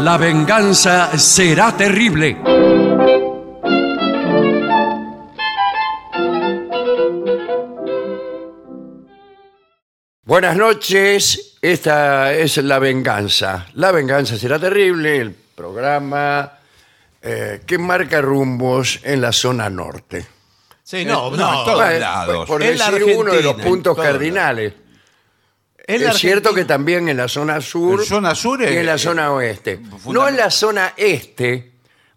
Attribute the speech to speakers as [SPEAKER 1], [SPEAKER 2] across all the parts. [SPEAKER 1] La venganza será terrible. Buenas noches, esta es La Venganza. La Venganza será terrible, el programa eh, que marca rumbos en la zona norte.
[SPEAKER 2] Sí, no,
[SPEAKER 3] Eh,
[SPEAKER 2] no.
[SPEAKER 3] en todos
[SPEAKER 2] eh,
[SPEAKER 3] lados.
[SPEAKER 1] Por
[SPEAKER 2] En la
[SPEAKER 1] decir uno de los
[SPEAKER 2] Argentina, en
[SPEAKER 1] puntos
[SPEAKER 2] todos lados.
[SPEAKER 1] cardinales.
[SPEAKER 2] en la
[SPEAKER 1] es cierto que
[SPEAKER 2] Argentina-
[SPEAKER 1] también en la zona sur,
[SPEAKER 3] En zona sur es-
[SPEAKER 1] y en
[SPEAKER 2] eh,
[SPEAKER 1] la zona oeste. No en la zona este,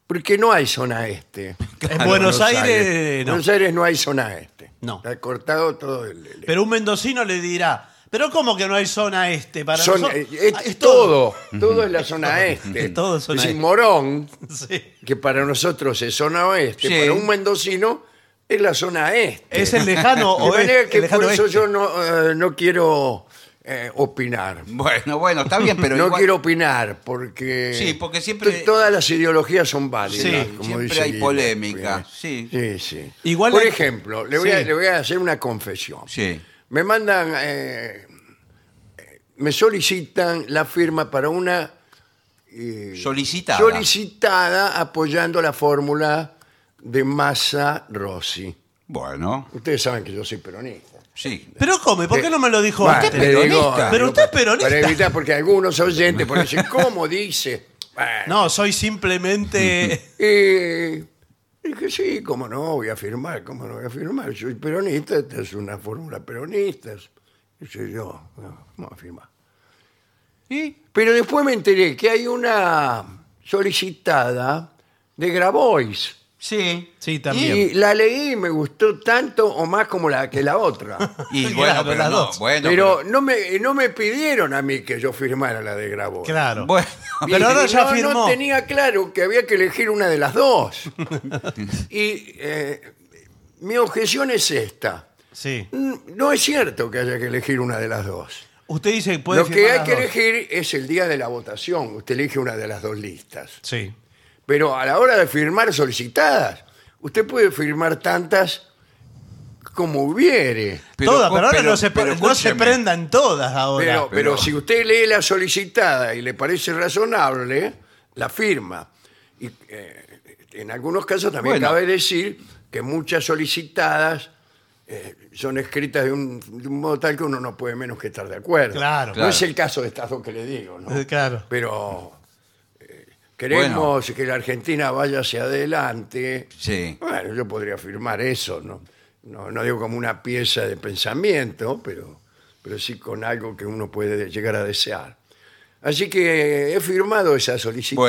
[SPEAKER 1] porque no hay zona este.
[SPEAKER 2] En Buenos
[SPEAKER 3] Buenos
[SPEAKER 2] Aires,
[SPEAKER 1] En
[SPEAKER 2] no.
[SPEAKER 1] Buenos Aires no hay zona este.
[SPEAKER 2] No.
[SPEAKER 1] Está cortado todo el... el-
[SPEAKER 2] Pero un mendocino le dirá, pero ¿cómo que no hay zona este para
[SPEAKER 1] zona-
[SPEAKER 2] nosotros?
[SPEAKER 1] eh, es,
[SPEAKER 2] Ah,
[SPEAKER 1] todo, todo es la zona este.
[SPEAKER 2] Es todo zona
[SPEAKER 1] Es decir,
[SPEAKER 2] este.
[SPEAKER 1] Morón,
[SPEAKER 2] Sí.
[SPEAKER 1] que para nosotros es zona oeste,
[SPEAKER 3] Sí.
[SPEAKER 1] para un mendocino es la zona este.
[SPEAKER 2] Es el lejano
[SPEAKER 1] De manera
[SPEAKER 2] oeste.
[SPEAKER 1] que
[SPEAKER 2] el lejano este.
[SPEAKER 1] por eso yo
[SPEAKER 2] oeste.
[SPEAKER 1] no, eh, no quiero eh, opinar.
[SPEAKER 3] Bueno, bueno, está bien, pero
[SPEAKER 1] no
[SPEAKER 3] igual
[SPEAKER 1] quiero opinar porque
[SPEAKER 3] Sí, porque siempre-
[SPEAKER 1] to- todas las ideologías son válidas.
[SPEAKER 2] Sí,
[SPEAKER 1] como
[SPEAKER 3] siempre
[SPEAKER 1] dice
[SPEAKER 3] hay
[SPEAKER 1] Guido.
[SPEAKER 3] polémica. Sí.
[SPEAKER 1] Sí, sí.
[SPEAKER 2] Igual
[SPEAKER 1] Por
[SPEAKER 2] hay-
[SPEAKER 1] ejemplo, le voy, a,
[SPEAKER 2] Sí.
[SPEAKER 1] le voy a hacer una confesión.
[SPEAKER 3] Sí.
[SPEAKER 1] Me mandan, eh, eh, me solicitan la firma para una Eh,
[SPEAKER 3] solicitada.
[SPEAKER 1] solicitada apoyando la fórmula de Massa Rossi.
[SPEAKER 3] Bueno,
[SPEAKER 1] Ustedes saben que yo soy peronista.
[SPEAKER 3] sí.
[SPEAKER 2] Pero come, ¿por qué no me lo dijo
[SPEAKER 1] Eh, Bueno,
[SPEAKER 2] antes?
[SPEAKER 1] le digo,
[SPEAKER 3] peronista.
[SPEAKER 2] Pero usted es
[SPEAKER 1] para- Para
[SPEAKER 2] peronista.
[SPEAKER 1] evitar, porque algunos oyentes, porque dicen, ¿cómo dice? Bueno,
[SPEAKER 2] No, soy simplemente.
[SPEAKER 1] Eh, dije, sí, cómo no, voy a firmar, cómo no voy a firmar. Soy peronista, esta es una fórmula peronista. qué sé yo, no, vamos a firmar. Pero después me enteré que hay una solicitada de Grabois.
[SPEAKER 3] Sí.
[SPEAKER 2] Sí, también.
[SPEAKER 1] Y la leí y me gustó tanto o más como la que la otra.
[SPEAKER 3] Y
[SPEAKER 2] Claro,
[SPEAKER 3] bueno, pero
[SPEAKER 2] las
[SPEAKER 3] no,
[SPEAKER 2] dos.
[SPEAKER 3] bueno.
[SPEAKER 1] pero no me, no me pidieron a mí que yo firmara la de Grabois.
[SPEAKER 2] Claro.
[SPEAKER 3] pero- bueno.
[SPEAKER 1] Y
[SPEAKER 2] Ah, Pero ahora ya
[SPEAKER 1] no,
[SPEAKER 2] firmó.
[SPEAKER 1] No tenía claro que había que elegir una de las dos. y eh, mi objeción es esta.
[SPEAKER 2] Sí.
[SPEAKER 1] Mm, No es cierto que haya que elegir una de las dos.
[SPEAKER 2] Usted dice que puede
[SPEAKER 1] Lo que
[SPEAKER 2] firmar
[SPEAKER 1] hay
[SPEAKER 2] las
[SPEAKER 1] que
[SPEAKER 2] dos.
[SPEAKER 1] elegir es el día de la votación. Usted elige una de las dos listas.
[SPEAKER 2] Sí.
[SPEAKER 1] Pero a la hora de firmar solicitadas, usted puede firmar tantas como hubiere.
[SPEAKER 2] todas, pero ahora
[SPEAKER 3] pero-
[SPEAKER 2] no, se,
[SPEAKER 3] pero
[SPEAKER 2] no se
[SPEAKER 3] escúcheme.
[SPEAKER 2] prendan todas ahora.
[SPEAKER 1] Pero, pero,
[SPEAKER 3] pero-
[SPEAKER 1] si usted lee la solicitada y le parece razonable, la firma. Y eh, en algunos casos también
[SPEAKER 3] Bueno.
[SPEAKER 1] cabe decir que muchas solicitadas eh, son escritas de un, de un modo tal que uno no puede menos que estar de acuerdo.
[SPEAKER 2] Claro.
[SPEAKER 1] No
[SPEAKER 3] Claro.
[SPEAKER 1] es el caso de estas dos que le digo, ¿no?
[SPEAKER 2] Eh, Claro.
[SPEAKER 1] Pero eh, queremos que la Argentina vaya hacia adelante.
[SPEAKER 3] Sí.
[SPEAKER 1] Bueno, yo podría afirmar eso, ¿no? No, no digo como una pieza de pensamiento, pero, pero sí con algo que uno puede llegar a desear. Así que he firmado esa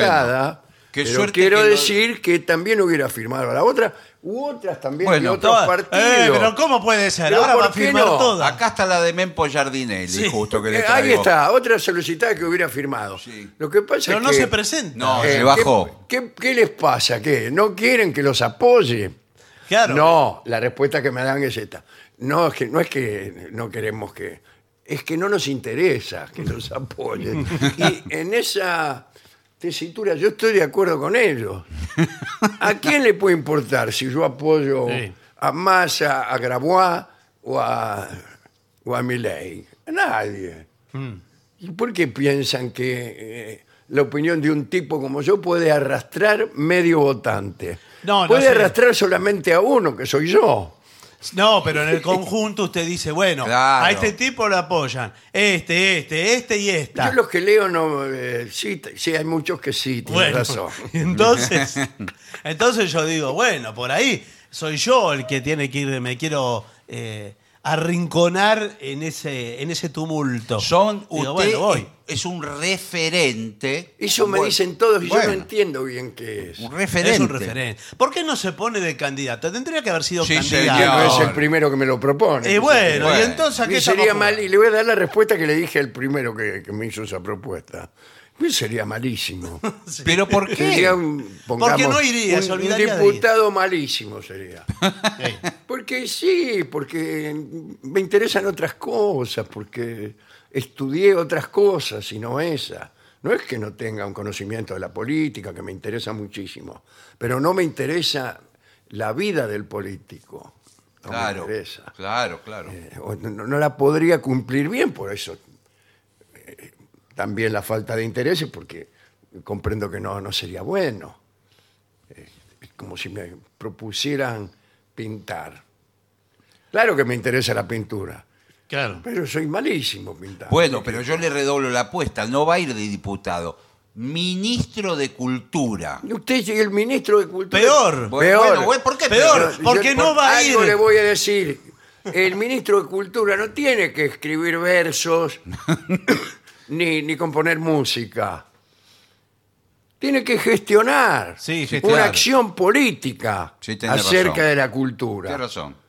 [SPEAKER 1] solicitada.
[SPEAKER 3] Bueno, qué
[SPEAKER 1] pero
[SPEAKER 3] suerte
[SPEAKER 1] quiero
[SPEAKER 3] que no-
[SPEAKER 1] decir que también hubiera firmado la otra, u otras también de
[SPEAKER 3] Bueno,
[SPEAKER 1] otros
[SPEAKER 2] Todas.
[SPEAKER 1] partidos.
[SPEAKER 2] Eh, pero ¿cómo puede ser?
[SPEAKER 1] Pero
[SPEAKER 2] ahora
[SPEAKER 1] ¿por
[SPEAKER 2] va a
[SPEAKER 1] qué
[SPEAKER 2] firmar
[SPEAKER 1] no?
[SPEAKER 2] todas.
[SPEAKER 3] Acá está la de Mempo Giardinelli,
[SPEAKER 2] Sí.
[SPEAKER 3] justo que le
[SPEAKER 1] Eh,
[SPEAKER 3] traigo.
[SPEAKER 1] ahí está, otra solicitada que hubiera firmado.
[SPEAKER 3] Sí.
[SPEAKER 1] Lo que pasa
[SPEAKER 2] Pero
[SPEAKER 1] es
[SPEAKER 2] no
[SPEAKER 1] que-
[SPEAKER 2] se presenta.
[SPEAKER 3] No,
[SPEAKER 1] Eh,
[SPEAKER 3] se bajó.
[SPEAKER 1] ¿qué, qué, qué les pasa? ¿Qué? ¿No quieren que los apoye?
[SPEAKER 2] Claro.
[SPEAKER 1] No, la respuesta que me dan es esta. No, es que, no es que no queremos que... Es que no nos interesa que los apoyen. Y en esa tesitura yo estoy de acuerdo con ellos. ¿A quién le puede importar si yo apoyo
[SPEAKER 2] Sí.
[SPEAKER 1] a Massa, a Grabois o a, o a Milei? A nadie. ¿Y por qué piensan que eh, la opinión de un tipo como yo puede arrastrar medio votante?
[SPEAKER 2] No, no
[SPEAKER 1] puede
[SPEAKER 2] sé.
[SPEAKER 1] arrastrar solamente a uno, que soy yo.
[SPEAKER 2] No, pero en el conjunto usted dice, bueno,
[SPEAKER 3] Claro.
[SPEAKER 2] a este tipo lo apoyan. Este, este, este y esta.
[SPEAKER 1] Yo los que leo no... eh, sí, t- sí, hay muchos que sí, tienen
[SPEAKER 2] Bueno,
[SPEAKER 1] razón.
[SPEAKER 2] entonces, entonces yo digo, bueno, por ahí soy yo el que tiene que ir, me quiero eh, arrinconar en ese, en ese tumulto.
[SPEAKER 3] Son usted
[SPEAKER 2] Digo, bueno, voy.
[SPEAKER 3] es es un referente.
[SPEAKER 1] Eso me
[SPEAKER 3] Bueno,
[SPEAKER 1] dicen todos y yo no
[SPEAKER 3] bueno,
[SPEAKER 1] entiendo bien qué es.
[SPEAKER 3] Un referente.
[SPEAKER 2] Es un referente. ¿Por qué no se pone de candidato? Tendría que haber sido
[SPEAKER 3] Sí,
[SPEAKER 2] candidato.
[SPEAKER 1] Que
[SPEAKER 3] señor.
[SPEAKER 1] no es el primero que me lo propone.
[SPEAKER 2] Y Eh, bueno,
[SPEAKER 3] Bueno.
[SPEAKER 2] y entonces ¿a qué
[SPEAKER 1] Y
[SPEAKER 2] estamos
[SPEAKER 1] sería mal,
[SPEAKER 2] jugando?
[SPEAKER 1] y le voy a dar la respuesta que le dije al primero que, que me hizo esa propuesta. Pues sería malísimo.
[SPEAKER 3] Pero ¿por qué?
[SPEAKER 1] Sería un, pongamos,
[SPEAKER 2] no iría,
[SPEAKER 1] un-
[SPEAKER 2] se
[SPEAKER 1] un
[SPEAKER 2] olvidaría de ir.
[SPEAKER 1] diputado malísimo sería. Porque sí, porque me interesan otras cosas, porque estudié otras cosas y no esa. No es que no tenga un conocimiento de la política, que me interesa muchísimo, pero no me interesa la vida del político. No me
[SPEAKER 3] Claro,
[SPEAKER 1] interesa.
[SPEAKER 3] claro, claro.
[SPEAKER 1] Eh, o no, no la podría cumplir bien, por eso eh, también la falta de intereses, porque comprendo que no, no sería bueno. Eh, Es como si me propusieran pintar. Claro que me interesa la pintura,
[SPEAKER 2] Claro.
[SPEAKER 1] pero soy malísimo pintando.
[SPEAKER 3] Bueno, pero yo le redoblo la apuesta. No va a ir de diputado. Ministro de Cultura.
[SPEAKER 1] Usted es el ministro de Cultura.
[SPEAKER 2] Peor.
[SPEAKER 3] Bueno,
[SPEAKER 1] Peor.
[SPEAKER 3] bueno, bueno, ¿por qué
[SPEAKER 2] Peor. porque no va a
[SPEAKER 1] algo
[SPEAKER 2] ir.
[SPEAKER 1] le voy a decir. El ministro de Cultura no tiene que escribir versos ni, ni componer música. Tiene que gestionar,
[SPEAKER 2] Sí, gestionar.
[SPEAKER 1] una acción política
[SPEAKER 3] Sí, tiene
[SPEAKER 1] acerca
[SPEAKER 3] razón.
[SPEAKER 1] de la cultura.
[SPEAKER 3] Tiene razón.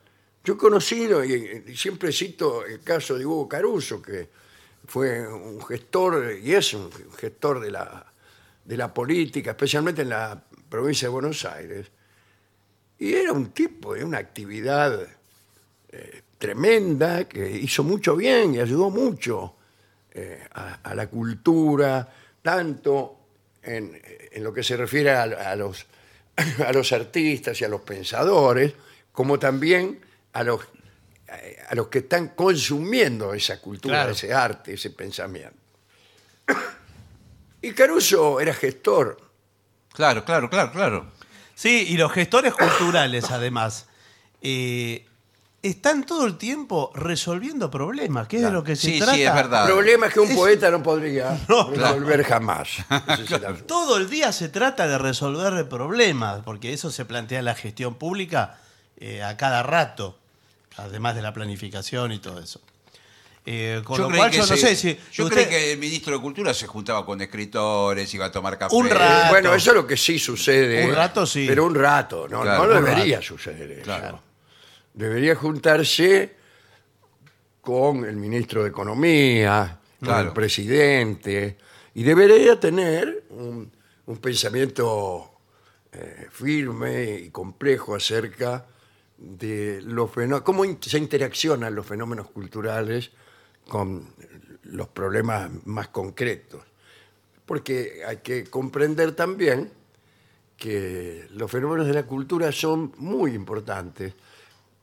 [SPEAKER 1] Yo he conocido, y, y siempre cito el caso de Hugo Caruso, que fue un gestor, y es un gestor de la, de la política, especialmente en la provincia de Buenos Aires. Y era un tipo de una actividad eh, tremenda que hizo mucho bien y ayudó mucho eh, a, a la cultura, tanto en, en lo que se refiere a, a los, a los artistas y a los pensadores, como también a los, eh, a los que están consumiendo esa cultura,
[SPEAKER 2] Claro.
[SPEAKER 1] ese arte, ese pensamiento. Y Caruso era gestor.
[SPEAKER 3] Claro, claro, claro, claro.
[SPEAKER 2] Sí, y los gestores culturales, además, eh, están todo el tiempo resolviendo problemas, que es de lo que se
[SPEAKER 3] Sí, sí,
[SPEAKER 2] trata.
[SPEAKER 3] es verdad. Claro.
[SPEAKER 1] Problemas que un
[SPEAKER 2] Es-
[SPEAKER 1] poeta no podría
[SPEAKER 2] Ah. No, claro.
[SPEAKER 1] resolver jamás. Ese es el asunto.
[SPEAKER 2] Todo el día se trata de resolver problemas, porque eso se plantea en la gestión pública eh, a cada rato, además de la planificación y todo eso. Eh, con lo
[SPEAKER 3] creí
[SPEAKER 2] cual,
[SPEAKER 3] que
[SPEAKER 2] yo no
[SPEAKER 3] se-
[SPEAKER 2] sé si.
[SPEAKER 3] yo
[SPEAKER 2] usted-
[SPEAKER 3] creí que el ministro de Cultura se juntaba con escritores, iba a tomar café.
[SPEAKER 2] Un rato.
[SPEAKER 1] Bueno, eso es lo que sí sucede.
[SPEAKER 2] Un rato sí.
[SPEAKER 1] Pero un rato, no,
[SPEAKER 3] Claro,
[SPEAKER 1] no
[SPEAKER 3] un
[SPEAKER 1] debería suceder eso.
[SPEAKER 3] Claro.
[SPEAKER 1] Debería juntarse con el ministro de Economía, con
[SPEAKER 3] Claro.
[SPEAKER 1] el presidente, y debería tener un, un pensamiento eh, firme y complejo acerca de los fenómenos, cómo in- se interaccionan los fenómenos culturales con los problemas más concretos porque hay que comprender también que los fenómenos de la cultura son muy importantes,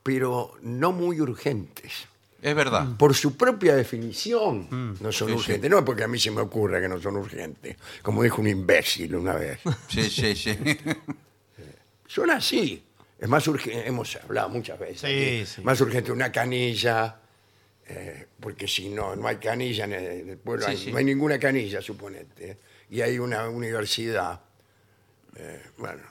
[SPEAKER 1] pero no muy urgentes.
[SPEAKER 3] Es verdad.
[SPEAKER 1] Por su propia definición
[SPEAKER 2] Mm,
[SPEAKER 1] no son
[SPEAKER 3] sí,
[SPEAKER 1] urgentes, no porque a mí se me ocurra que no son urgentes, como dijo un imbécil una vez.
[SPEAKER 3] Sí, sí, sí.
[SPEAKER 1] Son así. Es más urgente, hemos hablado muchas veces.
[SPEAKER 2] Sí,
[SPEAKER 1] aquí,
[SPEAKER 2] sí.
[SPEAKER 1] Más urgente una canilla, eh, porque si no, no hay canilla en el, en el pueblo,
[SPEAKER 3] Sí,
[SPEAKER 1] hay-
[SPEAKER 3] sí.
[SPEAKER 1] no hay ninguna canilla, suponete. Y hay una universidad. eh, bueno,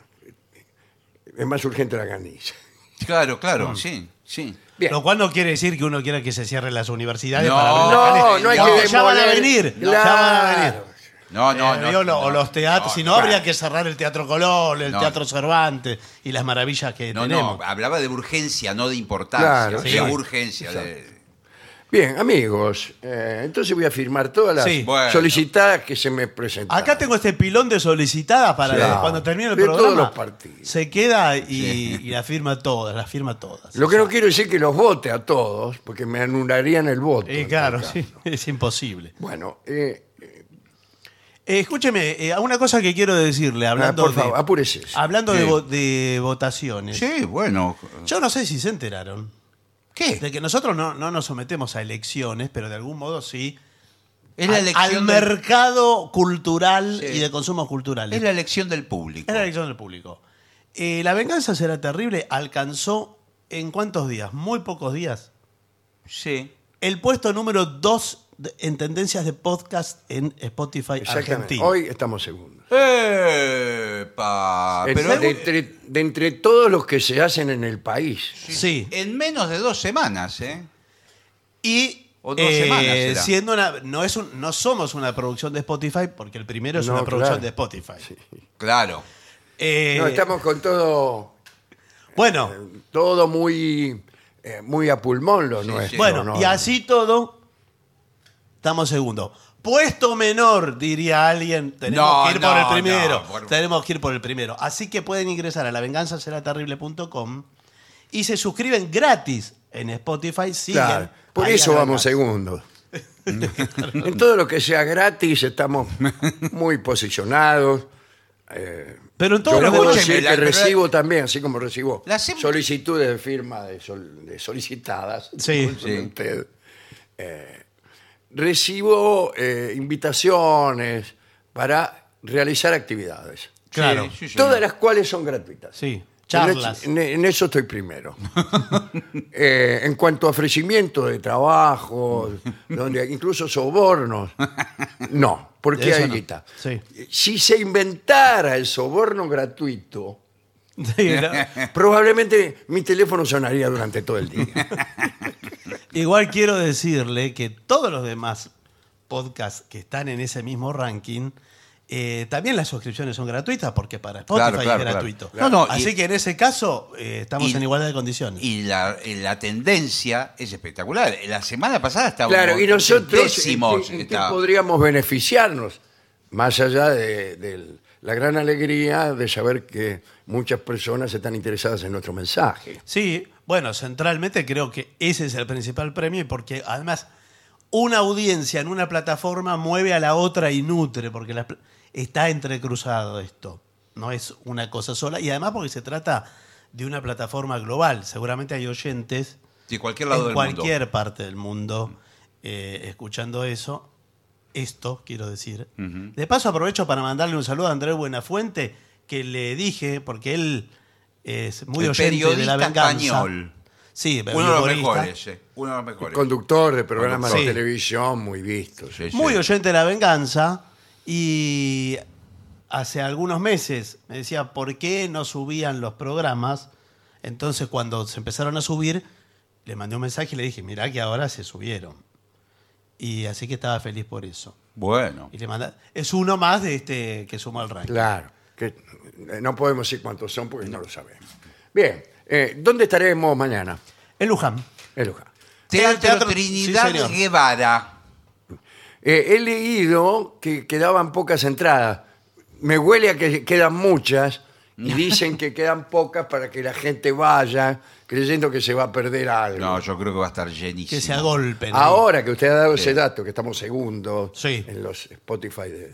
[SPEAKER 1] es más urgente la canilla.
[SPEAKER 3] Claro,
[SPEAKER 2] Mm.
[SPEAKER 3] claro, sí, sí.
[SPEAKER 1] Bien.
[SPEAKER 2] Lo cual no quiere decir que uno quiera que se cierren las universidades
[SPEAKER 3] No,
[SPEAKER 2] para abrir las
[SPEAKER 3] no,
[SPEAKER 2] calles.
[SPEAKER 3] no hay que
[SPEAKER 2] ya van a
[SPEAKER 1] demoler-
[SPEAKER 2] venir.
[SPEAKER 1] Claro.
[SPEAKER 2] Ya van a venir.
[SPEAKER 3] No, no,
[SPEAKER 2] Eh,
[SPEAKER 3] no,
[SPEAKER 2] digo, lo-
[SPEAKER 3] no,
[SPEAKER 2] o los teatros,
[SPEAKER 3] no,
[SPEAKER 2] si no,
[SPEAKER 3] claro.
[SPEAKER 2] habría que cerrar el Teatro Colón, el
[SPEAKER 3] No.
[SPEAKER 2] Teatro Cervantes y las maravillas que
[SPEAKER 3] No,
[SPEAKER 2] tenemos.
[SPEAKER 3] no, hablaba de urgencia, no de importancia.
[SPEAKER 1] Claro,
[SPEAKER 3] de
[SPEAKER 2] sí.
[SPEAKER 3] urgencia. de-
[SPEAKER 1] Bien, amigos, eh, entonces voy a firmar todas las
[SPEAKER 2] Sí.
[SPEAKER 3] Bueno.
[SPEAKER 1] solicitadas que se me presentan.
[SPEAKER 2] Acá tengo este pilón de solicitadas para
[SPEAKER 1] Sí.
[SPEAKER 2] que cuando termine el
[SPEAKER 1] De
[SPEAKER 2] programa.
[SPEAKER 1] todos los partidos.
[SPEAKER 2] Se queda y, y la firma todas, la firma todas.
[SPEAKER 1] Lo que no quiero decir que los vote a todos, porque me anularían el voto.
[SPEAKER 2] Eh,
[SPEAKER 1] en
[SPEAKER 2] claro,
[SPEAKER 1] todo
[SPEAKER 2] sí, es imposible.
[SPEAKER 1] Bueno, eh,
[SPEAKER 2] Eh, escúcheme, eh, una cosa que quiero decirle, hablando
[SPEAKER 1] Ah, por favor,
[SPEAKER 2] de,
[SPEAKER 1] apúrese.
[SPEAKER 2] hablando de,
[SPEAKER 3] Sí.
[SPEAKER 2] vo- de votaciones.
[SPEAKER 3] Sí, bueno.
[SPEAKER 2] Yo no sé si se enteraron.
[SPEAKER 3] ¿Qué?
[SPEAKER 2] De que nosotros no, no nos sometemos a elecciones, pero de algún modo sí.
[SPEAKER 3] Es la
[SPEAKER 2] al- al,
[SPEAKER 3] elección, del,
[SPEAKER 2] mercado cultural
[SPEAKER 3] Sí.
[SPEAKER 2] y de consumos culturales.
[SPEAKER 3] es la elección del público.
[SPEAKER 2] Es la elección del público. Eh, la venganza será terrible. Alcanzó en cuántos días? Muy pocos días.
[SPEAKER 3] Sí.
[SPEAKER 2] El puesto número 2 en tendencias de podcast en Spotify
[SPEAKER 1] Exactamente.
[SPEAKER 2] Argentina.
[SPEAKER 1] Hoy estamos segundos.
[SPEAKER 3] ¡Epa!
[SPEAKER 1] Entre-
[SPEAKER 3] Ah, Pero
[SPEAKER 1] de, entre, de entre todos los que se hacen en el país.
[SPEAKER 2] sí.
[SPEAKER 3] en menos de dos semanas, ¿eh?
[SPEAKER 2] Y eh,
[SPEAKER 3] O dos semanas será.
[SPEAKER 2] siendo una, no es un- no somos una producción de Spotify porque el primero es
[SPEAKER 1] No,
[SPEAKER 2] una producción
[SPEAKER 1] claro.
[SPEAKER 2] de Spotify.
[SPEAKER 3] Claro.
[SPEAKER 2] Eh,
[SPEAKER 1] No, estamos Eh, con todo,
[SPEAKER 2] bueno,
[SPEAKER 1] todo muy, eh, muy a pulmón lo nuestro.
[SPEAKER 3] sí.
[SPEAKER 2] bueno,
[SPEAKER 1] ¿no?
[SPEAKER 2] y así todo estamos segundo. Puesto menor, diría alguien, tenemos
[SPEAKER 3] No,
[SPEAKER 2] que ir por el
[SPEAKER 3] no,
[SPEAKER 2] primero.
[SPEAKER 3] no, por-
[SPEAKER 2] Tenemos que ir por el primero. Así que pueden ingresar a lavenganzaseraterrible.com y se suscriben gratis en Spotify. Siguen
[SPEAKER 1] Claro, por
[SPEAKER 2] ahí
[SPEAKER 1] eso
[SPEAKER 2] a la
[SPEAKER 1] vamos
[SPEAKER 2] venganza.
[SPEAKER 1] segundos. en todo lo que sea gratis estamos muy posicionados.
[SPEAKER 2] Pero
[SPEAKER 1] Yo
[SPEAKER 2] en todos
[SPEAKER 1] le
[SPEAKER 2] los
[SPEAKER 1] puedo
[SPEAKER 2] demás-
[SPEAKER 3] escúcheme,
[SPEAKER 1] decir
[SPEAKER 3] la-
[SPEAKER 1] que
[SPEAKER 3] pero-
[SPEAKER 1] recibo también, así como recibo
[SPEAKER 3] La sem-
[SPEAKER 1] solicitudes de firma de, sol- de solicitadas.
[SPEAKER 2] Sí.
[SPEAKER 1] como son
[SPEAKER 3] Sí.
[SPEAKER 1] usted, eh, recibo eh, invitaciones para realizar actividades,
[SPEAKER 2] Claro.
[SPEAKER 3] Sí, sí, señor.
[SPEAKER 1] todas las cuales son gratuitas.
[SPEAKER 2] Sí,
[SPEAKER 1] En
[SPEAKER 2] charlas.
[SPEAKER 1] es- En, e, en eso estoy primero. Eh, en cuanto a ofrecimiento de trabajo, donde hay incluso sobornos, no, porque
[SPEAKER 2] Eso
[SPEAKER 1] hay
[SPEAKER 2] no.
[SPEAKER 1] guita.
[SPEAKER 2] Sí.
[SPEAKER 1] Si se inventara el soborno gratuito,
[SPEAKER 2] Sí, era-
[SPEAKER 1] probablemente mi teléfono sonaría durante todo el día.
[SPEAKER 2] Igual quiero decirle que todos los demás podcasts que están en ese mismo ranking, eh, también las suscripciones son gratuitas porque para Spotify
[SPEAKER 3] Claro,
[SPEAKER 2] es
[SPEAKER 3] claro, claro.
[SPEAKER 2] gratuito.
[SPEAKER 3] No, no,
[SPEAKER 2] Así
[SPEAKER 3] y-
[SPEAKER 2] que en ese caso eh, estamos
[SPEAKER 3] y-
[SPEAKER 2] en igualdad de condiciones.
[SPEAKER 3] Y la, eh, la tendencia es espectacular. La semana pasada estábamos
[SPEAKER 1] Claro, y nosotros ¿en
[SPEAKER 3] décimos.
[SPEAKER 1] qué- en qué
[SPEAKER 3] estábamos.
[SPEAKER 1] podríamos beneficiarnos, más allá de, de la gran alegría de saber que muchas personas están interesadas en nuestro mensaje.
[SPEAKER 2] Sí, bueno, centralmente creo que ese es el principal premio y porque además una audiencia en una plataforma mueve a la otra y nutre, porque la pl- está entrecruzado esto, no es una cosa sola y además porque se trata de una plataforma global, seguramente hay oyentes
[SPEAKER 3] de cualquier lado
[SPEAKER 2] en
[SPEAKER 3] del
[SPEAKER 2] cualquier
[SPEAKER 3] mundo.
[SPEAKER 2] parte del mundo eh, escuchando eso, esto quiero decir. De paso aprovecho para mandarle un saludo a Andrés Buenafuente, que le dije, porque él es muy
[SPEAKER 3] El
[SPEAKER 2] oyente de la
[SPEAKER 3] periodista
[SPEAKER 2] venganza.
[SPEAKER 3] español.
[SPEAKER 2] Sí,
[SPEAKER 3] Uno de los
[SPEAKER 2] humorista.
[SPEAKER 3] mejores. sí, Uno de los mejores.
[SPEAKER 1] Conductor de programas
[SPEAKER 2] Sí.
[SPEAKER 1] de televisión muy vistos.
[SPEAKER 3] Sí, sí.
[SPEAKER 2] Muy oyente de la venganza. Y hace algunos meses me decía, ¿por qué no subían los programas? Entonces, cuando se empezaron a subir, le mandé un mensaje y le dije, mirá que ahora se subieron. Y así que estaba feliz por eso.
[SPEAKER 3] Bueno.
[SPEAKER 2] Y le manda, es uno más de este que sumó al ranking.
[SPEAKER 1] Claro, que eh, no podemos decir cuántos son porque no, lo sabemos. Bien, eh, ¿dónde estaremos mañana?
[SPEAKER 2] En Luján.
[SPEAKER 1] En Luján.
[SPEAKER 3] Teatro,
[SPEAKER 2] Teatro-
[SPEAKER 3] Trinidad
[SPEAKER 2] sí, señor.
[SPEAKER 3] Guevara.
[SPEAKER 1] Eh, he leído que quedaban pocas entradas. Me huele a que quedan muchas y dicen que quedan pocas para que la gente vaya creyendo que se va a perder algo.
[SPEAKER 3] No, yo creo que va a estar
[SPEAKER 2] Que
[SPEAKER 3] llenísimo.
[SPEAKER 2] se agolpen. ahí.
[SPEAKER 1] Ahora que usted ha dado ese dato, que estamos segundos
[SPEAKER 2] Sí.
[SPEAKER 1] en los Spotify de,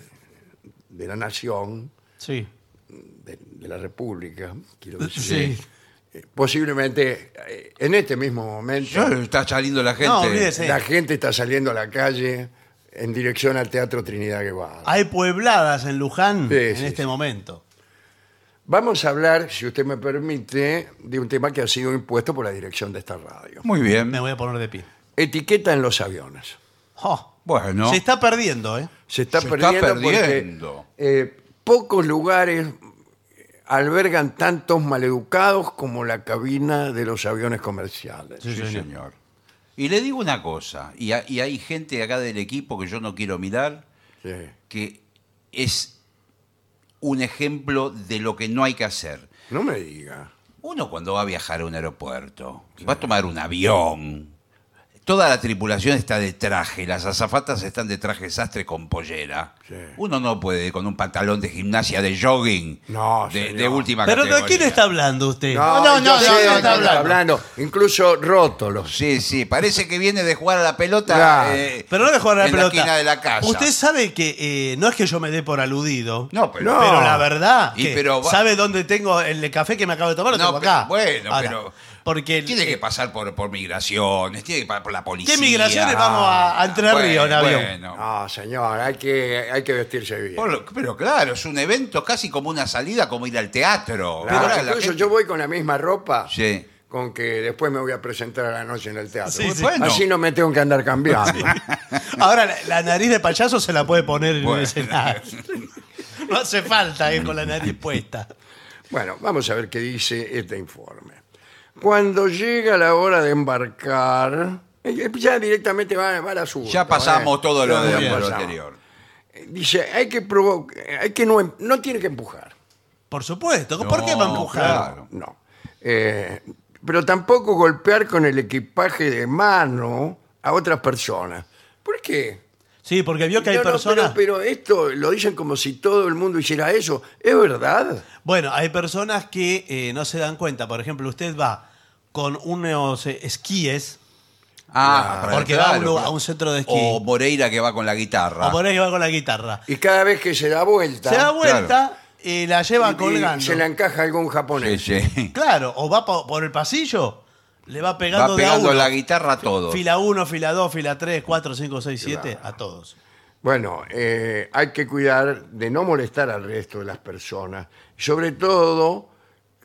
[SPEAKER 1] de la Nación,
[SPEAKER 2] Sí.
[SPEAKER 1] de, de la República, quiero decir,
[SPEAKER 2] Sí.
[SPEAKER 1] eh, posiblemente eh, en este mismo momento
[SPEAKER 3] Yo, está saliendo la gente.
[SPEAKER 2] No, olvídese.
[SPEAKER 1] la gente está saliendo a la calle en dirección al Teatro Trinidad Guevara.
[SPEAKER 2] Hay puebladas en Luján
[SPEAKER 1] Sí,
[SPEAKER 2] en
[SPEAKER 1] sí,
[SPEAKER 2] este
[SPEAKER 1] sí.
[SPEAKER 2] momento.
[SPEAKER 1] Vamos a hablar, si usted me permite, de un tema que ha sido impuesto por la dirección de esta radio.
[SPEAKER 3] Muy bien.
[SPEAKER 2] Me voy a poner de pie.
[SPEAKER 1] Etiqueta en los aviones.
[SPEAKER 2] Oh,
[SPEAKER 3] Bueno.
[SPEAKER 2] Se está perdiendo, ¿eh?
[SPEAKER 1] Se está
[SPEAKER 3] Se está
[SPEAKER 1] perdiendo, porque,
[SPEAKER 3] perdiendo.
[SPEAKER 1] eh, pocos lugares eh, albergan tantos maleducados como la cabina de los aviones comerciales.
[SPEAKER 3] Sí, señor. Y le digo una cosa, y, ha- y hay gente acá del equipo que yo no quiero mirar,
[SPEAKER 1] Sí.
[SPEAKER 3] que es un ejemplo de lo que no hay que hacer.
[SPEAKER 1] No me diga.
[SPEAKER 3] Uno cuando va a viajar a un aeropuerto, va a tomar un avión, toda la tripulación está de traje, las azafatas están de traje sastre con pollera.
[SPEAKER 1] Sí.
[SPEAKER 3] Uno no puede ir con un pantalón de gimnasia de jogging
[SPEAKER 1] No,
[SPEAKER 3] de,
[SPEAKER 1] señor.
[SPEAKER 3] de última
[SPEAKER 2] Pero ¿de
[SPEAKER 3] categoría.
[SPEAKER 2] quién está hablando usted?
[SPEAKER 1] yo sé de qué Incluso rótolos.
[SPEAKER 3] Sí, sí, parece que viene de jugar a la pelota.
[SPEAKER 1] Claro.
[SPEAKER 3] eh,
[SPEAKER 2] Pero no de jugar a la
[SPEAKER 3] en
[SPEAKER 2] pelota.
[SPEAKER 3] La esquina de la casa.
[SPEAKER 2] Usted sabe que eh, no es que yo me dé por aludido.
[SPEAKER 3] No, pero.
[SPEAKER 1] No.
[SPEAKER 2] Pero la verdad,
[SPEAKER 3] Y
[SPEAKER 2] que
[SPEAKER 3] pero va-
[SPEAKER 2] ¿sabe dónde tengo el café que me acabo de tomar? Lo
[SPEAKER 3] No,
[SPEAKER 2] tengo
[SPEAKER 3] pero-
[SPEAKER 2] acá.
[SPEAKER 3] bueno,
[SPEAKER 2] Ahora,
[SPEAKER 3] pero-
[SPEAKER 2] Porque el-
[SPEAKER 3] Tiene que pasar por, por migraciones, tiene que pasar por la policía.
[SPEAKER 2] Eh, ¿Qué migraciones vamos a, a Entre
[SPEAKER 3] Bueno,
[SPEAKER 2] Ríos en avión?
[SPEAKER 3] bueno.
[SPEAKER 1] No, señor, hay que, hay que vestirse bien.
[SPEAKER 3] Por lo- pero claro, es un evento casi como una salida, como ir al teatro.
[SPEAKER 1] Claro,
[SPEAKER 3] Ahora la
[SPEAKER 1] incluso
[SPEAKER 3] gente-
[SPEAKER 1] yo voy con la misma ropa
[SPEAKER 3] Sí.
[SPEAKER 1] con que después me voy a presentar a la noche en el teatro.
[SPEAKER 2] Sí, sí.
[SPEAKER 3] Bueno.
[SPEAKER 1] Así no me tengo que andar cambiando.
[SPEAKER 2] Ahora, la, la nariz de payaso se la puede poner en
[SPEAKER 3] Bueno.
[SPEAKER 2] el escenario. No hace falta ir con la nariz puesta.
[SPEAKER 1] Bueno, vamos a ver qué dice este informe. Cuando llega la hora de embarcar, eh, ya directamente va, va al asunto.
[SPEAKER 3] Ya pasamos
[SPEAKER 1] ¿eh?
[SPEAKER 3] todo lo,
[SPEAKER 1] Ya
[SPEAKER 3] de,
[SPEAKER 2] bien,
[SPEAKER 3] lo
[SPEAKER 1] pasamos.
[SPEAKER 3] anterior.
[SPEAKER 1] Eh, Dice, hay que provo- eh, hay que no, em- no tiene que empujar.
[SPEAKER 2] Por supuesto. ¿Por qué va a
[SPEAKER 3] No,
[SPEAKER 2] empujar?
[SPEAKER 3] claro.
[SPEAKER 1] No. Eh, pero tampoco golpear con el equipaje de mano a otras personas. ¿Por qué?
[SPEAKER 2] Sí, porque vio que hay
[SPEAKER 1] No, no,
[SPEAKER 2] personas.
[SPEAKER 1] pero, pero esto lo dicen como si todo el mundo hiciera eso. ¿Es verdad?
[SPEAKER 2] Bueno, hay personas que eh, no se dan cuenta. Por ejemplo, usted va con unos eh, esquíes,
[SPEAKER 3] Ah, para-
[SPEAKER 2] porque va a un
[SPEAKER 3] claro,
[SPEAKER 2] lugar-
[SPEAKER 3] claro.
[SPEAKER 2] a un centro de esquí.
[SPEAKER 3] O Moreira que va con la guitarra.
[SPEAKER 2] o por ahí va con la guitarra.
[SPEAKER 1] Y cada vez que se da vuelta,
[SPEAKER 2] Se da vuelta
[SPEAKER 3] Ah. claro.
[SPEAKER 2] y la lleva
[SPEAKER 1] y- y
[SPEAKER 2] colgando.
[SPEAKER 1] se la encaja algún
[SPEAKER 3] Sí,
[SPEAKER 1] japonés.
[SPEAKER 3] sí.
[SPEAKER 2] Claro, o va po- por el pasillo, le va pegando,
[SPEAKER 3] Va pegando
[SPEAKER 2] de a uno.
[SPEAKER 3] la guitarra a todos.
[SPEAKER 2] Fila 1, fila 2, fila 3, 4, 5, 6, 7, a todos.
[SPEAKER 1] Bueno, eh, hay que cuidar de no molestar al resto de las personas, sobre todo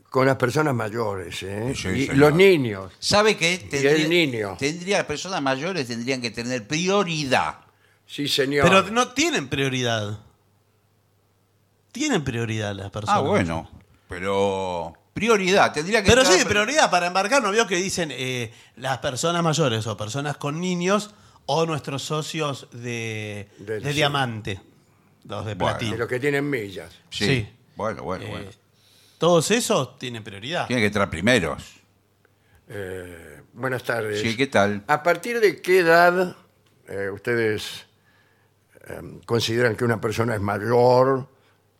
[SPEAKER 1] con las personas mayores, ¿eh?
[SPEAKER 3] Sí,
[SPEAKER 1] y
[SPEAKER 3] señor.
[SPEAKER 1] los niños.
[SPEAKER 3] ¿Sabe que tendría,
[SPEAKER 1] el niño.
[SPEAKER 3] tendría- las personas mayores tendrían que tener prioridad?
[SPEAKER 1] Sí, señor.
[SPEAKER 2] Pero no tienen prioridad. Tienen prioridad las personas.
[SPEAKER 3] Ah, bueno. Pero prioridad, tendría que
[SPEAKER 2] Pero
[SPEAKER 3] estar-
[SPEAKER 2] sí, prioridad para embarcar, ¿no vio que dicen eh, las personas mayores o personas con niños o nuestros socios de,
[SPEAKER 1] Del
[SPEAKER 2] de
[SPEAKER 1] sí.
[SPEAKER 2] diamante, los de
[SPEAKER 3] Bueno.
[SPEAKER 1] De
[SPEAKER 2] platino?
[SPEAKER 1] los que tienen millas.
[SPEAKER 3] Sí.
[SPEAKER 2] sí.
[SPEAKER 3] Bueno, bueno,
[SPEAKER 2] Eh,
[SPEAKER 3] bueno.
[SPEAKER 2] Todos esos tienen prioridad.
[SPEAKER 3] Tiene que entrar primeros.
[SPEAKER 1] Eh, buenas tardes.
[SPEAKER 3] Sí, ¿qué tal?
[SPEAKER 1] ¿A partir de qué edad eh, ustedes em, consideran que una persona es mayor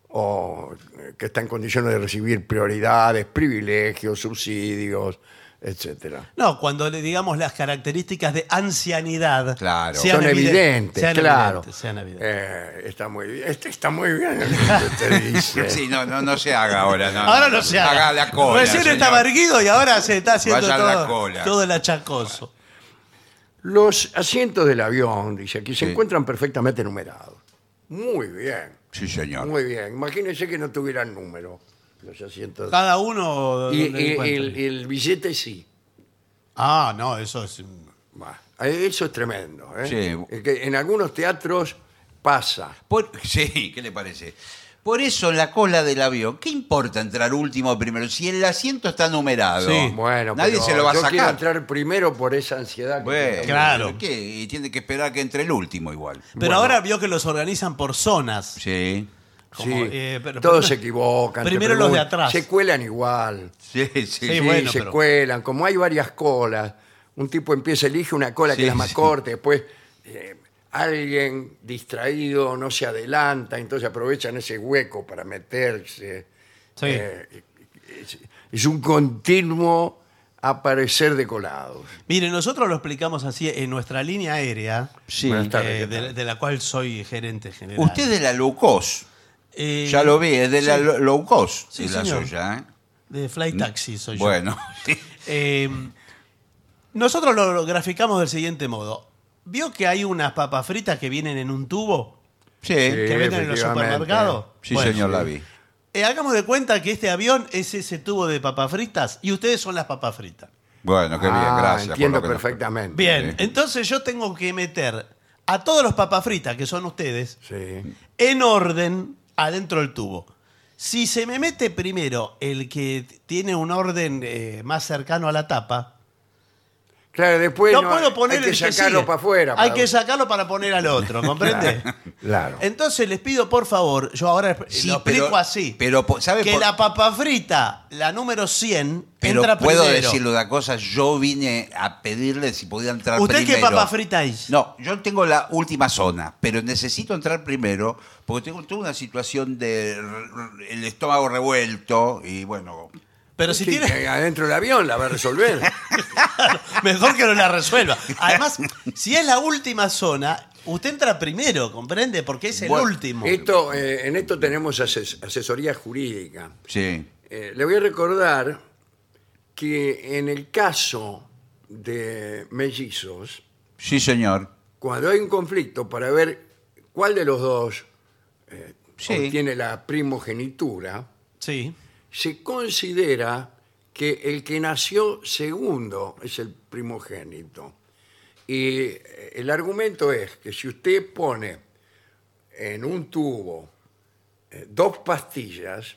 [SPEAKER 1] o eh, que está en condiciones de recibir prioridades, privilegios, subsidios, etcétera?
[SPEAKER 2] No, cuando le digamos las características de ancianidad
[SPEAKER 3] Claro.
[SPEAKER 1] Son evidentes,
[SPEAKER 2] sean
[SPEAKER 1] claro.
[SPEAKER 2] evidentes, sean evidentes.
[SPEAKER 1] Eh, está muy bien. Este está muy bien. lo que usted dice.
[SPEAKER 3] Sí, no, no, no se haga ahora. No,
[SPEAKER 1] Eh,
[SPEAKER 2] Ahora no se haga.
[SPEAKER 3] Haga la cola.
[SPEAKER 2] Recién
[SPEAKER 3] señor.
[SPEAKER 2] estaba erguido y ahora se está haciendo
[SPEAKER 3] Vaya a la
[SPEAKER 2] todo,
[SPEAKER 3] cola.
[SPEAKER 2] todo el achacoso.
[SPEAKER 1] Los asientos del avión, dice aquí, se
[SPEAKER 3] Sí.
[SPEAKER 1] encuentran perfectamente numerados. Muy bien.
[SPEAKER 3] Sí, señor.
[SPEAKER 1] Muy bien. Imagínense que no tuvieran número los asientos.
[SPEAKER 2] Cada uno.
[SPEAKER 1] Y,
[SPEAKER 2] donde
[SPEAKER 1] y-
[SPEAKER 2] encuentre.
[SPEAKER 1] el, el billete sí.
[SPEAKER 2] Ah, no, eso es. un-
[SPEAKER 1] Bah, Eso es tremendo. ¿eh?
[SPEAKER 3] Sí.
[SPEAKER 1] Es que en algunos teatros pasa.
[SPEAKER 3] Por- sí, ¿qué le parece? Por eso la cola del avión, ¿qué importa entrar último o primero? Si el asiento está numerado,
[SPEAKER 2] Sí.
[SPEAKER 1] Bueno,
[SPEAKER 3] nadie
[SPEAKER 1] pero
[SPEAKER 3] se lo va a
[SPEAKER 1] yo quiero
[SPEAKER 3] sacar.
[SPEAKER 1] entrar primero por esa ansiedad. que
[SPEAKER 3] Bueno,
[SPEAKER 1] tengo.
[SPEAKER 2] Claro.
[SPEAKER 3] ¿qué? Y tiene que esperar que entre el último igual.
[SPEAKER 2] Pero ahora vio que los organizan por zonas.
[SPEAKER 3] Sí,
[SPEAKER 2] Como,
[SPEAKER 1] Sí,
[SPEAKER 2] eh, pero-
[SPEAKER 1] todos se equivocan. te
[SPEAKER 2] Primero los de
[SPEAKER 1] preguntan,
[SPEAKER 2] atrás.
[SPEAKER 1] Se cuelan igual.
[SPEAKER 3] sí, sí.
[SPEAKER 1] Sí,
[SPEAKER 2] bueno,
[SPEAKER 1] se
[SPEAKER 2] pero-
[SPEAKER 1] cuelan. Como hay varias colas, un tipo empieza, elige una cola que
[SPEAKER 3] Sí,
[SPEAKER 1] es la más
[SPEAKER 3] sí.
[SPEAKER 1] corta, después eh, alguien distraído no se adelanta, entonces aprovechan ese hueco para meterse.
[SPEAKER 2] Sí.
[SPEAKER 1] Eh, es, es un continuo aparecer de colados.
[SPEAKER 2] Mire, nosotros lo explicamos así en nuestra línea aérea,
[SPEAKER 3] Sí.
[SPEAKER 1] Buenas tardes,
[SPEAKER 2] eh,
[SPEAKER 1] ¿qué tal?
[SPEAKER 2] de, de la cual soy gerente general.
[SPEAKER 3] Usted es de la low cost.
[SPEAKER 2] Eh,
[SPEAKER 3] ya lo vi, es de la lo- low cost.
[SPEAKER 2] Sí,
[SPEAKER 3] es la
[SPEAKER 2] señor.
[SPEAKER 3] suya, ¿eh?
[SPEAKER 2] De Fly Taxi soy yo.
[SPEAKER 3] Bueno, sí.
[SPEAKER 2] Eh, nosotros lo, lo graficamos del siguiente modo. ¿Vio que hay unas papas fritas que vienen en un tubo?
[SPEAKER 3] Sí,
[SPEAKER 2] ¿Que venden en los
[SPEAKER 1] efectivamente.
[SPEAKER 2] supermercados?
[SPEAKER 3] Sí,
[SPEAKER 2] Bueno,
[SPEAKER 3] señor, la vi.
[SPEAKER 2] eh, hagamos de cuenta que este avión es ese tubo de papas fritas y ustedes son las papas fritas.
[SPEAKER 3] Bueno, qué bien,
[SPEAKER 1] Ah,
[SPEAKER 3] gracias. por
[SPEAKER 1] Entiendo
[SPEAKER 3] lo que nos-
[SPEAKER 1] perfectamente.
[SPEAKER 2] Bien,
[SPEAKER 3] Sí.
[SPEAKER 2] entonces yo tengo que meter a todos los papas fritas, que son ustedes,
[SPEAKER 1] Sí.
[SPEAKER 2] en orden adentro del tubo. Si se me mete primero el que tiene un orden eh, más cercano a la tapa,
[SPEAKER 1] Claro, después
[SPEAKER 2] no,
[SPEAKER 1] no,
[SPEAKER 2] puedo poner
[SPEAKER 1] hay que
[SPEAKER 2] el
[SPEAKER 1] sacarlo
[SPEAKER 2] sigue.
[SPEAKER 1] para afuera.
[SPEAKER 2] Hay
[SPEAKER 1] para-
[SPEAKER 2] que sacarlo para poner al otro, ¿comprende?
[SPEAKER 1] Claro.
[SPEAKER 2] Entonces les pido por favor, yo ahora
[SPEAKER 3] Sí,
[SPEAKER 2] lo explico
[SPEAKER 3] pero-
[SPEAKER 2] así,
[SPEAKER 3] pero po- ¿sabe
[SPEAKER 2] que
[SPEAKER 3] por-
[SPEAKER 2] la papa frita, la número 100,
[SPEAKER 3] Pero
[SPEAKER 2] entra
[SPEAKER 3] puedo
[SPEAKER 2] primero.
[SPEAKER 3] decirle una cosa, yo vine a pedirle si podía entrar
[SPEAKER 2] ¿Usted
[SPEAKER 3] primero.
[SPEAKER 2] qué papa frita es?
[SPEAKER 3] No, yo tengo la última zona, pero necesito entrar primero porque tengo toda una situación de r- el estómago revuelto y bueno.
[SPEAKER 2] Pero si
[SPEAKER 1] Sí,
[SPEAKER 2] tiene...
[SPEAKER 1] que Adentro del avión la va a resolver.
[SPEAKER 2] Mejor que no la resuelva. Además, si es la última zona, usted entra primero, ¿comprende? Porque es el
[SPEAKER 3] Bueno,
[SPEAKER 2] último.
[SPEAKER 1] esto, eh, en esto tenemos ases- asesoría jurídica.
[SPEAKER 3] Sí.
[SPEAKER 1] Eh, le voy a recordar que en el caso de mellizos,
[SPEAKER 3] Sí, señor.
[SPEAKER 1] cuando hay un conflicto para ver cuál de los dos
[SPEAKER 3] Sí.
[SPEAKER 1] obtiene la primogenitura,
[SPEAKER 2] Sí.
[SPEAKER 1] se considera que el que nació segundo es el primogénito. Y eh, el argumento es que si usted pone en un tubo eh, dos pastillas,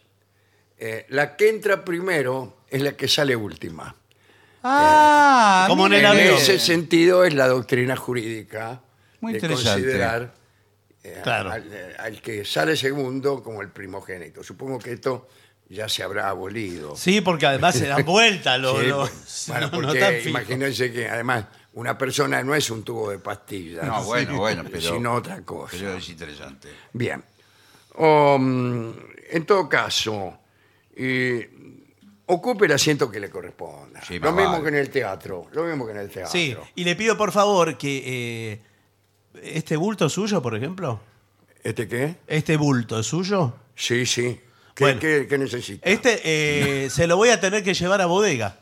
[SPEAKER 1] eh, la que entra primero es la que sale última.
[SPEAKER 3] Ah,
[SPEAKER 2] Como en el
[SPEAKER 1] En
[SPEAKER 3] mire.
[SPEAKER 2] avión.
[SPEAKER 1] ese sentido es la doctrina jurídica
[SPEAKER 3] Muy
[SPEAKER 1] de
[SPEAKER 3] interesante.
[SPEAKER 1] considerar eh,
[SPEAKER 2] Claro.
[SPEAKER 1] al, eh, al que sale segundo como el primogénito. Supongo que esto ya se habrá abolido.
[SPEAKER 2] Sí, porque además se dan vuelta los.
[SPEAKER 1] Sí, pues,
[SPEAKER 2] los-
[SPEAKER 1] bueno,
[SPEAKER 2] no- no
[SPEAKER 1] porque
[SPEAKER 2] tan fijo.
[SPEAKER 1] imagínense que además una persona no es un tubo de pastillas,
[SPEAKER 3] No, bueno, bueno, pero,
[SPEAKER 1] sino otra cosa.
[SPEAKER 3] pero es interesante.
[SPEAKER 2] Eh,
[SPEAKER 1] Bien. O, mm, en todo caso, eh, ocupe el asiento que le corresponda.
[SPEAKER 3] Sí,
[SPEAKER 1] lo
[SPEAKER 3] más
[SPEAKER 1] mismo
[SPEAKER 3] vale.
[SPEAKER 1] que en el teatro. Lo mismo que en el teatro.
[SPEAKER 2] Sí, y le pido por favor que. eh, este bulto suyo, por ejemplo.
[SPEAKER 1] ¿Este qué?
[SPEAKER 2] Este bulto suyo.
[SPEAKER 1] Sí, sí. ¿Qué,
[SPEAKER 2] Bueno.
[SPEAKER 1] qué- qué necesita?
[SPEAKER 2] Este eh, se lo voy a tener que llevar a bodega.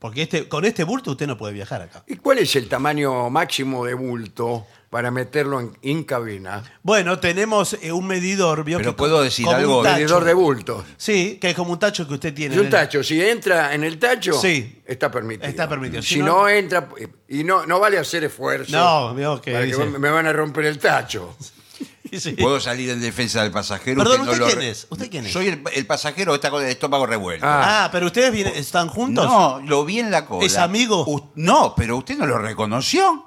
[SPEAKER 2] Porque este, con este bulto usted no puede viajar acá.
[SPEAKER 1] ¿Y cuál es el tamaño máximo de bulto? para meterlo en, en cabina.
[SPEAKER 2] Bueno, tenemos eh, un medidor. ¿vio
[SPEAKER 3] Pero
[SPEAKER 2] que
[SPEAKER 3] puedo decir
[SPEAKER 2] como un
[SPEAKER 3] algo.
[SPEAKER 2] tacho.
[SPEAKER 1] Medidor de bultos.
[SPEAKER 2] Sí, que es como un tacho que usted tiene.
[SPEAKER 1] Y
[SPEAKER 2] en
[SPEAKER 1] un
[SPEAKER 2] el-
[SPEAKER 1] tacho, si entra en el tacho,
[SPEAKER 2] Sí.
[SPEAKER 1] está permitido.
[SPEAKER 2] Está permitido.
[SPEAKER 1] Si,
[SPEAKER 2] Si
[SPEAKER 1] no,
[SPEAKER 2] no-
[SPEAKER 1] entra, y no, no vale hacer esfuerzo.
[SPEAKER 2] No, veo que
[SPEAKER 1] para que
[SPEAKER 2] dice-
[SPEAKER 1] me- me van a romper el tacho.
[SPEAKER 2] Sí.
[SPEAKER 3] Puedo salir en defensa del pasajero.
[SPEAKER 2] Perdón,
[SPEAKER 3] que no
[SPEAKER 2] ¿usted
[SPEAKER 3] lo
[SPEAKER 2] quién
[SPEAKER 3] re-
[SPEAKER 2] es? ¿Usted quién es?
[SPEAKER 3] Soy el, el pasajero que está con el estómago revuelto.
[SPEAKER 1] Ah.
[SPEAKER 2] Ah, pero ustedes vienen- están juntos.
[SPEAKER 3] No, lo vi en la cola.
[SPEAKER 2] ¿Es amigo?
[SPEAKER 3] U- no, pero usted no lo reconoció.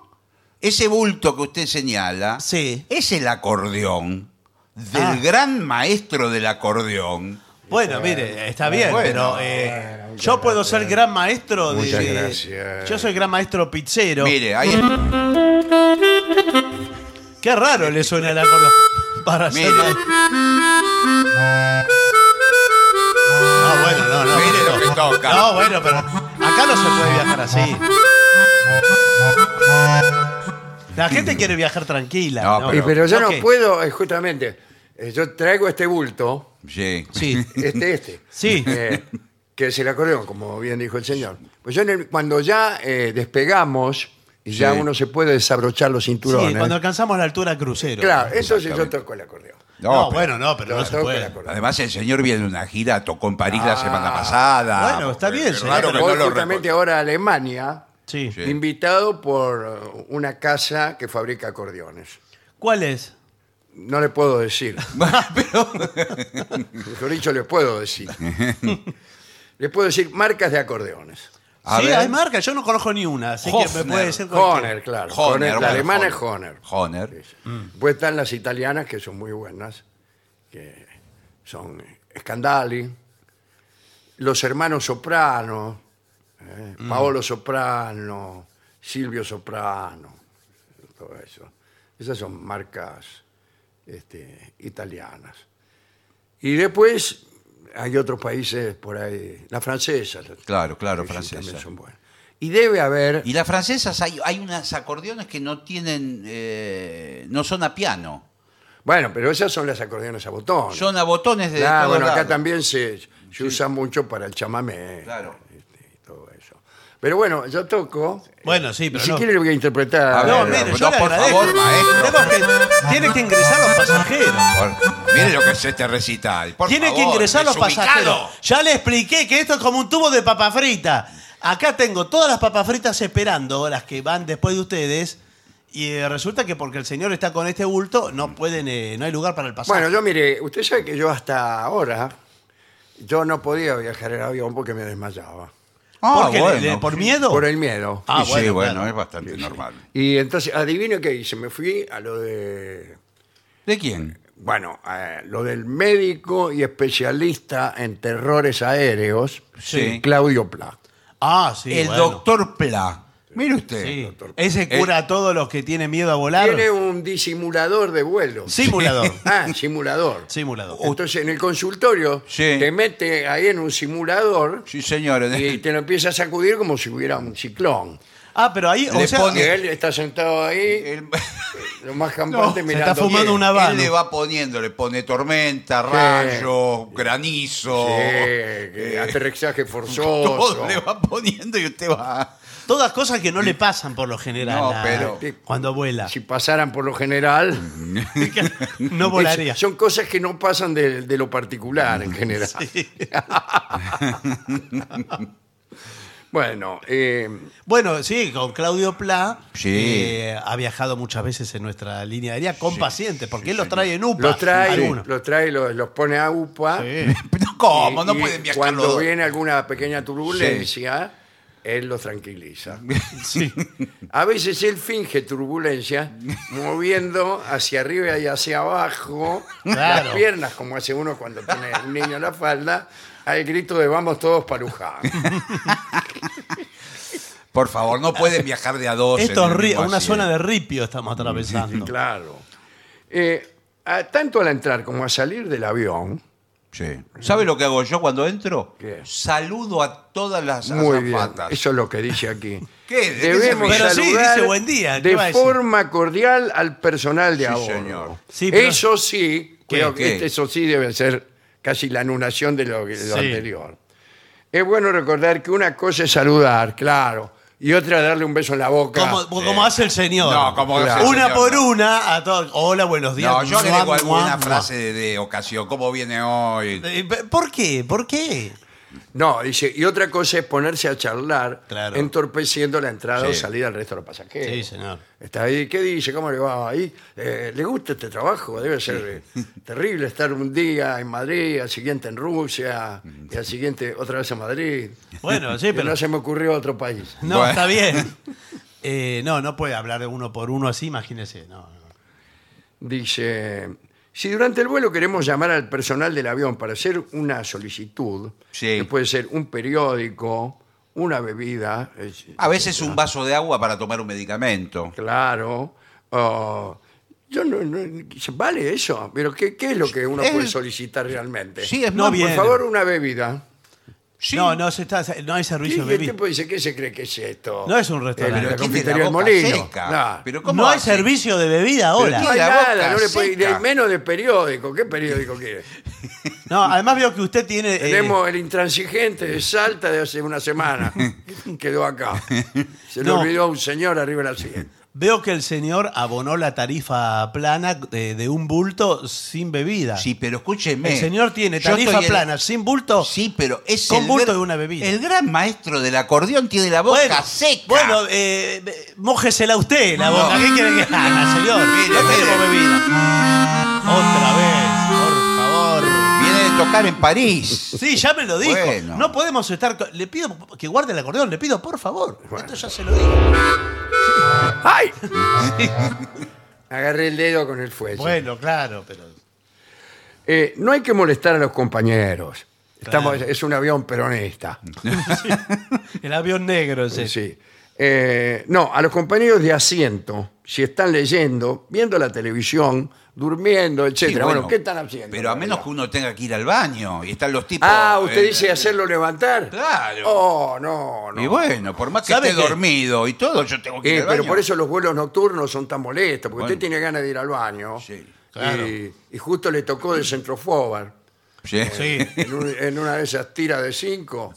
[SPEAKER 3] Ese bulto que usted señala
[SPEAKER 2] Sí.
[SPEAKER 3] es el acordeón del
[SPEAKER 2] Ah.
[SPEAKER 3] gran maestro del acordeón.
[SPEAKER 2] Bueno, mire, está bien,
[SPEAKER 3] Bueno,
[SPEAKER 2] pero eh, yo puedo ser gran maestro de.
[SPEAKER 1] Muchas gracias.
[SPEAKER 2] Yo soy gran maestro pizzero.
[SPEAKER 3] Mire, ahí está.
[SPEAKER 2] Qué raro le suena el acordeón. Para ser.
[SPEAKER 3] Mire.
[SPEAKER 2] No, Ah, bueno, no, no.
[SPEAKER 3] Mire lo
[SPEAKER 2] no.
[SPEAKER 3] que toca.
[SPEAKER 2] No, bueno, pero acá no se puede viajar así. La gente quiere viajar tranquila.
[SPEAKER 3] No,
[SPEAKER 2] No,
[SPEAKER 1] Y, pero yo
[SPEAKER 2] Ok.
[SPEAKER 1] no puedo, eh, justamente, eh, yo traigo este bulto,
[SPEAKER 3] Sí.
[SPEAKER 2] Sí.
[SPEAKER 1] este, este.
[SPEAKER 2] Sí.
[SPEAKER 1] eh, que es el acordeón, como bien dijo el señor. Pues yo en el- cuando ya eh, despegamos y ya
[SPEAKER 3] Sí.
[SPEAKER 1] uno se puede desabrochar los cinturones.
[SPEAKER 2] Sí, cuando alcanzamos la altura crucero.
[SPEAKER 1] Claro, entonces yo
[SPEAKER 3] Exactamente.
[SPEAKER 1] toco el acordeón.
[SPEAKER 2] No,
[SPEAKER 3] No, pero-
[SPEAKER 2] bueno, no, pero
[SPEAKER 1] Yo
[SPEAKER 2] no se
[SPEAKER 1] toco el
[SPEAKER 2] puede.
[SPEAKER 1] acordeón.
[SPEAKER 3] Además, el señor viene de una gira, tocó en París la
[SPEAKER 1] Ah.
[SPEAKER 3] semana pasada.
[SPEAKER 2] Bueno, está bien,
[SPEAKER 3] Es
[SPEAKER 2] señor.
[SPEAKER 3] raro que
[SPEAKER 1] Voy
[SPEAKER 3] no lo
[SPEAKER 1] justamente
[SPEAKER 3] recono-
[SPEAKER 1] ahora a Alemania,
[SPEAKER 2] Sí.
[SPEAKER 3] Sí.
[SPEAKER 1] invitado por eh, una casa que fabrica acordeones.
[SPEAKER 2] ¿Cuál es?
[SPEAKER 1] No le puedo decir.
[SPEAKER 3] Ah, Pero-
[SPEAKER 1] Mejor dicho, le puedo decir. le puedo decir marcas de acordeones.
[SPEAKER 3] A
[SPEAKER 2] sí,
[SPEAKER 3] ver.
[SPEAKER 2] hay marcas, yo no conozco ni una, así que me
[SPEAKER 3] Hofner.
[SPEAKER 2] puede decir cualquiera.
[SPEAKER 1] Honer, claro.
[SPEAKER 3] Hohner,
[SPEAKER 1] Hohner, la
[SPEAKER 3] bueno,
[SPEAKER 1] alemana
[SPEAKER 3] Hohner.
[SPEAKER 1] es Honer.
[SPEAKER 3] Hohner.
[SPEAKER 1] Pues están las italianas, que son muy buenas, que son eh, Scandali, los hermanos Soprano, eh,
[SPEAKER 3] Mm.
[SPEAKER 1] Paolo Soprano, Silvio Soprano, todo eso. Esas son marcas este, italianas. Y después hay otros países por ahí, las francesas.
[SPEAKER 3] Claro, claro,
[SPEAKER 1] que sí, también
[SPEAKER 3] francesas.
[SPEAKER 1] son buenas. Y debe haber...
[SPEAKER 3] Y las francesas, hay, hay unas acordeones que no tienen, eh, no son a piano,
[SPEAKER 1] Bueno, pero esas son las acordeones a botón.
[SPEAKER 3] son a botones de
[SPEAKER 1] Ah,
[SPEAKER 3] todos
[SPEAKER 1] bueno, acá
[SPEAKER 3] lados.
[SPEAKER 1] también se, se usa mucho para el chamamé.
[SPEAKER 3] Claro.
[SPEAKER 1] este, y todo eso. Pero bueno, yo toco.
[SPEAKER 2] Bueno, sí, pero
[SPEAKER 1] y si
[SPEAKER 2] no. Ah,
[SPEAKER 1] quiere le voy a interpretar.
[SPEAKER 3] A
[SPEAKER 2] No,
[SPEAKER 3] ver,
[SPEAKER 2] mire,
[SPEAKER 3] no,
[SPEAKER 2] yo le
[SPEAKER 3] por
[SPEAKER 2] agradezco.
[SPEAKER 3] favor, maestro.
[SPEAKER 2] Tenemos que- tiene que ingresar los pasajeros.
[SPEAKER 3] Por- mire lo que es este recital. Por
[SPEAKER 2] Tiene que
[SPEAKER 3] favor,
[SPEAKER 2] ingresar los
[SPEAKER 3] desubicado.
[SPEAKER 2] pasajeros. Ya le expliqué que esto es como un tubo de papa frita. Acá tengo todas las papas fritas esperando, las que van después de ustedes. Y eh, resulta que porque el señor está con este bulto, no pueden, eh, no hay lugar para el pasaje.
[SPEAKER 1] Bueno, yo mire, usted sabe que yo hasta ahora yo no podía viajar en avión porque me desmayaba.
[SPEAKER 3] Ah,
[SPEAKER 2] ¿Por qué?
[SPEAKER 3] bueno.
[SPEAKER 2] ¿Le- ¿Por miedo?
[SPEAKER 1] Por el miedo.
[SPEAKER 2] Ah,
[SPEAKER 3] sí,
[SPEAKER 2] bueno,
[SPEAKER 3] bueno,
[SPEAKER 2] claro.
[SPEAKER 3] es bastante normal.
[SPEAKER 1] Y entonces, adivino qué hice. Me fui a lo de.
[SPEAKER 3] ¿De quién?
[SPEAKER 1] Bueno, a lo del médico y especialista en terrores aéreos,
[SPEAKER 3] Sí.
[SPEAKER 1] Claudio Pla.
[SPEAKER 2] Ah, sí.
[SPEAKER 3] El
[SPEAKER 2] bueno.
[SPEAKER 3] doctor Pla. Mire usted.
[SPEAKER 2] Sí.
[SPEAKER 1] doctor.
[SPEAKER 2] Ese
[SPEAKER 3] Eh,
[SPEAKER 2] cura a todos los que tienen miedo a volar.
[SPEAKER 1] Tiene un disimulador de vuelo.
[SPEAKER 2] Simulador.
[SPEAKER 1] Ah, simulador.
[SPEAKER 2] Simulador.
[SPEAKER 1] Entonces en el consultorio
[SPEAKER 3] Sí.
[SPEAKER 1] te mete ahí en un simulador
[SPEAKER 3] Sí, señor. en
[SPEAKER 1] y
[SPEAKER 3] este-
[SPEAKER 1] te lo empieza a sacudir como si hubiera un ciclón.
[SPEAKER 2] Ah, pero ahí, o
[SPEAKER 3] Le
[SPEAKER 2] sea,
[SPEAKER 1] Y
[SPEAKER 3] pone-
[SPEAKER 1] él está sentado ahí,
[SPEAKER 3] él,
[SPEAKER 1] lo más campante
[SPEAKER 2] Eh, No, se
[SPEAKER 1] mirando.
[SPEAKER 2] está fumando
[SPEAKER 1] bien.
[SPEAKER 2] una- habano.
[SPEAKER 3] él le va poniendo, le pone tormenta, rayos, granizo.
[SPEAKER 2] Oh.
[SPEAKER 1] Sí,
[SPEAKER 3] eh,
[SPEAKER 1] que aterrizaje forzoso.
[SPEAKER 3] todo le va poniendo y usted va.
[SPEAKER 2] todas cosas que no le pasan por lo general.
[SPEAKER 3] Mm. No,
[SPEAKER 2] a-
[SPEAKER 3] pero-
[SPEAKER 2] Cuando vuela.
[SPEAKER 1] Si pasaran por lo general,
[SPEAKER 2] No volaría.
[SPEAKER 1] es- son cosas que no pasan de, de lo particular en general. Bueno, eh,
[SPEAKER 2] Bueno, sí, con Claudio Pla
[SPEAKER 3] Sí.
[SPEAKER 2] eh, ha viajado muchas veces en nuestra línea aérea con pacientes, porque él los trae en UPA.
[SPEAKER 1] Los trae,
[SPEAKER 2] algunos.
[SPEAKER 1] los trae, los, los pone a UPA.
[SPEAKER 2] Sí.
[SPEAKER 3] No, ¿Cómo?
[SPEAKER 1] Y-
[SPEAKER 3] no
[SPEAKER 1] y
[SPEAKER 3] pueden viajar
[SPEAKER 1] Cuando
[SPEAKER 3] los dos.
[SPEAKER 1] viene alguna pequeña turbulencia, él los tranquiliza.
[SPEAKER 2] Sí.
[SPEAKER 1] A veces él finge turbulencia, moviendo hacia arriba y hacia abajo
[SPEAKER 2] Claro.
[SPEAKER 1] las piernas, como hace uno cuando tiene un niño en la falda, al grito de vamos todos para Luján.
[SPEAKER 3] Por favor, no pueden viajar de a dos.
[SPEAKER 2] Esto
[SPEAKER 3] en
[SPEAKER 2] es
[SPEAKER 3] el
[SPEAKER 2] ri-
[SPEAKER 3] mismo
[SPEAKER 2] una
[SPEAKER 3] asiento.
[SPEAKER 2] zona de ripio estamos atravesando.
[SPEAKER 1] Claro. Eh, a- tanto al entrar como a salir del avión,
[SPEAKER 3] Sí. ¿Sabe lo que hago yo cuando entro?
[SPEAKER 1] ¿Qué?
[SPEAKER 3] Saludo a todas las
[SPEAKER 1] Muy bien,
[SPEAKER 3] azafatas.
[SPEAKER 1] eso es lo que dice aquí.
[SPEAKER 3] ¿Qué? ¿De qué
[SPEAKER 1] Debemos
[SPEAKER 3] se ríe?
[SPEAKER 2] Pero sí,
[SPEAKER 1] saludar
[SPEAKER 2] dice buen día, ¿qué va a
[SPEAKER 1] de
[SPEAKER 2] decir?
[SPEAKER 1] forma cordial al personal de
[SPEAKER 3] Sí,
[SPEAKER 1] ahora.
[SPEAKER 3] señor.
[SPEAKER 2] Sí, pero-
[SPEAKER 1] Eso sí, creo que
[SPEAKER 3] ¿Qué?
[SPEAKER 1] este eso sí debe ser casi la anulación de lo, de lo
[SPEAKER 2] Sí.
[SPEAKER 1] anterior. Es bueno recordar que una cosa es saludar, claro, y otra darle un beso en la boca.
[SPEAKER 2] Como, como hace el señor.
[SPEAKER 3] No, como hace el
[SPEAKER 2] Una
[SPEAKER 3] señor,
[SPEAKER 2] por
[SPEAKER 3] no.
[SPEAKER 2] una, a todos. Hola, buenos días.
[SPEAKER 3] No, yo agrego
[SPEAKER 2] Mua, mua,
[SPEAKER 3] alguna
[SPEAKER 2] mua.
[SPEAKER 3] frase de, de ocasión. ¿Cómo viene hoy?
[SPEAKER 2] Eh, ¿Por qué? ¿Por qué?
[SPEAKER 1] No, dice, y otra cosa es ponerse a charlar,
[SPEAKER 2] Claro.
[SPEAKER 1] entorpeciendo la entrada o
[SPEAKER 3] Sí.
[SPEAKER 1] salida al resto de los pasajeros.
[SPEAKER 2] Sí, señor.
[SPEAKER 1] Está ahí, ¿qué dice? ¿Cómo le va ahí? Eh, ¿Le gusta este trabajo? Debe ser eh, terrible estar un día en Madrid, al siguiente en Rusia, y al siguiente otra vez en Madrid.
[SPEAKER 2] Bueno,
[SPEAKER 1] Y
[SPEAKER 2] sí, pero.
[SPEAKER 1] No se me ocurrió otro país.
[SPEAKER 2] No,
[SPEAKER 3] Bueno.
[SPEAKER 2] está bien. Eh, no, no puede hablar de uno por uno así, imagínese. No, no.
[SPEAKER 1] Dice, si durante el vuelo queremos llamar al personal del avión para hacer una solicitud,
[SPEAKER 3] Sí.
[SPEAKER 1] que puede ser un periódico, una bebida, eh,
[SPEAKER 3] A veces un vaso de agua para tomar un medicamento.
[SPEAKER 1] claro, o- yo no, no- vale eso, pero ¿qué, qué es lo que uno
[SPEAKER 3] Es-
[SPEAKER 1] puede solicitar realmente?
[SPEAKER 3] Sí, es
[SPEAKER 2] No,
[SPEAKER 3] más-
[SPEAKER 1] Por
[SPEAKER 2] bien.
[SPEAKER 1] favor, una bebida.
[SPEAKER 3] sí. este
[SPEAKER 2] no, no, se está, no hay
[SPEAKER 1] ¿Qué,
[SPEAKER 2] servicio
[SPEAKER 1] qué
[SPEAKER 2] de bebida.
[SPEAKER 1] tipo dice, ¿qué se cree que es esto?
[SPEAKER 2] No es un
[SPEAKER 1] Eh,
[SPEAKER 2] restaurante.
[SPEAKER 1] la
[SPEAKER 3] Pero tiene
[SPEAKER 1] confitería
[SPEAKER 3] la
[SPEAKER 1] del
[SPEAKER 3] boca
[SPEAKER 1] molino.
[SPEAKER 3] seca.
[SPEAKER 1] Nah.
[SPEAKER 3] Pero ¿cómo
[SPEAKER 2] No hay
[SPEAKER 3] hace?
[SPEAKER 2] servicio de bebida
[SPEAKER 1] No
[SPEAKER 3] tiene
[SPEAKER 2] ahora.
[SPEAKER 1] hay
[SPEAKER 3] la
[SPEAKER 1] nada,
[SPEAKER 3] boca
[SPEAKER 1] no le puede-
[SPEAKER 3] seca. Eh,
[SPEAKER 1] y menos de periódico. ¿Qué periódico quiere?
[SPEAKER 2] No, además veo que usted tiene. eh,
[SPEAKER 1] Tenemos el intransigente de Salta de hace una semana. Quedó acá. Se le
[SPEAKER 2] No.
[SPEAKER 1] olvidó a un señor arriba de la silla.
[SPEAKER 2] veo que el señor abonó la tarifa plana de, de un bulto sin bebida.
[SPEAKER 3] Sí, pero escúcheme.
[SPEAKER 2] el señor tiene
[SPEAKER 3] Yo
[SPEAKER 2] tarifa
[SPEAKER 3] estoy en-
[SPEAKER 2] plana sin bulto.
[SPEAKER 3] Sí, pero es
[SPEAKER 2] Con
[SPEAKER 3] el
[SPEAKER 2] bulto
[SPEAKER 3] gran-
[SPEAKER 2] de una bebida.
[SPEAKER 3] El gran maestro del acordeón tiene la boca seca.
[SPEAKER 2] Bueno, eh, eh, mójesela usted la boca. ¿Qué quiere que
[SPEAKER 1] Ah,
[SPEAKER 2] haga, señor?
[SPEAKER 3] Mire,
[SPEAKER 2] no
[SPEAKER 3] mire.
[SPEAKER 2] tenemos bebida. Otra vez, por favor.
[SPEAKER 3] viene de tocar en París.
[SPEAKER 2] Sí, ya me lo dijo.
[SPEAKER 3] Bueno.
[SPEAKER 2] No podemos estar. co- Le pido que guarde el acordeón, le pido por favor. Esto ya se lo digo.
[SPEAKER 1] ¡Ay! Agarré el dedo con el fuelle.
[SPEAKER 2] Bueno, claro, pero.
[SPEAKER 1] Eh, no hay que molestar a los compañeros. Estamos,
[SPEAKER 2] Claro.
[SPEAKER 1] Es un avión peronista.
[SPEAKER 2] El avión negro ese.
[SPEAKER 1] Sí. Eh, no, a los compañeros de asiento, si están leyendo, viendo la televisión, durmiendo,
[SPEAKER 3] Sí,
[SPEAKER 1] etcétera. bueno, ¿qué están haciendo?
[SPEAKER 3] Pero a menos que uno tenga que ir al baño y están los tipos.
[SPEAKER 1] Ah, usted
[SPEAKER 3] eh,
[SPEAKER 1] dice hacerlo levantar.
[SPEAKER 3] Claro.
[SPEAKER 1] Oh, no, no.
[SPEAKER 3] Y bueno, por más que
[SPEAKER 2] ¿Sabe
[SPEAKER 3] esté
[SPEAKER 2] qué?
[SPEAKER 3] dormido y todo, yo tengo que ir
[SPEAKER 1] Eh,
[SPEAKER 3] al baño.
[SPEAKER 1] pero por eso los vuelos nocturnos son tan molestos, porque
[SPEAKER 3] Bueno.
[SPEAKER 1] usted tiene ganas de ir al baño.
[SPEAKER 3] Sí,
[SPEAKER 2] claro.
[SPEAKER 1] y, y justo le tocó de centrofobar.
[SPEAKER 3] Sí.
[SPEAKER 2] Sí.
[SPEAKER 1] En, un- en una de esas tiras de cinco,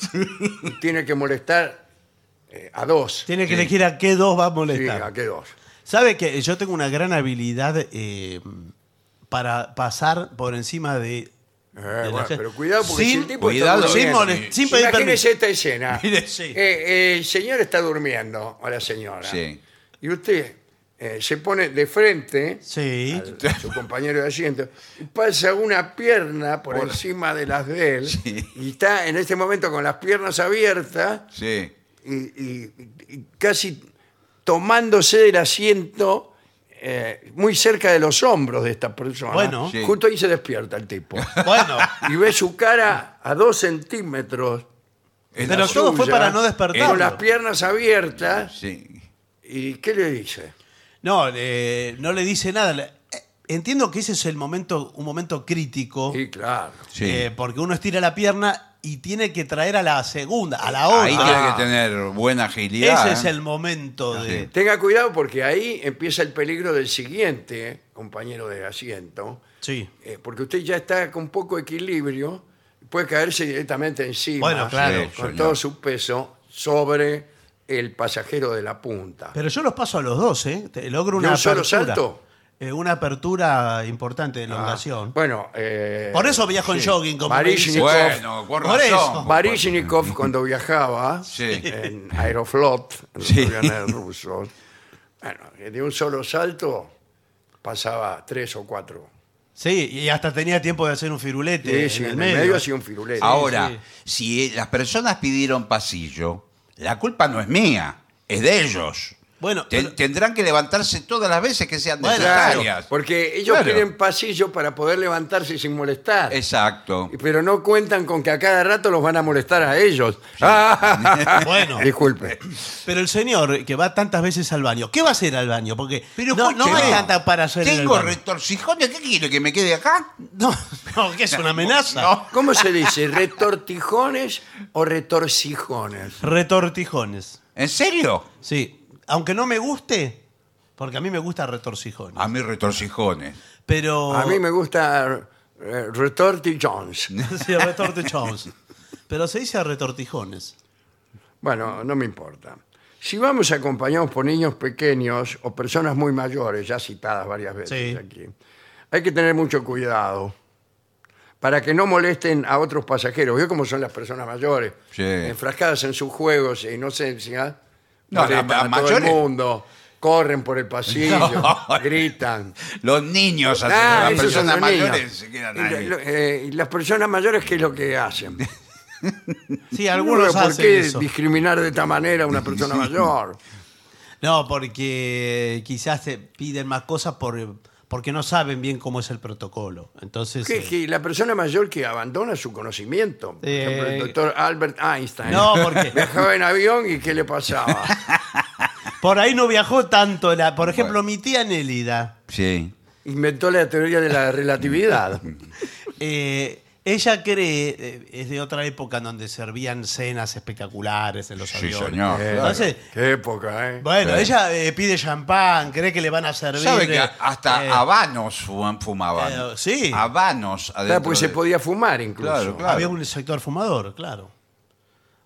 [SPEAKER 1] y tiene que molestar eh, a dos.
[SPEAKER 2] Tiene que elegir a qué dos va a
[SPEAKER 1] Sí,
[SPEAKER 2] molestar.
[SPEAKER 1] ¿a qué dos?
[SPEAKER 2] ¿Sabe que yo tengo una gran habilidad eh, para pasar por encima de.
[SPEAKER 1] Eh,
[SPEAKER 2] de la
[SPEAKER 1] bueno,
[SPEAKER 2] gente?
[SPEAKER 1] pero cuidado porque si
[SPEAKER 2] sin,
[SPEAKER 1] el tipo
[SPEAKER 3] cuidado,
[SPEAKER 1] está
[SPEAKER 2] sin
[SPEAKER 1] durmiendo.
[SPEAKER 2] molest- sin
[SPEAKER 3] sí.
[SPEAKER 1] Sí,
[SPEAKER 2] pedir permiso.
[SPEAKER 1] Imagínese esta escena.
[SPEAKER 2] Mire, sí.
[SPEAKER 1] Eh, eh, el señor está durmiendo, o la señora.
[SPEAKER 3] Sí.
[SPEAKER 1] Y usted eh, se pone de frente
[SPEAKER 2] Sí.
[SPEAKER 1] al- a su compañero de asiento y pasa una pierna por encima de las de él
[SPEAKER 3] Sí.
[SPEAKER 1] y está en este momento con las piernas abiertas
[SPEAKER 3] Sí.
[SPEAKER 1] y, y- y casi tomándose del asiento eh, muy cerca de los hombros de esta persona.
[SPEAKER 2] Bueno.
[SPEAKER 3] Sí.
[SPEAKER 1] Justo ahí se despierta el tipo.
[SPEAKER 2] Bueno.
[SPEAKER 1] Y ve su cara a dos centímetros.
[SPEAKER 3] Es
[SPEAKER 2] Pero
[SPEAKER 3] la
[SPEAKER 2] todo
[SPEAKER 3] suya.
[SPEAKER 2] fue para no
[SPEAKER 1] Con las
[SPEAKER 2] despertarlo.
[SPEAKER 1] piernas abiertas.
[SPEAKER 3] Sí.
[SPEAKER 1] ¿Y qué le dice?
[SPEAKER 2] No, eh, no le dice nada. Le- eh, Entiendo que ese es el momento, un momento crítico.
[SPEAKER 1] Sí, claro.
[SPEAKER 3] Sí.
[SPEAKER 2] Eh, porque uno estira la pierna y tiene que traer a la segunda, a la
[SPEAKER 3] Ahí
[SPEAKER 2] otra.
[SPEAKER 3] tiene que tener buena agilidad.
[SPEAKER 2] Ese
[SPEAKER 3] ¿eh?
[SPEAKER 2] es el momento de.
[SPEAKER 1] Tenga cuidado porque ahí empieza el peligro del siguiente compañero de asiento,
[SPEAKER 2] Sí.
[SPEAKER 1] eh, porque usted ya está con poco equilibrio, puede caerse directamente encima
[SPEAKER 2] Bueno, claro.
[SPEAKER 1] con
[SPEAKER 3] señor.
[SPEAKER 1] todo su peso sobre el pasajero de la punta.
[SPEAKER 2] Pero yo los paso a los dos, ¿eh? Te- Logro una
[SPEAKER 1] ¿De un solo
[SPEAKER 2] apertura.
[SPEAKER 1] salto?
[SPEAKER 2] Eh, una apertura importante de
[SPEAKER 1] Ah,
[SPEAKER 2] elongación.
[SPEAKER 1] Bueno, eh,
[SPEAKER 2] Por eso pues. viajo en
[SPEAKER 1] sí.
[SPEAKER 2] jogging, como me
[SPEAKER 1] Marishnikov-
[SPEAKER 2] dice.
[SPEAKER 3] Bueno, con
[SPEAKER 2] Por eso.
[SPEAKER 3] razón.
[SPEAKER 1] Baryshnikov, cuando viajaba
[SPEAKER 3] Sí.
[SPEAKER 1] en Aeroflot, en los
[SPEAKER 3] Sí.
[SPEAKER 1] aviones rusos, bueno, eh, de un solo salto pasaba tres o cuatro.
[SPEAKER 2] Sí, y hasta tenía tiempo de hacer un firulete.
[SPEAKER 1] Sí,
[SPEAKER 2] en
[SPEAKER 1] sí,
[SPEAKER 2] el
[SPEAKER 1] en
[SPEAKER 2] medio. Ah,
[SPEAKER 1] medio hacía un firulete.
[SPEAKER 3] Ahora, si las personas pidieron pasillo, la culpa no es mía, es de ellos.
[SPEAKER 2] Bueno,
[SPEAKER 3] Te-
[SPEAKER 2] pero-
[SPEAKER 3] tendrán que levantarse todas las veces que sean
[SPEAKER 2] Bueno,
[SPEAKER 1] Claro,
[SPEAKER 3] necesarias.
[SPEAKER 1] porque ellos
[SPEAKER 3] Claro.
[SPEAKER 1] quieren pasillo para poder levantarse sin molestar.
[SPEAKER 3] Exacto.
[SPEAKER 1] Pero no cuentan con que a cada rato los van a molestar a ellos. Ah,
[SPEAKER 2] Bueno.
[SPEAKER 1] Disculpe.
[SPEAKER 2] Pero el señor que va tantas veces al baño, ¿qué va a hacer al baño? Porque no, no
[SPEAKER 3] escúcheme,
[SPEAKER 2] hay tanta para hacer en el
[SPEAKER 3] Tengo
[SPEAKER 2] baño.
[SPEAKER 3] retorcijones, ¿qué quiere? ¿Que me quede acá?
[SPEAKER 2] No, no, que es una amenaza.
[SPEAKER 3] No.
[SPEAKER 1] ¿Cómo se dice? ¿Retortijones o retorcijones?
[SPEAKER 2] Retortijones.
[SPEAKER 3] ¿En serio?
[SPEAKER 2] Sí, aunque no me guste, porque a mí me gusta retorcijón.
[SPEAKER 3] A mí retorcijones.
[SPEAKER 2] Pero.
[SPEAKER 1] A mí me gusta eh, Retorti Jones.
[SPEAKER 2] Sí, retortijones. Pero se dice retortijones.
[SPEAKER 1] Bueno, no me importa. Si vamos acompañados por niños pequeños o personas muy mayores, ya citadas varias veces
[SPEAKER 2] Sí.
[SPEAKER 1] aquí, hay que tener mucho cuidado para que no molesten a otros pasajeros. ¿Vio cómo son las personas mayores?
[SPEAKER 3] Sí.
[SPEAKER 1] Enfrascadas en sus juegos y no sé si ah,
[SPEAKER 3] No,
[SPEAKER 1] molestan
[SPEAKER 3] las
[SPEAKER 1] a todo
[SPEAKER 3] mayores-
[SPEAKER 1] el mundo, corren por el pasillo, gritan.
[SPEAKER 3] Los niños, hacen-
[SPEAKER 1] Ah,
[SPEAKER 3] las
[SPEAKER 1] esos
[SPEAKER 3] personas
[SPEAKER 1] son los niños.
[SPEAKER 3] mayores se quedan
[SPEAKER 1] Y la-
[SPEAKER 3] ahí.
[SPEAKER 1] lo- eh, y las personas mayores, ¿qué es lo que hacen?
[SPEAKER 2] Sí, algunos
[SPEAKER 1] ¿Por
[SPEAKER 2] hacen
[SPEAKER 1] qué
[SPEAKER 2] eso.
[SPEAKER 1] discriminar de esta manera a una persona mayor?
[SPEAKER 2] No, porque quizás te piden más cosas por, porque no saben bien cómo es el protocolo. Entonces.
[SPEAKER 1] Que-
[SPEAKER 2] eh,
[SPEAKER 1] que la persona mayor que abandona su conocimiento. Por
[SPEAKER 2] Eh,
[SPEAKER 1] ejemplo, el doctor Albert Einstein.
[SPEAKER 2] No, porque
[SPEAKER 1] Viajaba en avión y ¿qué le pasaba?
[SPEAKER 2] por ahí no viajó tanto. la- por ejemplo, mi tía Nélida,
[SPEAKER 3] Sí.
[SPEAKER 1] Inventó la teoría de la relatividad.
[SPEAKER 2] eh, ella cree, eh, es de otra época en donde servían cenas espectaculares en los
[SPEAKER 3] Sí,
[SPEAKER 2] aviones.
[SPEAKER 3] señor,
[SPEAKER 1] Eh,
[SPEAKER 3] claro.
[SPEAKER 2] Entonces,
[SPEAKER 1] Qué época, ¿eh?
[SPEAKER 2] bueno,
[SPEAKER 3] Sí.
[SPEAKER 2] ella eh, pide champán, cree que le van a servir.
[SPEAKER 3] ¿Sabe que
[SPEAKER 2] eh,
[SPEAKER 3] hasta
[SPEAKER 2] eh,
[SPEAKER 3] habanos fum- fumaban?
[SPEAKER 2] eh, sí.
[SPEAKER 3] Habanos adentro.
[SPEAKER 1] Claro, porque se
[SPEAKER 3] de-
[SPEAKER 1] podía fumar incluso.
[SPEAKER 3] Claro, claro.
[SPEAKER 2] Había un sector fumador, claro.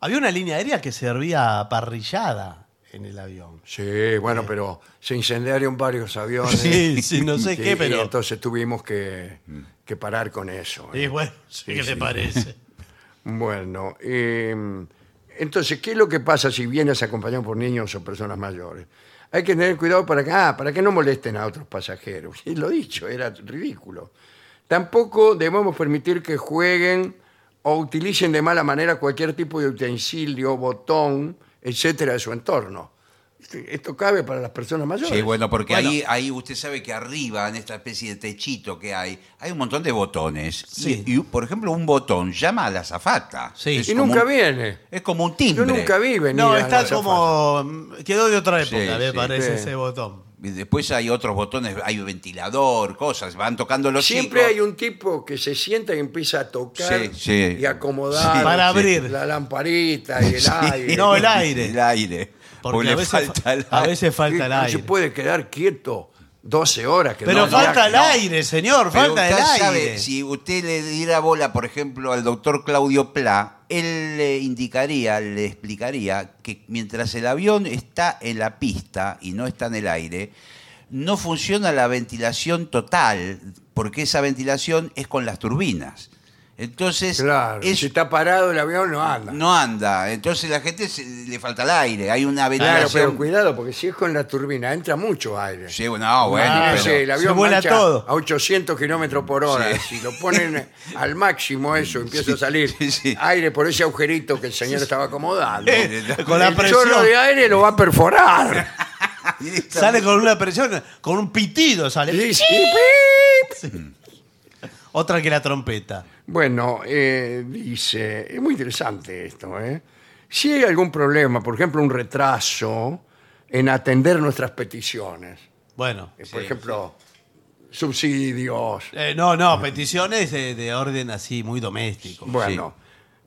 [SPEAKER 2] Había una línea aérea que servía parrillada en el avión.
[SPEAKER 1] Sí, bueno, pero se incendiaron varios aviones.
[SPEAKER 2] Sí, sí, no sé
[SPEAKER 1] Sí,
[SPEAKER 2] qué,
[SPEAKER 1] y
[SPEAKER 2] pero. Mm.
[SPEAKER 1] entonces tuvimos que, que parar con eso. ¿eh?
[SPEAKER 2] Y bueno, sí, ¿qué le parece?
[SPEAKER 1] Bueno, eh, entonces, ¿qué es lo que pasa si vienes acompañado por niños o personas mayores? Hay que tener cuidado para que, ah, para que no molesten a otros pasajeros. Y lo dicho, era ridículo. Tampoco debemos permitir que jueguen o utilicen de mala manera cualquier tipo de utensilio, botón, etcétera, de su entorno. Este, Esto cabe para las personas mayores.
[SPEAKER 3] Sí, bueno, porque
[SPEAKER 2] Bueno.
[SPEAKER 3] Ahí, ahí usted sabe que arriba, en esta especie de techito que hay, hay un montón de botones.
[SPEAKER 2] Sí.
[SPEAKER 3] Y, y, por ejemplo, un botón llama a la azafata.
[SPEAKER 2] Sí.
[SPEAKER 1] Y nunca
[SPEAKER 3] un,
[SPEAKER 1] viene.
[SPEAKER 3] Es como un
[SPEAKER 1] Yo
[SPEAKER 3] timbre.
[SPEAKER 1] nunca vi venir.
[SPEAKER 2] No,
[SPEAKER 1] a la
[SPEAKER 2] está
[SPEAKER 1] azafata.
[SPEAKER 2] como. Quedó de otra época,
[SPEAKER 3] Sí,
[SPEAKER 2] me
[SPEAKER 3] sí.
[SPEAKER 2] parece
[SPEAKER 1] Sí.
[SPEAKER 2] ese botón.
[SPEAKER 3] Y Después hay otros botones, hay un ventilador, cosas, van tocando los
[SPEAKER 1] Siempre
[SPEAKER 3] chicos.
[SPEAKER 1] hay un tipo que se sienta y empieza a tocar
[SPEAKER 3] Sí, sí.
[SPEAKER 1] y acomodar
[SPEAKER 3] Sí,
[SPEAKER 2] Para sí. abrir.
[SPEAKER 1] la lamparita y el aire.
[SPEAKER 2] No, el aire.
[SPEAKER 3] El aire.
[SPEAKER 2] Porque,
[SPEAKER 3] Porque
[SPEAKER 2] a,
[SPEAKER 3] le
[SPEAKER 2] veces
[SPEAKER 3] falta el
[SPEAKER 2] a
[SPEAKER 3] aire.
[SPEAKER 2] veces
[SPEAKER 1] Sí,
[SPEAKER 2] falta el
[SPEAKER 1] no
[SPEAKER 2] aire.
[SPEAKER 1] se puede quedar quieto 12 horas. Que no
[SPEAKER 2] Pero
[SPEAKER 1] viaja.
[SPEAKER 2] falta el aire, señor,
[SPEAKER 3] Pero
[SPEAKER 2] falta el
[SPEAKER 3] usted
[SPEAKER 2] aire.
[SPEAKER 3] sabe, si usted le diera bola, por ejemplo, al doctor Claudio Pla, él le indicaría, le explicaría que mientras el avión está en la pista y no está en el aire, no funciona la ventilación total, porque esa ventilación es con las turbinas. Entonces,
[SPEAKER 1] Claro,
[SPEAKER 3] es-
[SPEAKER 1] si está parado el avión no anda.
[SPEAKER 3] no anda. Entonces la gente se- le falta el aire. Hay una
[SPEAKER 1] claro, pero
[SPEAKER 3] ventilación.
[SPEAKER 1] cuidado, porque si es con la turbina entra mucho aire.
[SPEAKER 3] Sí, bueno, no, bueno,
[SPEAKER 2] Ah,
[SPEAKER 1] Imagínese,
[SPEAKER 3] pero-
[SPEAKER 1] el avión
[SPEAKER 2] Se vuela
[SPEAKER 1] marcha
[SPEAKER 2] todo.
[SPEAKER 1] a 800 kilómetros por hora.
[SPEAKER 3] Sí.
[SPEAKER 1] Si lo ponen al máximo eso, empieza a salir
[SPEAKER 3] sí, sí. Eh,
[SPEAKER 1] aire por ese agujerito que el señor estaba acomodando.
[SPEAKER 2] con la
[SPEAKER 1] el chorro
[SPEAKER 2] presión.
[SPEAKER 1] de aire lo va a perforar.
[SPEAKER 2] Sale con una presión, con un pitido sale.
[SPEAKER 1] Sí, sí, pip.
[SPEAKER 2] Otra que la trompeta.
[SPEAKER 1] Bueno, eh, dice, es muy interesante esto. ¿eh? Si hay algún problema, por ejemplo, un retraso en atender nuestras peticiones,
[SPEAKER 2] Bueno.
[SPEAKER 1] eh, por ejemplo, subsidios,
[SPEAKER 2] Eh, no, no, peticiones de, de orden así, muy doméstico.
[SPEAKER 1] bueno,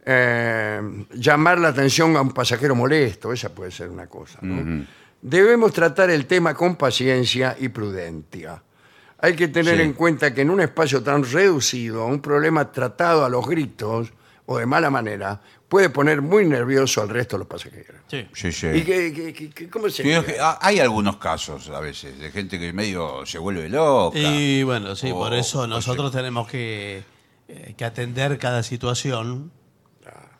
[SPEAKER 1] eh, llamar la atención a un pasajero molesto, esa puede ser una cosa. ¿no? Debemos tratar el tema con paciencia y prudencia. Hay que tener
[SPEAKER 3] Sí.
[SPEAKER 1] en cuenta que en un espacio tan reducido, un problema tratado a los gritos o de mala manera puede poner muy nervioso al resto de los pasajeros.
[SPEAKER 2] Sí.
[SPEAKER 3] Sí, sí.
[SPEAKER 1] ¿Y qué- qué- qué- qué- cómo se
[SPEAKER 3] Sí, es
[SPEAKER 1] dice?
[SPEAKER 3] que ha- hay algunos casos a veces de gente que medio se vuelve loca.
[SPEAKER 2] Y bueno, Oh, pues sí,
[SPEAKER 3] O-
[SPEAKER 2] por
[SPEAKER 3] o
[SPEAKER 2] eso nosotros tenemos que, eh, que atender cada situación.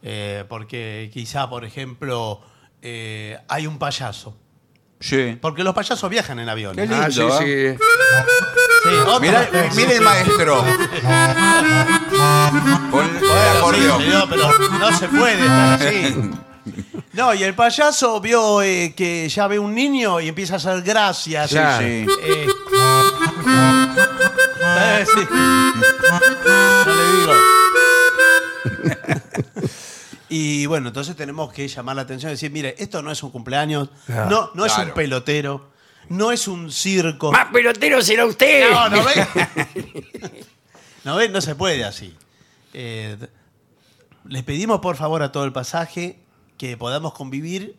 [SPEAKER 2] Eh, porque quizá, por ejemplo, eh, hay un payaso.
[SPEAKER 3] Sí.
[SPEAKER 2] Porque los payasos viajan en avión.
[SPEAKER 3] Qué
[SPEAKER 1] Ah, sí,
[SPEAKER 3] lindo,
[SPEAKER 1] sí.
[SPEAKER 3] ¿eh?
[SPEAKER 2] Sí, otro-
[SPEAKER 3] Mirá, mire el maestro. Con el acordeón.
[SPEAKER 2] Sí, señor, pero no se puede estar así. No, y el payaso vio eh, que ya ve un niño y empieza a hacer gracias.
[SPEAKER 1] Claro.
[SPEAKER 3] Sí.
[SPEAKER 2] Eh, eh, sí. No le digo. Y bueno, entonces tenemos que llamar la atención y decir, mire, esto no es un cumpleaños,
[SPEAKER 1] Claro.
[SPEAKER 2] no, no es un
[SPEAKER 3] Claro.
[SPEAKER 2] pelotero, no es un circo.
[SPEAKER 1] Más pelotero Ah, será usted.
[SPEAKER 2] No, no ve. no ve, no se puede así. Eh, les pedimos por favor a todo el pasaje que podamos convivir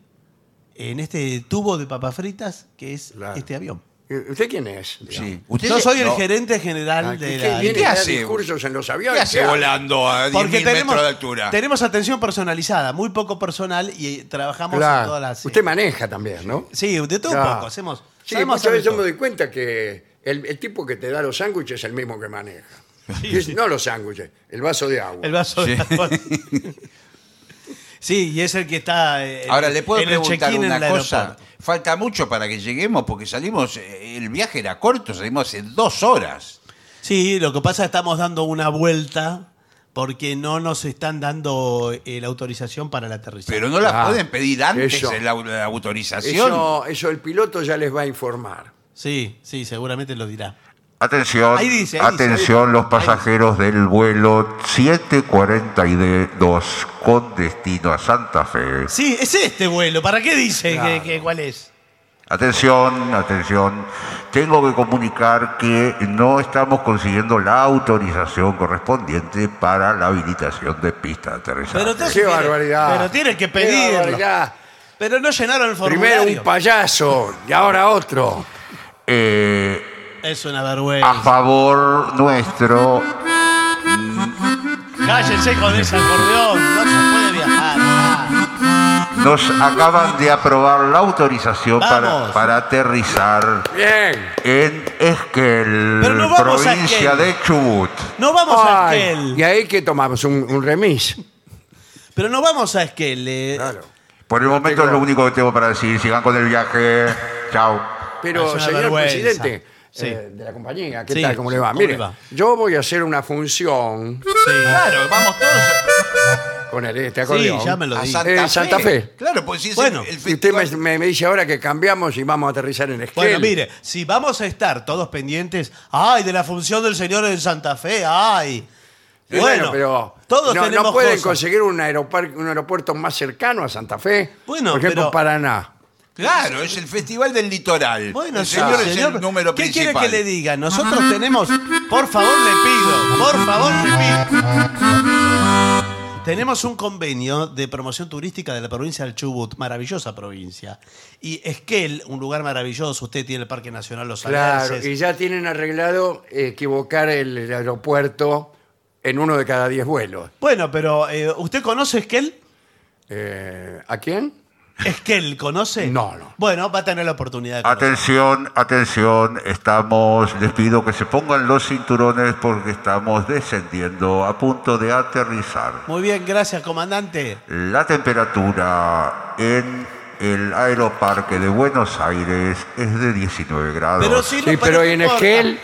[SPEAKER 2] en este tubo de papas fritas que es
[SPEAKER 1] Claro.
[SPEAKER 2] este avión.
[SPEAKER 1] Eh, ¿Usted quién es?
[SPEAKER 3] Sí.
[SPEAKER 1] Digamos.
[SPEAKER 3] Usted
[SPEAKER 2] Yo
[SPEAKER 3] se-
[SPEAKER 2] soy el
[SPEAKER 3] no.
[SPEAKER 2] gerente general
[SPEAKER 1] Ah, ¿Qué,
[SPEAKER 2] de la...
[SPEAKER 1] viene
[SPEAKER 3] qué
[SPEAKER 1] a dar
[SPEAKER 3] hace?
[SPEAKER 1] discursos en los
[SPEAKER 3] ¿Qué
[SPEAKER 1] aviones?
[SPEAKER 3] hace
[SPEAKER 1] ¿Qué hace?
[SPEAKER 3] volando a 10.000
[SPEAKER 2] Porque tenemos,
[SPEAKER 3] metros de altura?
[SPEAKER 2] tenemos atención personalizada, muy poco personal y trabajamos en
[SPEAKER 1] Claro.
[SPEAKER 2] todas las... eh,
[SPEAKER 1] Usted maneja también, ¿no?
[SPEAKER 2] Sí, de todo
[SPEAKER 1] Claro.
[SPEAKER 2] un poco. Hacemos...
[SPEAKER 1] Sí,
[SPEAKER 2] sabemos
[SPEAKER 1] muchas veces yo
[SPEAKER 2] hacer
[SPEAKER 1] me
[SPEAKER 2] todo.
[SPEAKER 1] doy cuenta que el, el tipo que te da los sándwiches es el mismo que maneja. Y es- No los sándwiches, el vaso de agua.
[SPEAKER 2] El vaso de agua. Sí, y es el que está eh,
[SPEAKER 3] Ahora, ¿le puedo
[SPEAKER 2] en el
[SPEAKER 3] preguntar
[SPEAKER 2] check-in en
[SPEAKER 3] una
[SPEAKER 2] el
[SPEAKER 3] cosa?
[SPEAKER 2] aeropuerto.
[SPEAKER 3] Falta mucho para que lleguemos, porque salimos, eh, el viaje era corto, salimos en dos horas.
[SPEAKER 2] Sí, lo que pasa es que estamos dando una vuelta porque no nos están dando eh, la autorización para el aterrizaje.
[SPEAKER 3] Pero no las
[SPEAKER 1] Ah,
[SPEAKER 3] pueden pedir antes
[SPEAKER 1] eso.
[SPEAKER 3] en la, la autorización.
[SPEAKER 1] Eso, eso el piloto ya les va a informar.
[SPEAKER 2] Sí, sí, seguramente lo dirá.
[SPEAKER 4] Atención,
[SPEAKER 2] Ahí dice, ahí dice,
[SPEAKER 4] atención
[SPEAKER 2] ahí dice.
[SPEAKER 4] los pasajeros del vuelo 742 con destino a Santa Fe.
[SPEAKER 2] Sí, es este vuelo. ¿Para qué dice que, que- cuál es?
[SPEAKER 4] Atención, atención. Tengo que comunicar que no estamos consiguiendo la autorización correspondiente para la habilitación de pista de aterrizaje.
[SPEAKER 2] Pero entonces
[SPEAKER 1] ¡Qué
[SPEAKER 2] tiene-
[SPEAKER 1] barbaridad!
[SPEAKER 2] Pero tienen que
[SPEAKER 1] ¡Qué
[SPEAKER 2] pedirlo.
[SPEAKER 1] barbaridad!
[SPEAKER 2] Pero no llenaron el
[SPEAKER 1] Primero un
[SPEAKER 2] formulario.
[SPEAKER 1] payaso y ahora otro.
[SPEAKER 4] Eh,
[SPEAKER 2] es una
[SPEAKER 1] Ah.
[SPEAKER 4] a
[SPEAKER 2] vergüenza.
[SPEAKER 4] favor nuestro,
[SPEAKER 2] Cállense con ese acordeón. No se puede viajar. Ah,
[SPEAKER 4] nos acaban de aprobar la autorización para,
[SPEAKER 2] Vamos.
[SPEAKER 4] para aterrizar
[SPEAKER 1] Bien.
[SPEAKER 4] en Esquel,
[SPEAKER 2] Pero no vamos a
[SPEAKER 4] provincia
[SPEAKER 2] Esquel.
[SPEAKER 4] de Chubut.
[SPEAKER 2] No vamos a
[SPEAKER 1] Ay,
[SPEAKER 2] aquel.
[SPEAKER 1] y ahí que tomamos un, un remis.
[SPEAKER 2] Pero no vamos a Esquel. eh.
[SPEAKER 1] Claro.
[SPEAKER 4] Por el momento es lo único que tengo para decir. Sigan con el viaje. Chao.
[SPEAKER 2] Ah, Es
[SPEAKER 1] Pero,
[SPEAKER 2] una
[SPEAKER 1] señor
[SPEAKER 2] vergüenza.
[SPEAKER 1] presidente
[SPEAKER 2] Sí.
[SPEAKER 1] eh, de la compañía, ¿qué
[SPEAKER 2] Sí,
[SPEAKER 1] tal? ¿Cómo le va?
[SPEAKER 2] ¿cómo
[SPEAKER 1] Mire,
[SPEAKER 2] le va?
[SPEAKER 1] yo voy a hacer una función
[SPEAKER 2] Sí.
[SPEAKER 3] Claro, vamos todos a,
[SPEAKER 1] con el, este acordeón.
[SPEAKER 2] ya me lo
[SPEAKER 3] a
[SPEAKER 2] Sí.
[SPEAKER 3] Santa,
[SPEAKER 1] Eh,
[SPEAKER 3] Fe.
[SPEAKER 1] Santa Fe.
[SPEAKER 3] Claro, pues si es
[SPEAKER 2] Bueno,
[SPEAKER 3] el, el
[SPEAKER 1] Y usted
[SPEAKER 3] festival-
[SPEAKER 1] me, me- me dice ahora que cambiamos y vamos a aterrizar en Esquel.
[SPEAKER 2] Bueno, mire, si vamos a estar todos pendientes, ay, de la función del señor en Santa Fe, ay.
[SPEAKER 1] Y Bueno, pero
[SPEAKER 2] todos
[SPEAKER 1] no, no
[SPEAKER 2] tenemos
[SPEAKER 1] pueden
[SPEAKER 2] cosas.
[SPEAKER 1] conseguir un aeropuerto, un aeropuerto más cercano a Santa Fe.
[SPEAKER 2] Bueno,
[SPEAKER 1] por ejemplo,
[SPEAKER 2] pero-
[SPEAKER 1] Paraná.
[SPEAKER 3] Claro, es el Festival del Litoral.
[SPEAKER 2] Bueno,
[SPEAKER 3] el señor
[SPEAKER 2] sí,
[SPEAKER 3] es el número
[SPEAKER 2] ¿Qué
[SPEAKER 3] principal.
[SPEAKER 2] quiere que le diga? Nosotros tenemos, por favor le pido, por favor le pido. Tenemos un convenio de promoción turística de la provincia del Chubut, maravillosa provincia. Y Esquel, un lugar maravilloso, usted tiene el Parque Nacional Los
[SPEAKER 1] Claro,
[SPEAKER 2] Alerces.
[SPEAKER 1] y ya tienen arreglado equivocar el, el aeropuerto en uno de cada diez vuelos.
[SPEAKER 2] Bueno, pero eh, ¿usted conoce Esquel?
[SPEAKER 1] Eh, ¿A quién?
[SPEAKER 2] Esquel, ¿conoce?
[SPEAKER 1] No, no.
[SPEAKER 2] Bueno, va a tener la oportunidad de conocer.
[SPEAKER 4] Atención, atención. Estamos. Les pido que se pongan los cinturones porque estamos descendiendo a punto de aterrizar.
[SPEAKER 2] Muy bien, gracias, comandante.
[SPEAKER 4] La temperatura en el aeroparque de Buenos Aires es de 19 grados.
[SPEAKER 2] Pero si no
[SPEAKER 1] Sí, pero
[SPEAKER 2] parece
[SPEAKER 1] en
[SPEAKER 2] importa.
[SPEAKER 1] Esquel,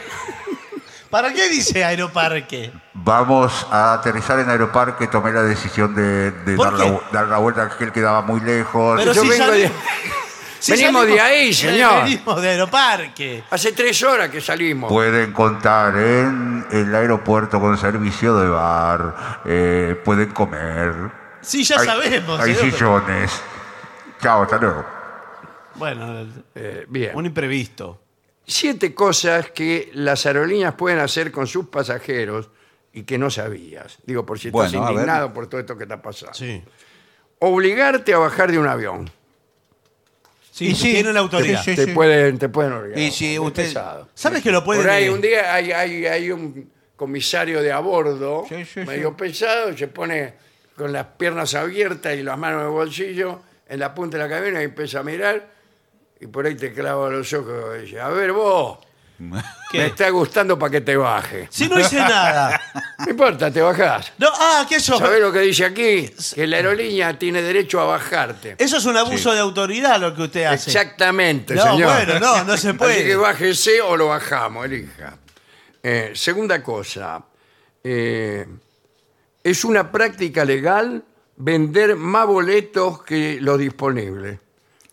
[SPEAKER 2] ¿Para qué dice Aeroparque?
[SPEAKER 4] Vamos a aterrizar en Aeroparque. Tomé la decisión de, de
[SPEAKER 2] ¿Por
[SPEAKER 4] dar, la,
[SPEAKER 2] qué?
[SPEAKER 4] vu- dar la vuelta a aquel que daba muy lejos.
[SPEAKER 2] Pero
[SPEAKER 1] yo
[SPEAKER 2] si
[SPEAKER 1] vengo
[SPEAKER 2] sali-
[SPEAKER 1] de-
[SPEAKER 2] si
[SPEAKER 1] Venimos
[SPEAKER 2] salimos-
[SPEAKER 1] de ahí, señor.
[SPEAKER 2] Venimos de Aeroparque.
[SPEAKER 1] hace tres horas que salimos.
[SPEAKER 4] Pueden contar en el aeropuerto con servicio de bar. eh, pueden comer.
[SPEAKER 2] Sí, ya
[SPEAKER 4] Hay-
[SPEAKER 2] sabemos.
[SPEAKER 4] Hay
[SPEAKER 2] señor.
[SPEAKER 4] sillones. Chao, hasta luego.
[SPEAKER 2] Bueno,
[SPEAKER 1] Eh, bien.
[SPEAKER 2] un imprevisto.
[SPEAKER 1] Siete cosas que las aerolíneas pueden hacer con sus pasajeros y que no sabías. Digo, por si estás
[SPEAKER 3] Bueno, a ver.
[SPEAKER 1] indignado por todo esto que está pasando.
[SPEAKER 2] Sí.
[SPEAKER 1] Obligarte a bajar de un avión.
[SPEAKER 2] Sí,
[SPEAKER 3] Y sí.
[SPEAKER 2] tienen autoridad.
[SPEAKER 3] Sí, sí.
[SPEAKER 1] te pueden te pueden obligar.
[SPEAKER 3] Y si
[SPEAKER 1] Es
[SPEAKER 3] usted-
[SPEAKER 1] pesado.
[SPEAKER 2] ¿Sabes que lo pueden
[SPEAKER 1] Por ahí
[SPEAKER 2] eh,
[SPEAKER 1] un día hay, hay- hay un comisario de a bordo,
[SPEAKER 3] Sí, sí,
[SPEAKER 1] medio pesado, se pone con las piernas abiertas y las manos en el bolsillo, en la punta de la cabina y empieza a mirar y por ahí te clava los ojos y dice, a ver vos,
[SPEAKER 2] qué?
[SPEAKER 1] me está gustando para que te baje.
[SPEAKER 2] Si no hice nada.
[SPEAKER 1] No importa, te bajás.
[SPEAKER 2] No, ah, que eso.
[SPEAKER 1] ¿Sabés lo que dice aquí? Que la aerolínea tiene derecho a bajarte.
[SPEAKER 2] Eso es un abuso de autoridad lo que usted hace.
[SPEAKER 1] Exactamente,
[SPEAKER 2] No,
[SPEAKER 1] señor.
[SPEAKER 2] bueno, no, no se puede.
[SPEAKER 1] Así que bájese o lo bajamos, elija. Eh, segunda cosa, eh, es una práctica legal vender más boletos que los disponibles.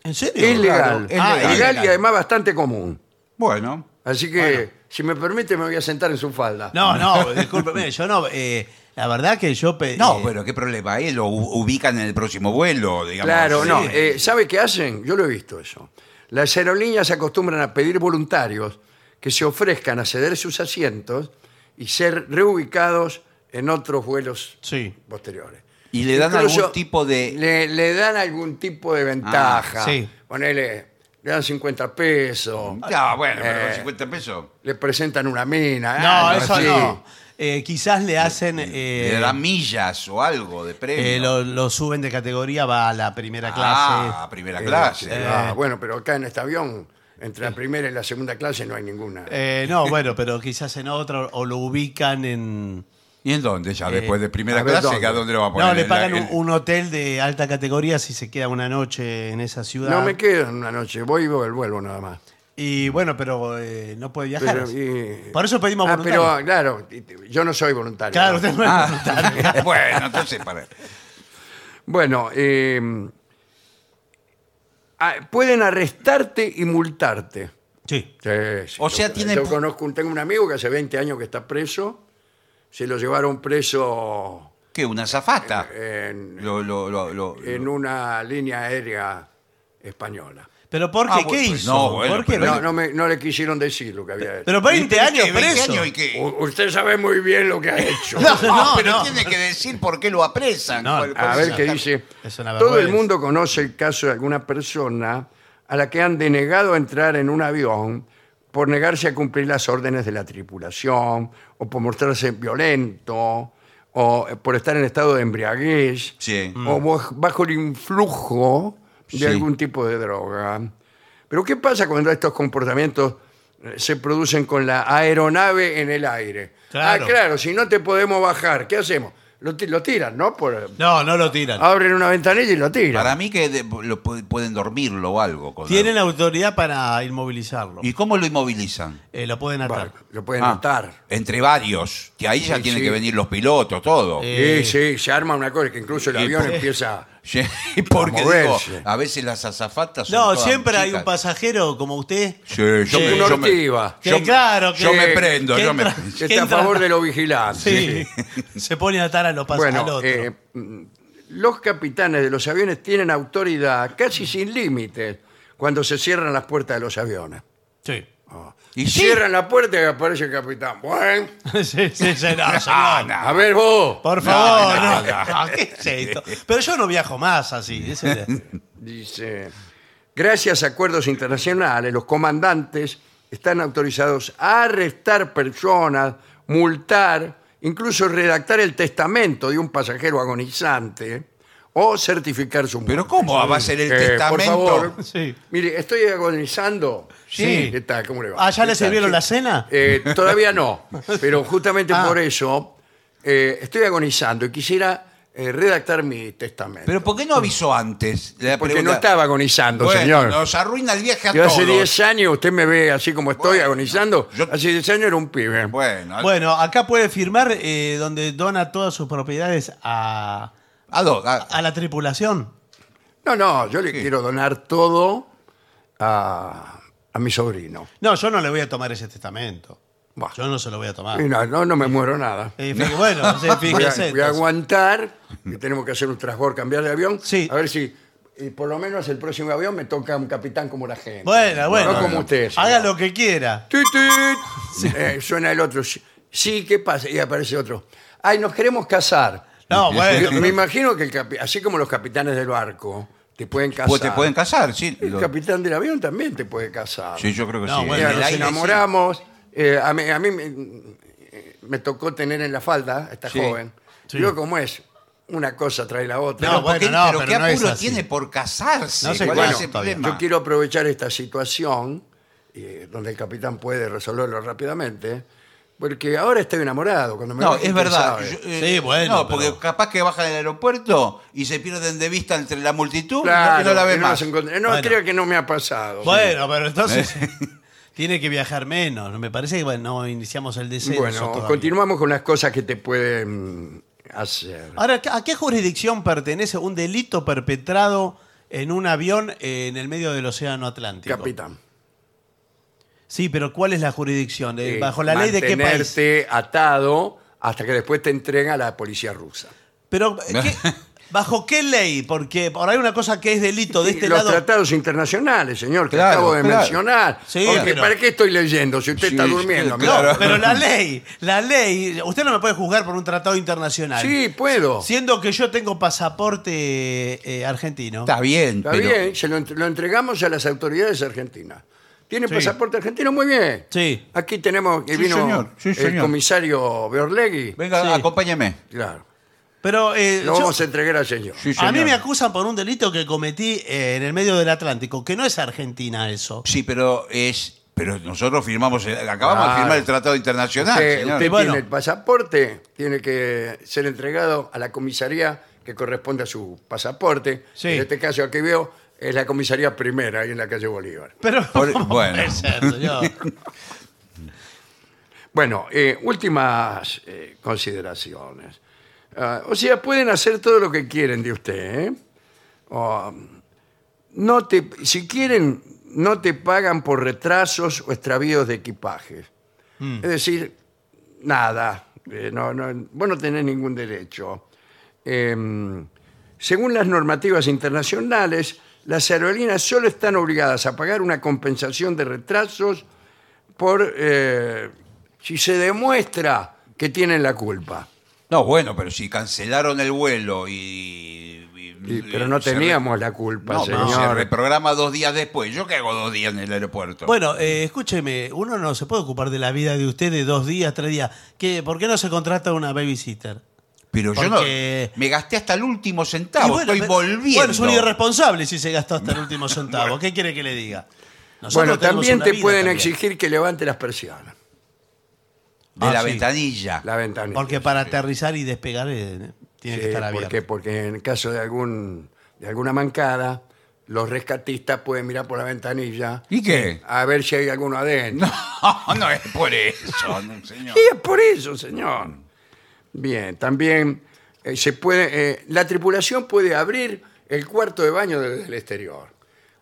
[SPEAKER 2] ¿En serio?
[SPEAKER 1] Es legal.
[SPEAKER 3] es
[SPEAKER 1] Ah,
[SPEAKER 3] legal.
[SPEAKER 1] y además bastante común.
[SPEAKER 3] Bueno,
[SPEAKER 1] Así que, si me permite, me voy a sentar en su falda.
[SPEAKER 2] No, no, discúlpeme, yo no. eh, la verdad que yo. pe-
[SPEAKER 3] no,
[SPEAKER 2] eh,
[SPEAKER 3] bueno, qué problema. Ahí lo u- ubican en el próximo vuelo, digamos.
[SPEAKER 1] Claro,
[SPEAKER 3] Sí.
[SPEAKER 1] no. Eh, ¿Sabe qué hacen? Yo lo he visto eso. Las aerolíneas se acostumbran a pedir voluntarios que se ofrezcan a ceder sus asientos y ser reubicados en otros vuelos
[SPEAKER 2] Sí.
[SPEAKER 1] posteriores.
[SPEAKER 3] Y le dan
[SPEAKER 1] Incluso
[SPEAKER 3] algún tipo de. Ah,
[SPEAKER 1] Le, le dan algún tipo de ventaja.
[SPEAKER 2] Ah, sí.
[SPEAKER 1] Ponele, le dan 50 pesos,
[SPEAKER 3] No, bueno, pero
[SPEAKER 1] Eh.
[SPEAKER 3] con 50 pesos.
[SPEAKER 1] le presentan una mina.
[SPEAKER 2] Ah, No,
[SPEAKER 1] algo
[SPEAKER 2] eso
[SPEAKER 1] así.
[SPEAKER 2] no. Eh, quizás le hacen. eh,
[SPEAKER 3] Le dan millas o algo de premio.
[SPEAKER 2] eh, lo, lo suben de categoría, va a la primera clase.
[SPEAKER 3] Ah, a primera
[SPEAKER 1] Eh,
[SPEAKER 3] clase.
[SPEAKER 1] sí, ah, bueno, pero acá en este avión, entre la primera y la segunda clase no hay ninguna.
[SPEAKER 2] Eh, no, bueno, pero quizás en otra o lo ubican en.
[SPEAKER 3] ¿Y en dónde? Ya después de primera
[SPEAKER 1] a ver,
[SPEAKER 3] clase,
[SPEAKER 1] ¿dónde?
[SPEAKER 3] ¿a dónde lo vamos a
[SPEAKER 2] No,
[SPEAKER 3] poner?
[SPEAKER 2] le
[SPEAKER 3] En la-
[SPEAKER 2] pagan un,
[SPEAKER 3] en-
[SPEAKER 2] un hotel de alta categoría si se queda una noche en esa ciudad.
[SPEAKER 1] no me quedo en una noche, voy y vuelvo nada más.
[SPEAKER 2] Y bueno, pero eh, no puede viajar.
[SPEAKER 1] Pero, y-
[SPEAKER 2] Por eso pedimos
[SPEAKER 1] Ah,
[SPEAKER 2] voluntario.
[SPEAKER 1] pero claro, yo no soy voluntario.
[SPEAKER 2] Claro, usted no es voluntario.
[SPEAKER 3] Ah, bueno, entonces para.
[SPEAKER 1] Bueno, eh, ah, pueden arrestarte y multarte.
[SPEAKER 2] Sí.
[SPEAKER 1] Sí, sí,
[SPEAKER 3] O
[SPEAKER 1] yo-
[SPEAKER 3] sea, tiene
[SPEAKER 1] Yo
[SPEAKER 3] pu-
[SPEAKER 1] conozco, un- tengo un amigo que hace 20 años que está preso. Se lo llevaron preso
[SPEAKER 3] ¿Qué? ¿Una zafata?
[SPEAKER 1] Eh, en,
[SPEAKER 3] Lo, lo, lo, lo-
[SPEAKER 1] en una línea aérea española.
[SPEAKER 2] Pero ¿por qué?
[SPEAKER 3] Ah,
[SPEAKER 2] ¿Qué
[SPEAKER 3] bueno, pues
[SPEAKER 2] hizo?
[SPEAKER 3] no, bueno,
[SPEAKER 2] ¿Por qué?
[SPEAKER 3] pero
[SPEAKER 1] No, no, me- no le quisieron decir lo que había hecho.
[SPEAKER 2] Pero 20 años
[SPEAKER 3] ¿Qué, 20
[SPEAKER 2] preso.
[SPEAKER 3] años y qué?
[SPEAKER 1] U- usted sabe muy bien lo que ha hecho.
[SPEAKER 3] Ah,
[SPEAKER 2] No,
[SPEAKER 3] pero
[SPEAKER 2] no.
[SPEAKER 3] tiene que decir por qué lo apresan.
[SPEAKER 2] No,
[SPEAKER 3] ¿Cuál- cuál
[SPEAKER 1] A
[SPEAKER 3] es
[SPEAKER 1] ver
[SPEAKER 3] la-
[SPEAKER 1] qué dice.
[SPEAKER 2] Es una
[SPEAKER 1] Todo el
[SPEAKER 2] vergüenza.
[SPEAKER 1] mundo conoce el caso de alguna persona a la que han denegado entrar en un avión por negarse a cumplir las órdenes de la tripulación, o por mostrarse violento, o eh, por estar en estado de embriaguez,
[SPEAKER 3] Sí. Mm.
[SPEAKER 1] o bo- bajo el influjo de
[SPEAKER 3] Sí.
[SPEAKER 1] algún tipo de droga. Pero ¿qué pasa cuando estos comportamientos eh, se producen con la aeronave en el aire?
[SPEAKER 2] Claro.
[SPEAKER 1] Ah, claro, si no te podemos bajar, ¿qué hacemos? Lo, ti- lo tiran, ¿no? Por,
[SPEAKER 2] No, no lo tiran.
[SPEAKER 1] abren una ventanilla y lo tiran.
[SPEAKER 3] Para mí que de- lo pu- pueden dormirlo o algo. con
[SPEAKER 2] Tienen
[SPEAKER 3] algo.
[SPEAKER 2] autoridad para inmovilizarlo.
[SPEAKER 3] ¿Y cómo lo inmovilizan?
[SPEAKER 2] Eh, lo pueden atar.
[SPEAKER 1] Bueno, lo pueden
[SPEAKER 3] Ah,
[SPEAKER 1] atar.
[SPEAKER 3] Entre varios. Que ahí ya
[SPEAKER 1] Sí,
[SPEAKER 3] tienen
[SPEAKER 1] sí.
[SPEAKER 3] que venir los pilotos, todo.
[SPEAKER 2] Eh.
[SPEAKER 1] Sí, sí, se arma una cosa que incluso el
[SPEAKER 3] Y
[SPEAKER 1] avión
[SPEAKER 3] por-
[SPEAKER 1] empieza.
[SPEAKER 3] Sí, Porque
[SPEAKER 1] A
[SPEAKER 3] digo,
[SPEAKER 1] moverse.
[SPEAKER 3] a veces las azafatas son
[SPEAKER 2] No,
[SPEAKER 3] todas
[SPEAKER 2] siempre hay un
[SPEAKER 3] chicas.
[SPEAKER 2] pasajero como usted.
[SPEAKER 3] Sí, yo,
[SPEAKER 2] Sí.
[SPEAKER 3] me,
[SPEAKER 1] Una
[SPEAKER 3] yo me-
[SPEAKER 1] ortiva.
[SPEAKER 2] Que
[SPEAKER 3] yo-
[SPEAKER 2] claro, que-
[SPEAKER 3] yo me prendo,
[SPEAKER 2] que
[SPEAKER 3] yo me-
[SPEAKER 2] entra-
[SPEAKER 1] que Está a
[SPEAKER 2] entra-
[SPEAKER 1] favor de los vigilantes.
[SPEAKER 2] Sí. Se pone a atar a los
[SPEAKER 1] Bueno,
[SPEAKER 2] pasajeros.
[SPEAKER 1] eh, mm, los capitanes de los aviones tienen autoridad casi sin límites cuando se cierran las puertas de los aviones.
[SPEAKER 2] sí.
[SPEAKER 3] Y sí.
[SPEAKER 1] Cierran la puerta y aparece el capitán. Bueno,
[SPEAKER 2] sí, sí, sí, no,
[SPEAKER 3] Ah,
[SPEAKER 2] señor.
[SPEAKER 3] no.
[SPEAKER 1] a ver vos.
[SPEAKER 2] Por
[SPEAKER 3] No,
[SPEAKER 2] favor,
[SPEAKER 3] no,
[SPEAKER 2] no, no, ¿qué es esto? Pero yo no viajo más así. ese es-
[SPEAKER 1] Dice, gracias a acuerdos internacionales, los comandantes están autorizados a arrestar personas, multar, incluso redactar el testamento de un pasajero agonizante o certificar su muerte.
[SPEAKER 3] Pero ¿cómo va a ser el
[SPEAKER 1] Eh,
[SPEAKER 3] testamento?
[SPEAKER 1] Por favor,
[SPEAKER 2] Sí.
[SPEAKER 1] mire, estoy agonizando.
[SPEAKER 2] Sí.
[SPEAKER 1] ¿Qué tal? ¿Cómo le va?
[SPEAKER 2] ¿Ah, ya le
[SPEAKER 1] ¿Qué tal?
[SPEAKER 2] sirvieron
[SPEAKER 1] Sí.
[SPEAKER 2] la cena?
[SPEAKER 1] Eh, todavía no, pero justamente
[SPEAKER 2] Ah.
[SPEAKER 1] por eso eh, estoy agonizando y quisiera eh, redactar mi testamento.
[SPEAKER 3] ¿Pero por qué no avisó antes? Le
[SPEAKER 1] Porque
[SPEAKER 3] pregunta-
[SPEAKER 1] no estaba agonizando,
[SPEAKER 3] Bueno,
[SPEAKER 1] señor.
[SPEAKER 3] Nos arruina el viaje a
[SPEAKER 1] Yo
[SPEAKER 3] todos.
[SPEAKER 1] hace 10 años, usted me ve así como estoy
[SPEAKER 3] Bueno,
[SPEAKER 1] agonizando.
[SPEAKER 3] yo-
[SPEAKER 1] Hace 10 años era un pibe.
[SPEAKER 3] Bueno,
[SPEAKER 1] ah.
[SPEAKER 3] ¿a-
[SPEAKER 2] Bueno, acá puede firmar eh, donde dona todas sus propiedades a,
[SPEAKER 3] ¿a dónde? A-
[SPEAKER 2] a la tripulación.
[SPEAKER 1] No, no, yo le quiero donar todo a, a mi sobrino.
[SPEAKER 2] No, yo no le voy a tomar ese testamento.
[SPEAKER 1] Bah.
[SPEAKER 2] Yo no se lo voy a tomar.
[SPEAKER 1] Y Ah. Eh, no, no, no me muero nada.
[SPEAKER 2] Eh, fí- Bueno, sí,
[SPEAKER 1] Voy a,
[SPEAKER 2] fíjese.
[SPEAKER 1] voy a
[SPEAKER 2] entonces.
[SPEAKER 1] aguantar, que tenemos que hacer un transbord, cambiar de avión.
[SPEAKER 2] Sí.
[SPEAKER 1] A ver si, y por lo menos el próximo avión me toca un capitán como la gente.
[SPEAKER 2] Bueno, bueno.
[SPEAKER 1] No como usted. señor.
[SPEAKER 2] Haga lo que quiera.
[SPEAKER 1] Tuit, tuit. Eh, suena el otro. Sí, Sí, ¿qué pasa? Y aparece otro. Ay, nos queremos casar.
[SPEAKER 2] No, bueno.
[SPEAKER 1] Me imagino que el capi- así como los capitanes del barco te pueden casar.
[SPEAKER 3] pues te pueden casar, sí.
[SPEAKER 1] El
[SPEAKER 3] Lo-
[SPEAKER 1] capitán del avión también te puede casar.
[SPEAKER 3] Sí, yo creo que
[SPEAKER 2] No,
[SPEAKER 3] sí.
[SPEAKER 2] bueno,
[SPEAKER 1] Mira,
[SPEAKER 3] En el
[SPEAKER 1] nos
[SPEAKER 3] aire, sí.
[SPEAKER 1] enamoramos. eh, a mí, a mí me, me tocó tener en la falda a esta
[SPEAKER 3] Sí.
[SPEAKER 1] joven.
[SPEAKER 2] Sí.
[SPEAKER 1] Yo, como es, una cosa trae la otra.
[SPEAKER 2] No,
[SPEAKER 3] Pero,
[SPEAKER 2] bueno,
[SPEAKER 3] ¿por qué-
[SPEAKER 2] no,
[SPEAKER 3] pero
[SPEAKER 2] pero
[SPEAKER 3] qué
[SPEAKER 2] no es
[SPEAKER 3] apuro
[SPEAKER 2] así.
[SPEAKER 3] tiene por casarse.
[SPEAKER 2] No sé
[SPEAKER 3] ¿Cuál
[SPEAKER 1] cuál
[SPEAKER 3] es el
[SPEAKER 2] todavía.
[SPEAKER 3] problema?
[SPEAKER 1] Yo quiero aprovechar esta situación, eh, donde el capitán puede resolverlo rápidamente, porque ahora estoy enamorado. Cuando me
[SPEAKER 3] No,
[SPEAKER 1] baje,
[SPEAKER 3] es
[SPEAKER 1] ¿quién
[SPEAKER 3] verdad.
[SPEAKER 1] sabe?
[SPEAKER 3] Yo, eh,
[SPEAKER 2] Sí, bueno,
[SPEAKER 3] No, porque
[SPEAKER 2] pero-
[SPEAKER 3] capaz que bajan del aeropuerto y se pierden de vista entre la multitud y
[SPEAKER 1] Claro,
[SPEAKER 3] no la ven
[SPEAKER 1] que no
[SPEAKER 3] más.
[SPEAKER 1] nos encontré- no,
[SPEAKER 2] Bueno.
[SPEAKER 1] creo que no me ha pasado.
[SPEAKER 2] Bueno, pero entonces tiene que viajar menos. Me parece que bueno, no iniciamos el descenso.
[SPEAKER 1] Bueno,
[SPEAKER 2] todavía.
[SPEAKER 1] continuamos con las cosas que te pueden hacer.
[SPEAKER 2] Ahora, ¿a qué jurisdicción pertenece un delito perpetrado en un avión eh, en el medio del Océano Atlántico?
[SPEAKER 1] Capitán.
[SPEAKER 2] Sí, pero ¿cuál es la jurisdicción? Eh,
[SPEAKER 1] Eh,
[SPEAKER 2] ¿Bajo la ley de qué país?
[SPEAKER 1] Mantenerte atado hasta que después te entrega la policía rusa.
[SPEAKER 2] Pero, eh, ¿qué- ¿Bajo qué ley? Porque por ahí una cosa que es delito de
[SPEAKER 1] Y
[SPEAKER 2] este
[SPEAKER 1] los
[SPEAKER 2] lado.
[SPEAKER 1] tratados internacionales, señor, que
[SPEAKER 3] Claro,
[SPEAKER 1] acabo de
[SPEAKER 3] claro.
[SPEAKER 1] mencionar.
[SPEAKER 2] Sí,
[SPEAKER 1] Porque,
[SPEAKER 2] pero-
[SPEAKER 1] ¿Para qué estoy leyendo si usted
[SPEAKER 3] Sí,
[SPEAKER 1] está
[SPEAKER 3] sí,
[SPEAKER 1] durmiendo?
[SPEAKER 3] claro.
[SPEAKER 1] mirá?
[SPEAKER 2] No, pero la ley, la ley. Usted no me puede juzgar por un tratado internacional.
[SPEAKER 1] Sí, puedo.
[SPEAKER 2] Siendo que yo tengo pasaporte eh, argentino.
[SPEAKER 3] Está bien,
[SPEAKER 1] Está
[SPEAKER 3] pero
[SPEAKER 1] bien, se lo, ent- lo entregamos a las autoridades argentinas. ¿Tiene
[SPEAKER 2] Sí.
[SPEAKER 1] pasaporte argentino? Muy bien.
[SPEAKER 2] Sí.
[SPEAKER 1] Aquí tenemos, que
[SPEAKER 3] Sí,
[SPEAKER 1] vino
[SPEAKER 3] señor. Sí,
[SPEAKER 1] el
[SPEAKER 3] señor.
[SPEAKER 1] comisario Beorlegui.
[SPEAKER 3] venga,
[SPEAKER 2] Sí.
[SPEAKER 3] acompáñame.
[SPEAKER 1] Claro.
[SPEAKER 2] Pero eh,
[SPEAKER 1] Lo
[SPEAKER 2] yo-
[SPEAKER 1] vamos a entregar al señor.
[SPEAKER 3] Sí,
[SPEAKER 2] a mí
[SPEAKER 3] señor.
[SPEAKER 2] me acusan por un delito que cometí eh, en el medio del Atlántico, que no es Argentina eso.
[SPEAKER 3] Sí, pero es. Pero nosotros firmamos, el- acabamos de
[SPEAKER 1] Claro.
[SPEAKER 3] firmar el Tratado Internacional,
[SPEAKER 1] Usted-
[SPEAKER 3] señor.
[SPEAKER 1] usted
[SPEAKER 2] Bueno.
[SPEAKER 1] tiene el pasaporte, tiene que ser entregado a la comisaría que corresponde a su pasaporte.
[SPEAKER 2] Sí.
[SPEAKER 1] En este caso, aquí veo, es la comisaría primera, ahí en la calle Bolívar.
[SPEAKER 2] Pero
[SPEAKER 3] Por-
[SPEAKER 2] ¿cómo
[SPEAKER 3] bueno.
[SPEAKER 2] puede ser, señor?
[SPEAKER 1] Bueno, eh, últimas eh, consideraciones. Ah, o sea, pueden hacer todo lo que quieren de usted. ¿eh? O, no te, si quieren, no te pagan por retrasos o extravíos de equipaje. Es decir, nada. eh, no, no, vos no tenés ningún derecho. Eh, según las normativas internacionales, las aerolíneas solo están obligadas a pagar una compensación de retrasos por eh, si se demuestra que tienen la culpa.
[SPEAKER 3] No, bueno, pero si cancelaron el vuelo y. y-
[SPEAKER 1] Y-
[SPEAKER 3] y-
[SPEAKER 1] pero no
[SPEAKER 3] se re-
[SPEAKER 1] teníamos la culpa,
[SPEAKER 3] No, pero se
[SPEAKER 1] señor.
[SPEAKER 3] reprograma dos días después. ¿Yo qué hago dos días en el aeropuerto?
[SPEAKER 2] Bueno, eh, escúcheme, uno no se puede ocupar de la vida de usted de dos días, tres días. ¿Qué, ¿Por qué no se contrata una babysitter?
[SPEAKER 3] pero yo
[SPEAKER 2] porque-
[SPEAKER 3] no. Me gasté hasta el último
[SPEAKER 2] Y
[SPEAKER 3] centavo.
[SPEAKER 2] bueno,
[SPEAKER 3] estoy
[SPEAKER 2] pero-
[SPEAKER 3] volviendo.
[SPEAKER 2] Bueno, es un irresponsable si se gastó hasta el último centavo. ¿Qué quiere que le diga? Nosotros
[SPEAKER 1] bueno,
[SPEAKER 2] tenemos
[SPEAKER 1] también
[SPEAKER 2] una
[SPEAKER 1] te
[SPEAKER 2] vida
[SPEAKER 1] pueden
[SPEAKER 2] también.
[SPEAKER 1] exigir que levante las persianas,
[SPEAKER 3] de
[SPEAKER 2] Ah,
[SPEAKER 3] la
[SPEAKER 2] sí.
[SPEAKER 3] ventanilla.
[SPEAKER 1] la ventanilla.
[SPEAKER 2] Porque para aterrizar y despegar eh, tiene que
[SPEAKER 1] Sí,
[SPEAKER 2] estar abierto.
[SPEAKER 1] porque, porque en caso de algún de alguna mancada, los rescatistas pueden mirar por la ventanilla
[SPEAKER 3] ¿Y qué?
[SPEAKER 1] a ver si hay alguno adentro.
[SPEAKER 3] No, no es por eso, no, señor.
[SPEAKER 1] Sí, es por eso, señor. Bien, también eh, se puede, eh, la tripulación puede abrir el cuarto de baño desde el exterior.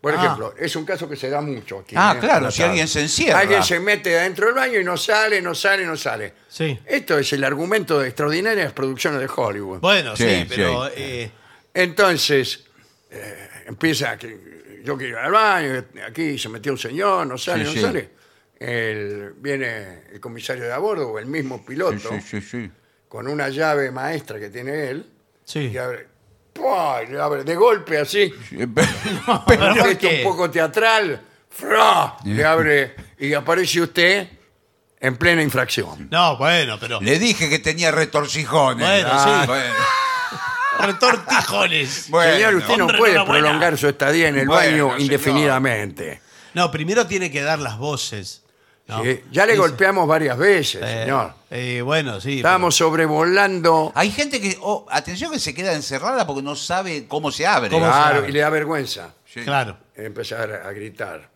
[SPEAKER 1] Por
[SPEAKER 2] Ah.
[SPEAKER 1] ejemplo, es un caso que se da mucho aquí.
[SPEAKER 3] Ah,
[SPEAKER 1] ¿eh?
[SPEAKER 3] claro, si alguien se encierra.
[SPEAKER 1] Alguien se mete adentro del baño y no sale, no sale, no sale.
[SPEAKER 2] Sí.
[SPEAKER 1] Esto es el argumento de extraordinarias producciones de Hollywood.
[SPEAKER 2] Bueno, sí,
[SPEAKER 3] Sí,
[SPEAKER 2] pero
[SPEAKER 3] sí.
[SPEAKER 2] eh,
[SPEAKER 1] Entonces, eh, empieza que yo quiero ir al baño, aquí se metió un señor, no sale,
[SPEAKER 3] Sí,
[SPEAKER 1] no
[SPEAKER 3] sí.
[SPEAKER 1] sale. El- viene el comisario de a bordo o el mismo piloto
[SPEAKER 3] Sí, sí, sí, sí.
[SPEAKER 1] con una llave maestra que tiene él
[SPEAKER 2] sí.
[SPEAKER 1] y abre, ¡pua! y le abre de golpe así,
[SPEAKER 3] Eh, pero-
[SPEAKER 2] Pero ¿por
[SPEAKER 1] gesto
[SPEAKER 2] qué?
[SPEAKER 1] un poco teatral, ¡fra! le abre y aparece usted en plena infracción.
[SPEAKER 2] No, bueno, pero
[SPEAKER 3] Le dije que tenía retorcijones.
[SPEAKER 2] Bueno,
[SPEAKER 3] Ah,
[SPEAKER 2] sí.
[SPEAKER 3] bueno.
[SPEAKER 2] retortijones.
[SPEAKER 3] Bueno.
[SPEAKER 1] Señor, usted no
[SPEAKER 2] Hombre,
[SPEAKER 1] puede
[SPEAKER 2] enhorabuena.
[SPEAKER 1] prolongar su estadía en el
[SPEAKER 3] Bueno,
[SPEAKER 1] baño
[SPEAKER 3] señor.
[SPEAKER 1] indefinidamente.
[SPEAKER 2] No, primero tiene que dar las voces. ¿no?
[SPEAKER 1] Sí, Eh, Ya le
[SPEAKER 2] Dice,
[SPEAKER 1] golpeamos varias veces,
[SPEAKER 2] eh,
[SPEAKER 1] señor.
[SPEAKER 2] eh, bueno, sí.
[SPEAKER 1] Estábamos sobrevolando
[SPEAKER 3] Hay gente que, oh, atención, que se queda encerrada porque no sabe cómo se abre.
[SPEAKER 2] ¿Cómo
[SPEAKER 1] claro,
[SPEAKER 2] sabe?
[SPEAKER 1] y le da vergüenza
[SPEAKER 3] Sí.
[SPEAKER 2] pero- claro.
[SPEAKER 1] empezar a gritar.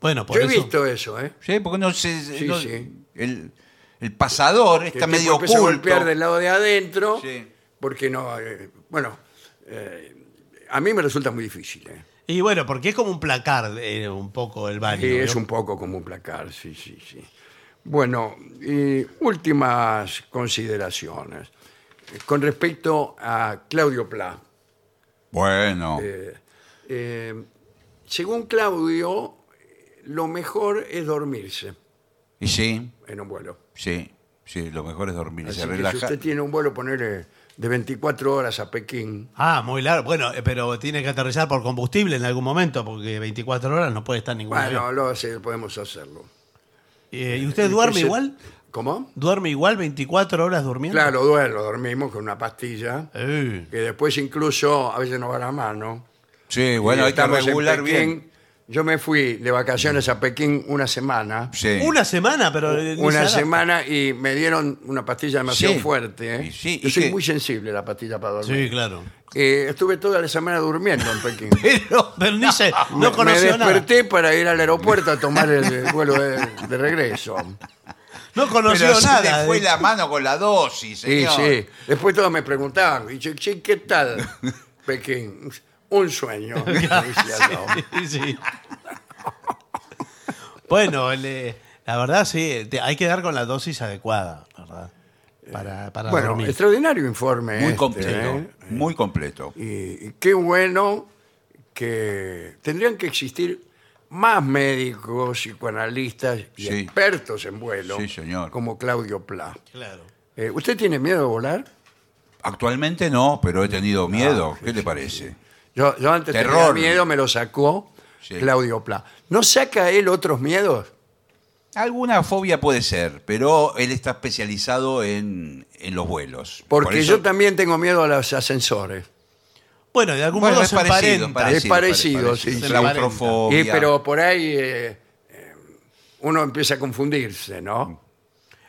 [SPEAKER 2] Bueno, por
[SPEAKER 1] Yo he
[SPEAKER 2] eso.
[SPEAKER 1] visto eso, ¿eh?
[SPEAKER 3] Sí, porque no se.
[SPEAKER 1] Sí,
[SPEAKER 3] no-
[SPEAKER 1] sí.
[SPEAKER 3] El, el pasador
[SPEAKER 1] Que
[SPEAKER 3] está
[SPEAKER 1] el tipo
[SPEAKER 3] medio
[SPEAKER 1] empieza
[SPEAKER 3] oculto.
[SPEAKER 1] a golpear del lado de adentro,
[SPEAKER 3] Sí.
[SPEAKER 1] porque no... eh, bueno, eh, a mí me resulta muy difícil, ¿eh?
[SPEAKER 2] Y bueno, porque es como un placar, eh, un poco el baño.
[SPEAKER 1] Sí, es
[SPEAKER 2] ¿no?
[SPEAKER 1] un poco como un placar, sí, sí, sí. Bueno, y últimas consideraciones. Eh, Con respecto a Claudio Pla.
[SPEAKER 3] Bueno.
[SPEAKER 1] Eh, según Claudio, eh, lo mejor es dormirse
[SPEAKER 3] Y sí,
[SPEAKER 1] en un vuelo.
[SPEAKER 3] sí, sí, lo mejor es dormir y
[SPEAKER 1] Así
[SPEAKER 3] se
[SPEAKER 1] que si
[SPEAKER 3] relaja.
[SPEAKER 1] usted tiene un vuelo, ponerle de 24 horas a Pekín.
[SPEAKER 2] Ah, muy largo. Bueno, eh, pero tiene que aterrizar por combustible en algún momento, porque 24 horas no puede estar ningún
[SPEAKER 1] Bueno,
[SPEAKER 2] avión.
[SPEAKER 1] lo hace- podemos hacerlo.
[SPEAKER 2] Eh, ¿Y usted duerme
[SPEAKER 1] Entonces-
[SPEAKER 2] igual?
[SPEAKER 1] ¿Cómo?
[SPEAKER 2] ¿Duerme igual 24 horas durmiendo?
[SPEAKER 1] Claro, duermo, dormimos con una pastilla,
[SPEAKER 2] Eh,
[SPEAKER 1] que después incluso a veces no va la mano.
[SPEAKER 3] Sí, bueno,
[SPEAKER 1] Y
[SPEAKER 3] hay que
[SPEAKER 1] estamos en
[SPEAKER 3] regular
[SPEAKER 1] Pekín.
[SPEAKER 3] bien.
[SPEAKER 1] Yo me fui de vacaciones a Pekín una semana.
[SPEAKER 3] Sí.
[SPEAKER 2] Una semana, pero. eh, ni se
[SPEAKER 1] Una
[SPEAKER 2] adapta.
[SPEAKER 1] semana y me dieron una pastilla demasiado
[SPEAKER 3] Sí.
[SPEAKER 1] fuerte. ¿eh?
[SPEAKER 3] Y sí,
[SPEAKER 1] Yo
[SPEAKER 3] y
[SPEAKER 1] soy
[SPEAKER 3] que-
[SPEAKER 1] muy sensible a la pastilla para dormir.
[SPEAKER 2] Sí, claro.
[SPEAKER 1] Eh, estuve toda la semana durmiendo en Pekín.
[SPEAKER 3] Pero,
[SPEAKER 2] Pero ni se.
[SPEAKER 1] Me-
[SPEAKER 2] No conoció
[SPEAKER 1] me
[SPEAKER 2] nada.
[SPEAKER 1] desperté para ir al aeropuerto a tomar el, el vuelo de, de regreso.
[SPEAKER 2] No
[SPEAKER 3] pero
[SPEAKER 2] conoció
[SPEAKER 3] se
[SPEAKER 2] nada.
[SPEAKER 3] le fue
[SPEAKER 2] eh.
[SPEAKER 3] la mano con la dosis,
[SPEAKER 1] Sí,
[SPEAKER 3] señor.
[SPEAKER 1] sí. Después todos me preguntaban, y che, che, ¿qué tal Pekín? Un sueño. me decía yo.
[SPEAKER 2] Sí, sí. bueno, el, eh, la verdad sí, te- hay que dar con la dosis adecuada, ¿verdad? para, para
[SPEAKER 1] bueno,
[SPEAKER 2] dormir.
[SPEAKER 3] este-
[SPEAKER 1] extraordinario informe.
[SPEAKER 3] Muy
[SPEAKER 1] este,
[SPEAKER 3] completo,
[SPEAKER 1] ¿eh?
[SPEAKER 3] muy completo.
[SPEAKER 1] Y, y qué bueno que tendrían que existir más médicos, psicoanalistas y
[SPEAKER 3] Sí.
[SPEAKER 1] expertos en vuelo,
[SPEAKER 3] Sí, señor.
[SPEAKER 1] como Claudio Pla.
[SPEAKER 2] Claro.
[SPEAKER 1] Eh, ¿Usted tiene miedo de volar?
[SPEAKER 3] Actualmente no, pero he
[SPEAKER 1] Ah,
[SPEAKER 3] tenido miedo. ¿Qué le parece?
[SPEAKER 1] Yo, yo antes tenía
[SPEAKER 3] Terror.
[SPEAKER 1] miedo, me lo sacó
[SPEAKER 3] Sí.
[SPEAKER 1] Claudio Pla. ¿No saca él otros miedos?
[SPEAKER 3] Alguna fobia puede ser, pero él está especializado en, en los vuelos.
[SPEAKER 1] Porque
[SPEAKER 3] Por eso-
[SPEAKER 1] yo también tengo miedo a los ascensores.
[SPEAKER 2] Bueno, de algún
[SPEAKER 3] Bueno,
[SPEAKER 2] modo
[SPEAKER 3] es
[SPEAKER 2] se
[SPEAKER 3] parecido,
[SPEAKER 2] emparenta.
[SPEAKER 1] parecido. Es parecido, sí, sí.
[SPEAKER 3] Claustrofobia.
[SPEAKER 1] Y, pero por ahí eh, eh, uno empieza a confundirse, ¿no?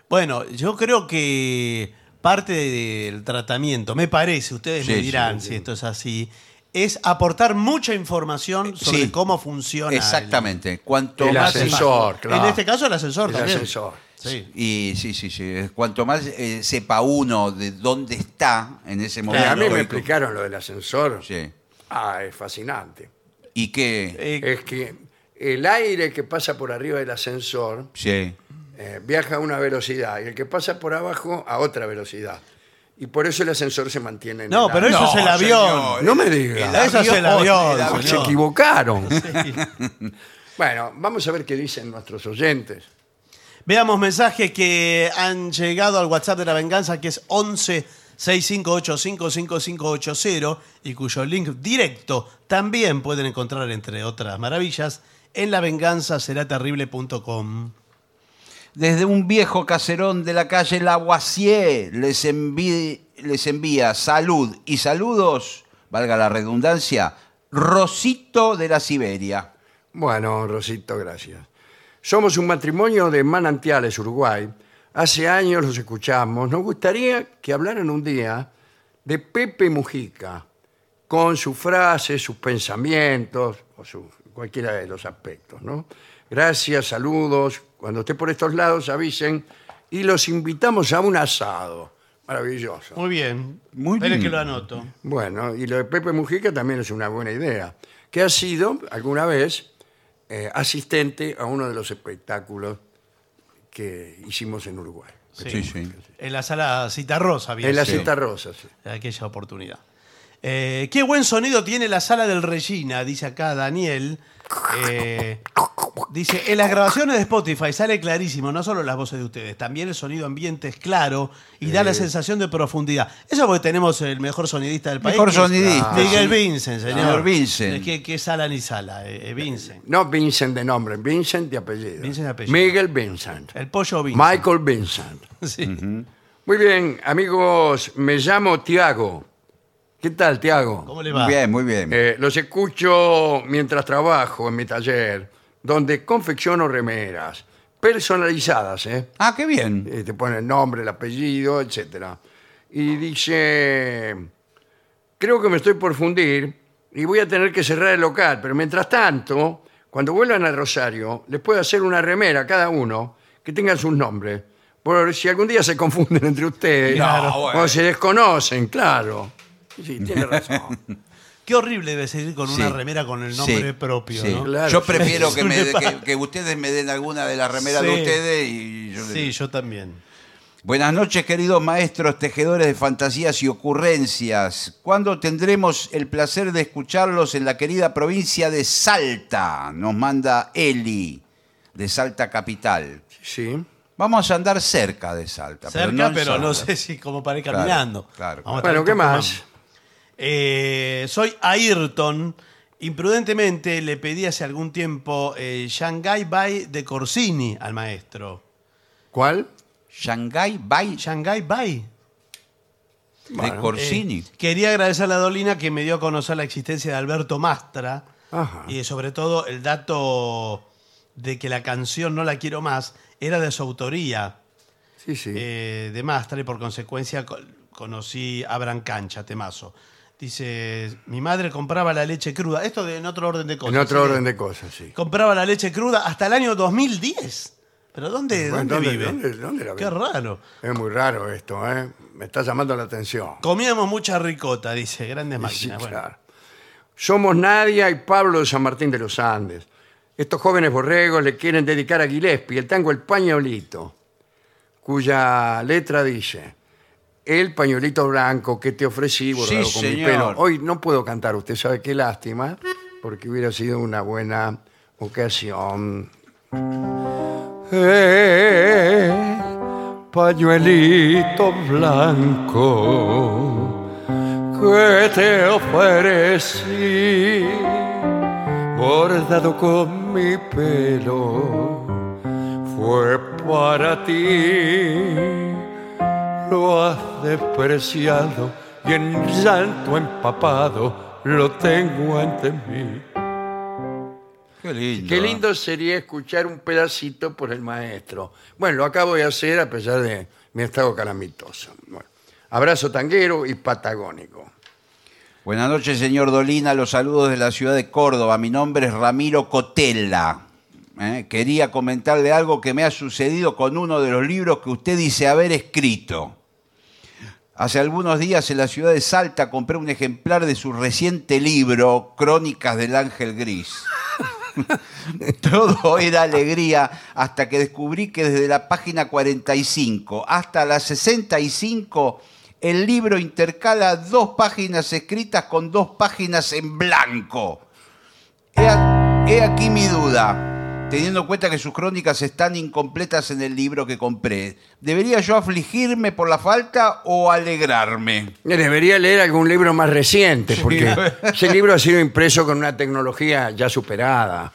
[SPEAKER 2] Bueno, yo creo que parte del tratamiento, me parece, ustedes
[SPEAKER 3] Sí,
[SPEAKER 2] me
[SPEAKER 3] sí,
[SPEAKER 2] dirán si esto es así, es aportar mucha información sobre
[SPEAKER 3] Eh, sí.
[SPEAKER 2] cómo funciona. el-
[SPEAKER 3] Exactamente. Cuanto
[SPEAKER 1] El
[SPEAKER 3] más
[SPEAKER 1] ascensor, claro.
[SPEAKER 2] En este caso el ascensor
[SPEAKER 1] El
[SPEAKER 2] también.
[SPEAKER 1] ascensor.
[SPEAKER 2] Sí.
[SPEAKER 3] Y sí, sí, sí. Cuanto más eh, sepa uno de dónde está en ese momento.
[SPEAKER 1] a mí me explicaron lo del ascensor.
[SPEAKER 3] Sí.
[SPEAKER 1] Ah, es fascinante.
[SPEAKER 3] Y que.
[SPEAKER 2] Eh,
[SPEAKER 1] Es que el aire que pasa por arriba del ascensor
[SPEAKER 3] Sí.
[SPEAKER 1] eh, viaja a una velocidad y el que pasa por abajo a otra velocidad. Y por eso el ascensor se mantiene en
[SPEAKER 2] No,
[SPEAKER 1] el
[SPEAKER 2] pero
[SPEAKER 1] aire.
[SPEAKER 2] eso es el avión.
[SPEAKER 3] señor.
[SPEAKER 1] No me diga.
[SPEAKER 3] El
[SPEAKER 2] Eso es el avión,
[SPEAKER 1] Ah, Se
[SPEAKER 2] señor.
[SPEAKER 1] equivocaron. bueno, vamos a ver qué dicen nuestros oyentes.
[SPEAKER 2] Veamos mensajes que han llegado al WhatsApp de la venganza, que es 11 658 y cuyo link directo también pueden encontrar, entre otras maravillas, en lavenganzaseraterrible.com.
[SPEAKER 3] Desde un viejo caserón de la calle Lavoisier les, envi- les envía salud y saludos, valga la redundancia, Rosito de la Siberia.
[SPEAKER 1] Bueno, Rosito, gracias. Somos un matrimonio de manantiales, Uruguay. Hace años los escuchamos. Nos gustaría que hablaran un día de Pepe Mujica, con sus frases, sus pensamientos, o su, cualquiera de los aspectos, ¿no? Gracias, saludos. Cuando esté por estos lados, avisen. Y los invitamos a un asado. Maravilloso.
[SPEAKER 2] Muy bien.
[SPEAKER 3] Muy
[SPEAKER 2] Esperen
[SPEAKER 3] bien.
[SPEAKER 2] que lo anoto.
[SPEAKER 1] Bueno, y lo de Pepe Mujica también es una buena idea, que ha sido alguna vez eh, asistente a uno de los espectáculos que hicimos en Uruguay.
[SPEAKER 3] Sí, sí.
[SPEAKER 2] En la sala Citarrosa había
[SPEAKER 1] En la
[SPEAKER 2] sido
[SPEAKER 1] cita rosa, sí.
[SPEAKER 2] aquella oportunidad. Eh, qué buen sonido tiene la sala del Regina, dice acá Daniel. Eh, dice, en las grabaciones de Spotify sale clarísimo, no solo las voces de ustedes, también el sonido ambiente es claro y da
[SPEAKER 3] Eh.
[SPEAKER 2] la sensación de profundidad. Eso porque tenemos el mejor sonidista del país.
[SPEAKER 3] Mejor
[SPEAKER 2] que es
[SPEAKER 3] sonidista,
[SPEAKER 2] Miguel
[SPEAKER 3] sí.
[SPEAKER 2] Vincent, señor.
[SPEAKER 3] Señor Vincent.
[SPEAKER 2] Es que, que sala ni sala, eh, eh, Vincent.
[SPEAKER 1] No Vincent de nombre, Vincent de apellido.
[SPEAKER 2] Vincent de apellido.
[SPEAKER 1] Miguel Vincent.
[SPEAKER 2] El pollo Vincent.
[SPEAKER 1] Michael Vincent.
[SPEAKER 2] Sí.
[SPEAKER 1] Muy bien, amigos, me llamo Tiago. ¿Qué tal, Tiago?
[SPEAKER 2] ¿Cómo le va?
[SPEAKER 3] Muy bien, muy bien.
[SPEAKER 1] Eh, los escucho mientras trabajo en mi taller, donde confecciono remeras personalizadas, ¿eh?
[SPEAKER 3] ah, qué bien.
[SPEAKER 1] Eh, te pone el nombre, el apellido, etcétera. Y dice, creo que me estoy por fundir y voy a tener que cerrar el local, pero mientras tanto, cuando vuelvan a Rosario, les puedo hacer una remera a cada uno que tenga sus nombres. Por si algún día se confunden entre ustedes
[SPEAKER 3] Claro,
[SPEAKER 1] o
[SPEAKER 3] bueno.
[SPEAKER 1] se desconocen, claro. Sí, tiene razón.
[SPEAKER 2] Qué horrible debe seguir con una
[SPEAKER 3] Sí.
[SPEAKER 2] remera con el
[SPEAKER 3] Sí,
[SPEAKER 2] nombre propio,
[SPEAKER 3] sí.
[SPEAKER 2] ¿no?
[SPEAKER 1] Claro,
[SPEAKER 3] yo
[SPEAKER 1] sí.
[SPEAKER 3] prefiero que, me-
[SPEAKER 2] Es una
[SPEAKER 3] que- que ustedes me den alguna de las remeras de
[SPEAKER 2] Sí.
[SPEAKER 3] ustedes y yo le-
[SPEAKER 2] Sí, yo también.
[SPEAKER 3] Buenas noches, queridos maestros, tejedores de fantasías y ocurrencias. ¿Cuándo tendremos el placer de escucharlos en la querida provincia de Salta? Nos manda Eli, de Salta Capital.
[SPEAKER 1] Sí.
[SPEAKER 3] Vamos a andar cerca de Salta.
[SPEAKER 2] Cerca, pero
[SPEAKER 3] no en
[SPEAKER 2] no,
[SPEAKER 3] Salta.
[SPEAKER 2] sé si como para ir
[SPEAKER 3] Claro,
[SPEAKER 2] caminando.
[SPEAKER 3] claro,
[SPEAKER 2] Vamos a
[SPEAKER 1] Bueno,
[SPEAKER 2] traer
[SPEAKER 1] ¿qué
[SPEAKER 2] Tucumán.
[SPEAKER 1] más?
[SPEAKER 2] Eh, soy Ayrton. Imprudentemente le pedí hace algún tiempo eh, Shanghai Bay de Corsini al maestro.
[SPEAKER 1] ¿Cuál?
[SPEAKER 3] Shanghai Bay
[SPEAKER 2] Shanghai Bay.
[SPEAKER 3] de
[SPEAKER 1] Bueno,
[SPEAKER 2] Eh,
[SPEAKER 3] Corsini.
[SPEAKER 2] quería agradecer a la Dolina que me dio a conocer la existencia de Alberto Mastra.
[SPEAKER 3] Ah.
[SPEAKER 1] Ajá.
[SPEAKER 2] Y sobre todo el dato de que la canción No la quiero más era de su autoría.
[SPEAKER 1] Sí, sí.
[SPEAKER 2] eh, de Mastra y por consecuencia co- conocí a Brancancha, temazo. Dice, mi madre compraba la leche cruda, esto de, en otro orden de cosas.
[SPEAKER 1] en otro
[SPEAKER 2] ¿sí?
[SPEAKER 1] orden de cosas, sí.
[SPEAKER 2] Compraba la leche cruda hasta el año 2010. ¿Pero dónde,
[SPEAKER 1] Bueno,
[SPEAKER 2] dónde,
[SPEAKER 1] ¿dónde-
[SPEAKER 2] vive?
[SPEAKER 1] dónde- dónde la
[SPEAKER 2] Qué
[SPEAKER 1] vende?
[SPEAKER 2] raro.
[SPEAKER 1] Es muy raro esto, ¿eh? Me está llamando la atención.
[SPEAKER 2] Comíamos mucha ricota, dice, grandes
[SPEAKER 1] Sí,
[SPEAKER 2] máquinas. Bueno,
[SPEAKER 1] claro. Somos Nadia y Pablo de San Martín de los Andes. Estos jóvenes borregos le quieren dedicar a Gillespie el tango El Pañolito, cuya letra dice: el pañuelito blanco que te ofrecí bordado
[SPEAKER 3] Sí,
[SPEAKER 1] con mi
[SPEAKER 3] señor.
[SPEAKER 1] pelo. Hoy no puedo cantar, usted sabe qué lástima, porque hubiera sido una buena ocasión. Eh, pañuelito blanco que te ofrecí, bordado con mi pelo, fue para ti. Lo has despreciado y en llanto empapado lo tengo ante mí.
[SPEAKER 3] Qué lindo.
[SPEAKER 1] Qué lindo sería escuchar un pedacito por el maestro. Bueno, lo acabo de hacer a pesar de mi estado calamitoso. Bueno, abrazo tanguero y patagónico.
[SPEAKER 3] Buenas noches, señor Dolina. Los saludos de la ciudad de Córdoba. Mi nombre es Ramiro Cotella. Eh, Quería comentarle algo que me ha sucedido con uno de los libros que usted dice haber escrito. Hace algunos días en la ciudad de Salta compré un ejemplar de su reciente libro, Crónicas del Ángel Gris. Todo era alegría hasta que descubrí que desde la página 45 hasta la 65 el libro intercala dos páginas escritas con dos páginas en blanco. He, a- he aquí mi duda, teniendo en cuenta que sus crónicas están incompletas en el libro que compré. ¿Debería yo afligirme por la falta o alegrarme?
[SPEAKER 1] Debería leer algún libro más reciente, porque ese libro ha sido impreso con una tecnología ya superada.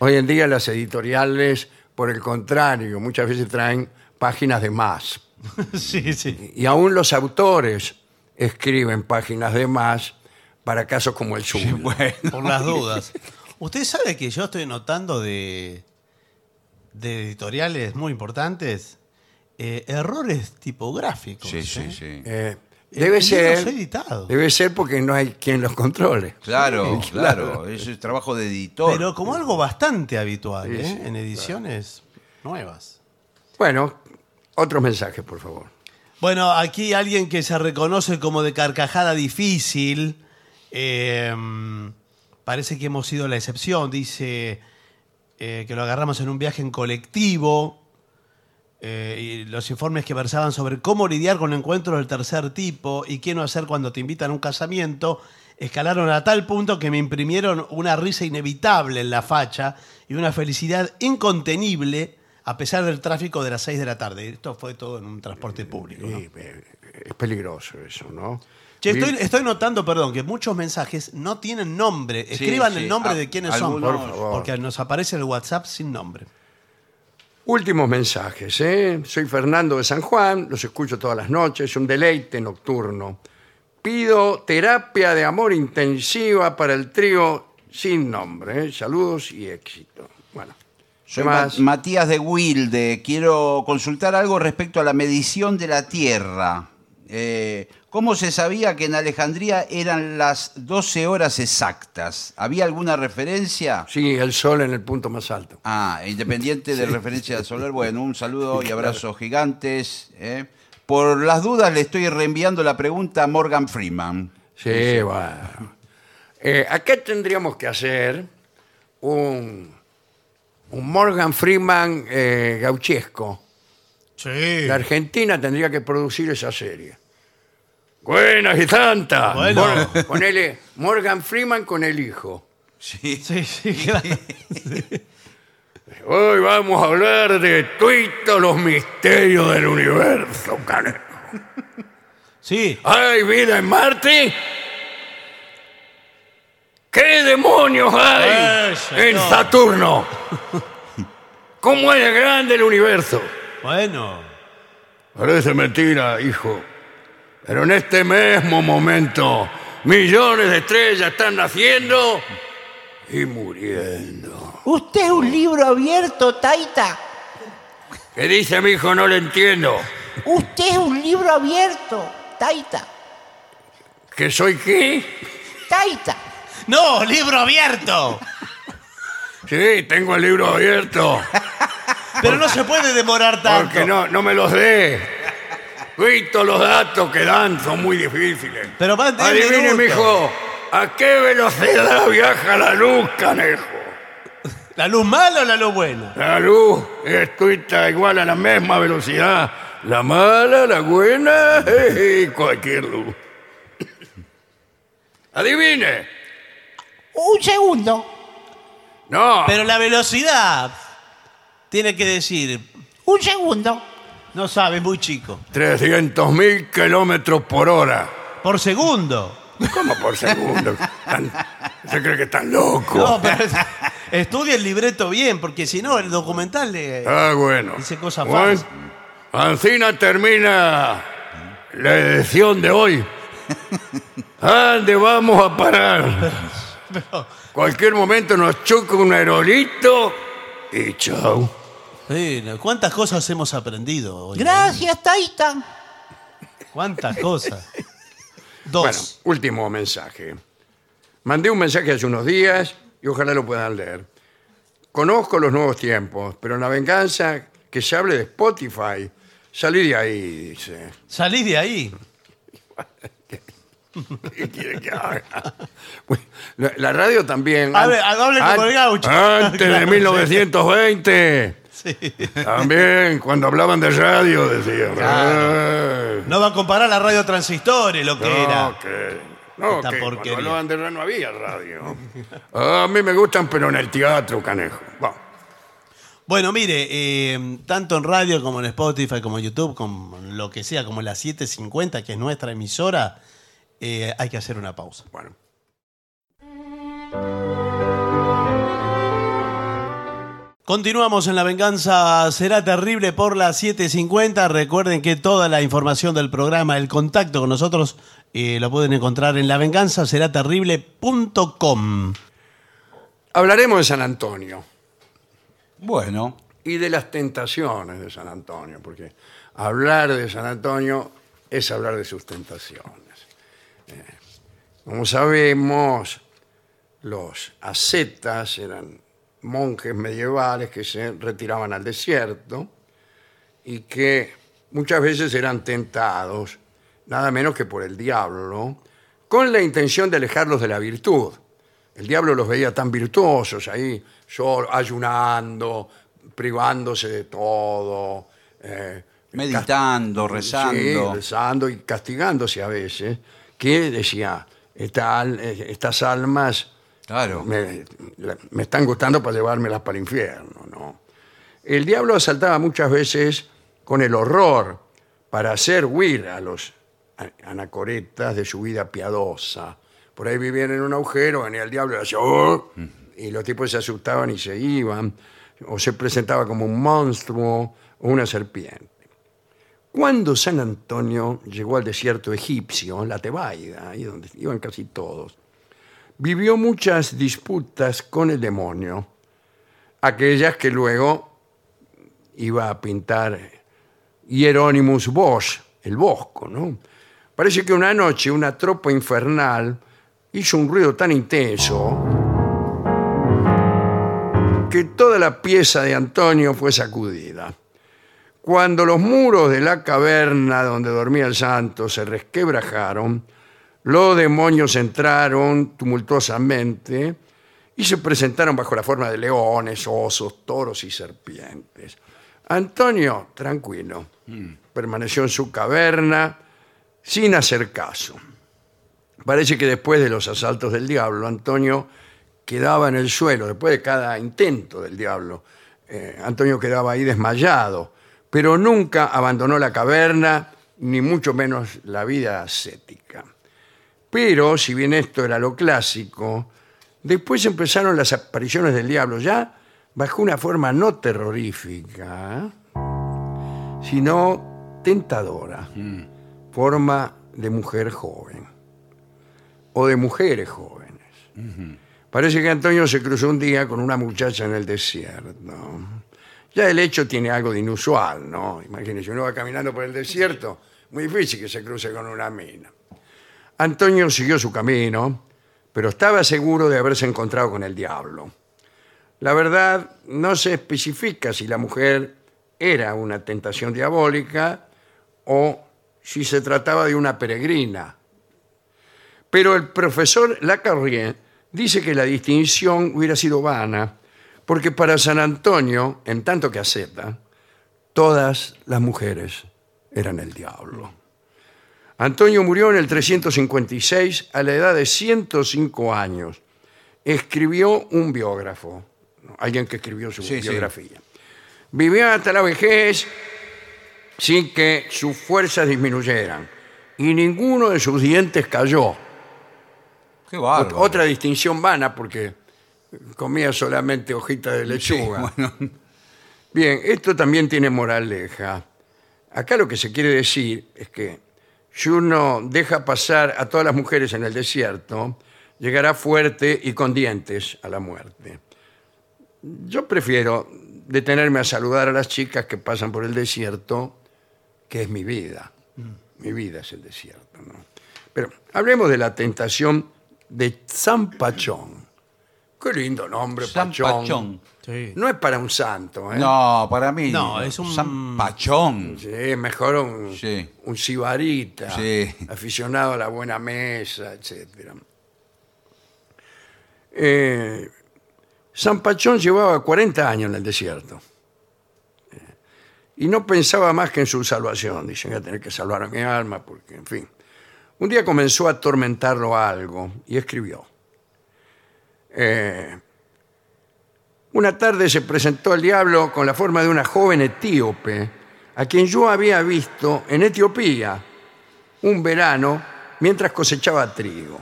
[SPEAKER 1] Hoy en día las editoriales, por el contrario, muchas veces traen páginas de más.
[SPEAKER 2] sí, sí.
[SPEAKER 1] Y aún los autores escriben páginas de más para casos como el suyo.
[SPEAKER 2] Por las dudas. Usted sabe que yo estoy notando de, de editoriales muy importantes eh, errores tipográficos. ¿eh?
[SPEAKER 1] Eh,
[SPEAKER 2] El
[SPEAKER 1] debe
[SPEAKER 2] libro
[SPEAKER 1] ser.
[SPEAKER 2] fue editado.
[SPEAKER 1] Debe ser porque no hay quien los controle.
[SPEAKER 3] Claro,
[SPEAKER 1] Sí,
[SPEAKER 3] claro, Eso es trabajo de editor.
[SPEAKER 2] Pero como algo bastante habitual ¿eh?
[SPEAKER 1] sí,
[SPEAKER 2] en ediciones nuevas.
[SPEAKER 1] Bueno, otros mensajes, por favor.
[SPEAKER 2] Bueno, aquí alguien que se reconoce como de carcajada difícil. eh, parece que hemos sido la excepción. Dice eh, que lo agarramos en un viaje en colectivo. eh, y los informes que versaban sobre cómo lidiar con encuentros del tercer tipo y qué no hacer cuando te invitan a un casamiento escalaron a tal punto que me imprimieron una risa inevitable en la facha y una felicidad incontenible a pesar del tráfico de las 6 de la tarde. Esto fue todo en un transporte público. ¿no?
[SPEAKER 1] Y, eh, es peligroso eso, ¿no?
[SPEAKER 2] Che,
[SPEAKER 1] Vi-
[SPEAKER 2] estoy, estoy notando, perdón, que muchos mensajes no tienen nombre. Escriban
[SPEAKER 3] sí.
[SPEAKER 2] el nombre
[SPEAKER 3] Ah,
[SPEAKER 2] de quiénes
[SPEAKER 3] algunos-
[SPEAKER 2] son,
[SPEAKER 1] Por favor.
[SPEAKER 2] porque nos aparece el WhatsApp sin nombre.
[SPEAKER 1] Últimos mensajes, ¿eh? Soy Fernando de San Juan, los escucho todas las noches, un deleite nocturno. Pido terapia de amor intensiva para el trío sin nombre. ¿eh? Saludos y éxito. Bueno,
[SPEAKER 3] Soy
[SPEAKER 1] ¿qué
[SPEAKER 3] Ma-
[SPEAKER 1] más?
[SPEAKER 3] Matías de Wilde. Quiero consultar algo respecto a la medición de la Tierra. Eh, ¿Cómo se sabía que en Alejandría eran las 12 horas exactas? ¿Había alguna referencia?
[SPEAKER 1] sí, el sol en el punto más alto.
[SPEAKER 3] Ah, independiente de referencia solar. Bueno, un saludo y abrazos gigantes. ¿eh? Por las dudas le estoy reenviando la pregunta a Morgan Freeman.
[SPEAKER 1] Sí, bueno. Eh, acá tendríamos que hacer un, un Morgan Freeman eh, gauchesco.
[SPEAKER 2] Sí.
[SPEAKER 1] La Argentina tendría que producir esa serie. Buenas y tantas.
[SPEAKER 2] Bueno.
[SPEAKER 1] Mor- ponele Morgan Freeman con el hijo.
[SPEAKER 2] Sí, sí, claro.
[SPEAKER 1] Hoy vamos a hablar de todos los misterios del universo, carajo.
[SPEAKER 2] Sí,
[SPEAKER 1] ¿Hay vida en Marte? ¿Qué demonios hay
[SPEAKER 2] Eh, señor.
[SPEAKER 1] en Saturno? ¿Cómo es de grande el universo?
[SPEAKER 2] bueno.
[SPEAKER 1] Parece mentira, hijo. Pero en este mismo momento, millones de estrellas están naciendo y muriendo.
[SPEAKER 5] Usted es un libro abierto, Taita.
[SPEAKER 1] ¿Qué dice mi hijo? No lo entiendo.
[SPEAKER 5] Usted es un libro abierto, Taita.
[SPEAKER 1] ¿Que soy qué?
[SPEAKER 5] Taita.
[SPEAKER 2] ¡No! ¡Libro abierto!
[SPEAKER 1] Sí, tengo el libro abierto.
[SPEAKER 2] Pero no se puede demorar tanto.
[SPEAKER 1] Porque no, no me los dé. Visto los datos que dan, son muy difíciles.
[SPEAKER 2] Pero más de diez
[SPEAKER 1] Adivine,
[SPEAKER 2] minutos.
[SPEAKER 1] mijo, ¿a qué velocidad viaja la luz, canejo? Ah.
[SPEAKER 2] ¿La luz mala o la luz buena?
[SPEAKER 1] La luz es tuita igual a la misma velocidad La mala, la buena, jeje, cualquier luz. Adivine.
[SPEAKER 5] Un segundo.
[SPEAKER 1] No.
[SPEAKER 2] Pero la velocidad tiene que decir,
[SPEAKER 5] Un segundo.
[SPEAKER 2] no sabe, muy chico.
[SPEAKER 1] 300.000 kilómetros por hora.
[SPEAKER 2] Por segundo.
[SPEAKER 1] ¿Cómo por segundo? Tan- ¿Se cree que están loco?
[SPEAKER 2] No, pero estudia el libreto bien, porque si no, el documental le.
[SPEAKER 1] Ah, bueno.
[SPEAKER 2] Dice cosas
[SPEAKER 1] Bueno,
[SPEAKER 2] falsas.
[SPEAKER 1] Ancina termina la edición de hoy. ¿A ¿Dónde vamos a parar? Cualquier momento nos choca un aerolito y chau.
[SPEAKER 2] Sí, no, ¿Cuántas cosas hemos aprendido hoy?
[SPEAKER 5] Gracias, Taita.
[SPEAKER 2] ¿Cuántas cosas? Dos.
[SPEAKER 1] Bueno, último mensaje. Mandé un mensaje hace unos días y ojalá lo puedan leer. Conozco los nuevos tiempos, pero en la venganza que se hable de Spotify, salí de ahí, dice.
[SPEAKER 2] Salís de ahí.
[SPEAKER 1] ¿Qué quiere que haga? Bueno, La la radio también.
[SPEAKER 2] A
[SPEAKER 1] an-
[SPEAKER 2] ver, háblenlo
[SPEAKER 1] an-
[SPEAKER 2] con el gaucho.
[SPEAKER 1] Antes de
[SPEAKER 2] Claro, sí.
[SPEAKER 1] 1920.
[SPEAKER 2] Sí.
[SPEAKER 1] También, cuando hablaban de radio, decían. "Ay,
[SPEAKER 2] No va a comparar la radio transistores, lo que
[SPEAKER 1] No,
[SPEAKER 2] era.
[SPEAKER 1] que, no,
[SPEAKER 2] Esta
[SPEAKER 1] que cuando
[SPEAKER 2] porquería.
[SPEAKER 1] hablaban de radio no había radio. Ah, A mí me gustan, pero en el teatro, canejo. Bueno,
[SPEAKER 2] Bueno, mire, eh, tanto en radio como en Spotify, como en YouTube, como en lo que sea, como en la 750, que es nuestra emisora, eh, hay que hacer una pausa.
[SPEAKER 1] bueno.
[SPEAKER 2] Continuamos en La Venganza Será Terrible por las 7.50. Recuerden que toda la información del programa, el contacto con nosotros, eh, lo pueden encontrar en lavenganzaseraterrible.com.
[SPEAKER 1] Hablaremos de San Antonio
[SPEAKER 3] Bueno,
[SPEAKER 1] y de las tentaciones de San Antonio, porque hablar de San Antonio es hablar de sus tentaciones. Eh, como sabemos, los ascetas eran monjes medievales que se retiraban al desierto y que muchas veces eran tentados, nada menos que por el diablo, con la intención de alejarlos de la virtud. El diablo los veía tan virtuosos ahí, sol- ayunando, privándose de todo, eh,
[SPEAKER 3] meditando, rezando.
[SPEAKER 1] Sí, rezando y castigándose a veces, que decía, "Esta al- eh, estas almas
[SPEAKER 3] Claro.
[SPEAKER 1] me, la- me están gustando para llevármelas para el infierno. ¿no? El diablo asaltaba muchas veces con el horror para hacer huir a los a- anacoretas de su vida piadosa. Por ahí vivían en un agujero, venía el diablo y hacía, "Oh", y los tipos se asustaban y se iban, o se presentaba como un monstruo o una serpiente. Cuando San Antonio llegó al desierto egipcio, en la Tebaida, ahí donde iban casi todos, vivió muchas disputas con el demonio, aquellas que luego iba a pintar Hieronymus Bosch, el Bosco, ¿no? Parece que una noche una tropa infernal hizo un ruido tan intenso que toda la pieza de Antonio fue sacudida. Cuando los muros de la caverna donde dormía el santo se resquebrajaron, los demonios entraron tumultuosamente y se presentaron bajo la forma de leones, osos, toros y serpientes. Antonio, tranquilo, permaneció en su caverna sin hacer caso. Parece que después de los asaltos del diablo, Antonio quedaba en el suelo, después de cada intento del diablo. eh, Antonio quedaba ahí desmayado, pero nunca abandonó la caverna, ni mucho menos la vida ascética. Pero, si bien esto era lo clásico, después empezaron las apariciones del diablo, ya bajo una forma no terrorífica, ¿eh? sino tentadora, forma de mujer joven o de mujeres jóvenes. Parece que Antonio se cruzó un día con una muchacha en el desierto. Ya el hecho tiene algo de inusual, ¿no? Imagínense, uno va caminando por el desierto, muy difícil que se cruce con una mina. Antonio siguió su camino, pero estaba seguro de haberse encontrado con el diablo. La verdad, no se especifica si la mujer era una tentación diabólica o si se trataba de una peregrina. Pero el profesor Lacarrié dice que la distinción hubiera sido vana, porque para San Antonio, en tanto que acepta, todas las mujeres eran el diablo. Antonio murió en el 356 a la edad de 105 años. Escribió un biógrafo, alguien que escribió su
[SPEAKER 3] Sí, sí.
[SPEAKER 1] biografía. Vivió hasta la vejez sin que sus fuerzas disminuyeran y ninguno de sus dientes cayó.
[SPEAKER 3] Qué
[SPEAKER 1] Ot-
[SPEAKER 3] bárbaro.
[SPEAKER 1] Otra distinción vana porque comía solamente hojitas de
[SPEAKER 3] Sí,
[SPEAKER 1] lechuga.
[SPEAKER 3] bueno,
[SPEAKER 1] Bien, esto también tiene moraleja. Acá lo que se quiere decir es que si uno deja pasar a todas las mujeres en el desierto, llegará fuerte y con dientes a la muerte. Yo prefiero detenerme a saludar a las chicas que pasan por el desierto, que es mi vida. Mi vida es el desierto. ¿no? Pero hablemos de la tentación de San Pachón. Qué lindo nombre,
[SPEAKER 3] San Pachón.
[SPEAKER 2] Sí.
[SPEAKER 1] no es para un santo, ¿eh?
[SPEAKER 3] No, para mí.
[SPEAKER 2] No, es un-
[SPEAKER 3] San Pachón.
[SPEAKER 1] Sí, mejor un,
[SPEAKER 3] Sí.
[SPEAKER 1] un sibarita,
[SPEAKER 3] Sí.
[SPEAKER 1] aficionado a la buena mesa, etcétera. Eh, San Pachón llevaba 40 años en el desierto. Eh, Y no pensaba más que en su salvación. Dice, voy a tener que salvar a mi alma, porque, en fin. Un día comenzó a atormentarlo algo y escribió. Eh, una tarde se presentó el diablo con la forma de una joven etíope, a quien yo había visto en Etiopía un verano mientras cosechaba trigo.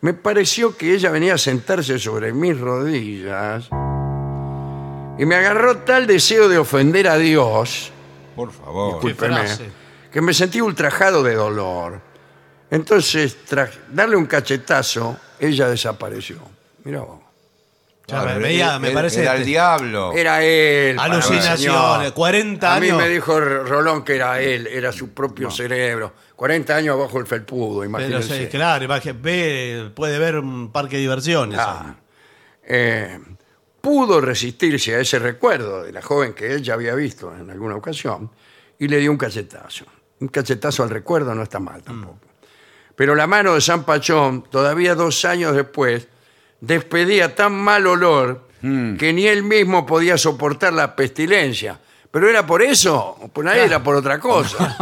[SPEAKER 1] Me pareció que ella venía a sentarse sobre mis rodillas y me agarró tal deseo de ofender a Dios
[SPEAKER 3] Por favor.
[SPEAKER 2] Qué
[SPEAKER 1] discúlpeme,
[SPEAKER 2] frase.
[SPEAKER 1] que me sentí ultrajado de dolor. Entonces, tras darle un cachetazo, ella desapareció. Mirá vos.
[SPEAKER 2] Ya
[SPEAKER 3] Claro,
[SPEAKER 2] me, veía,
[SPEAKER 3] era-
[SPEAKER 2] me parece.
[SPEAKER 3] Era
[SPEAKER 2] este.
[SPEAKER 3] el diablo.
[SPEAKER 1] Era él. para
[SPEAKER 2] Alucinaciones,
[SPEAKER 1] señor.
[SPEAKER 2] 40
[SPEAKER 1] A mí
[SPEAKER 2] años.
[SPEAKER 1] me dijo Rolón que era él, era su propio cerebro. 40 años abajo el felpudo,
[SPEAKER 2] Pero
[SPEAKER 1] imagínense.
[SPEAKER 2] sí, claro, imagi- ve, puede ver un parque de diversiones.
[SPEAKER 1] Ah, eh, pudo resistirse a ese recuerdo de la joven que él ya había visto en alguna ocasión y le dio un cachetazo. Un cachetazo al recuerdo no está mal tampoco.
[SPEAKER 2] Mm.
[SPEAKER 1] Pero la mano de San Pachón, todavía dos años después, despedía tan mal olor
[SPEAKER 2] Mm.
[SPEAKER 1] que ni él mismo podía soportar la pestilencia. Pero era por eso, o por ahí era por otra cosa,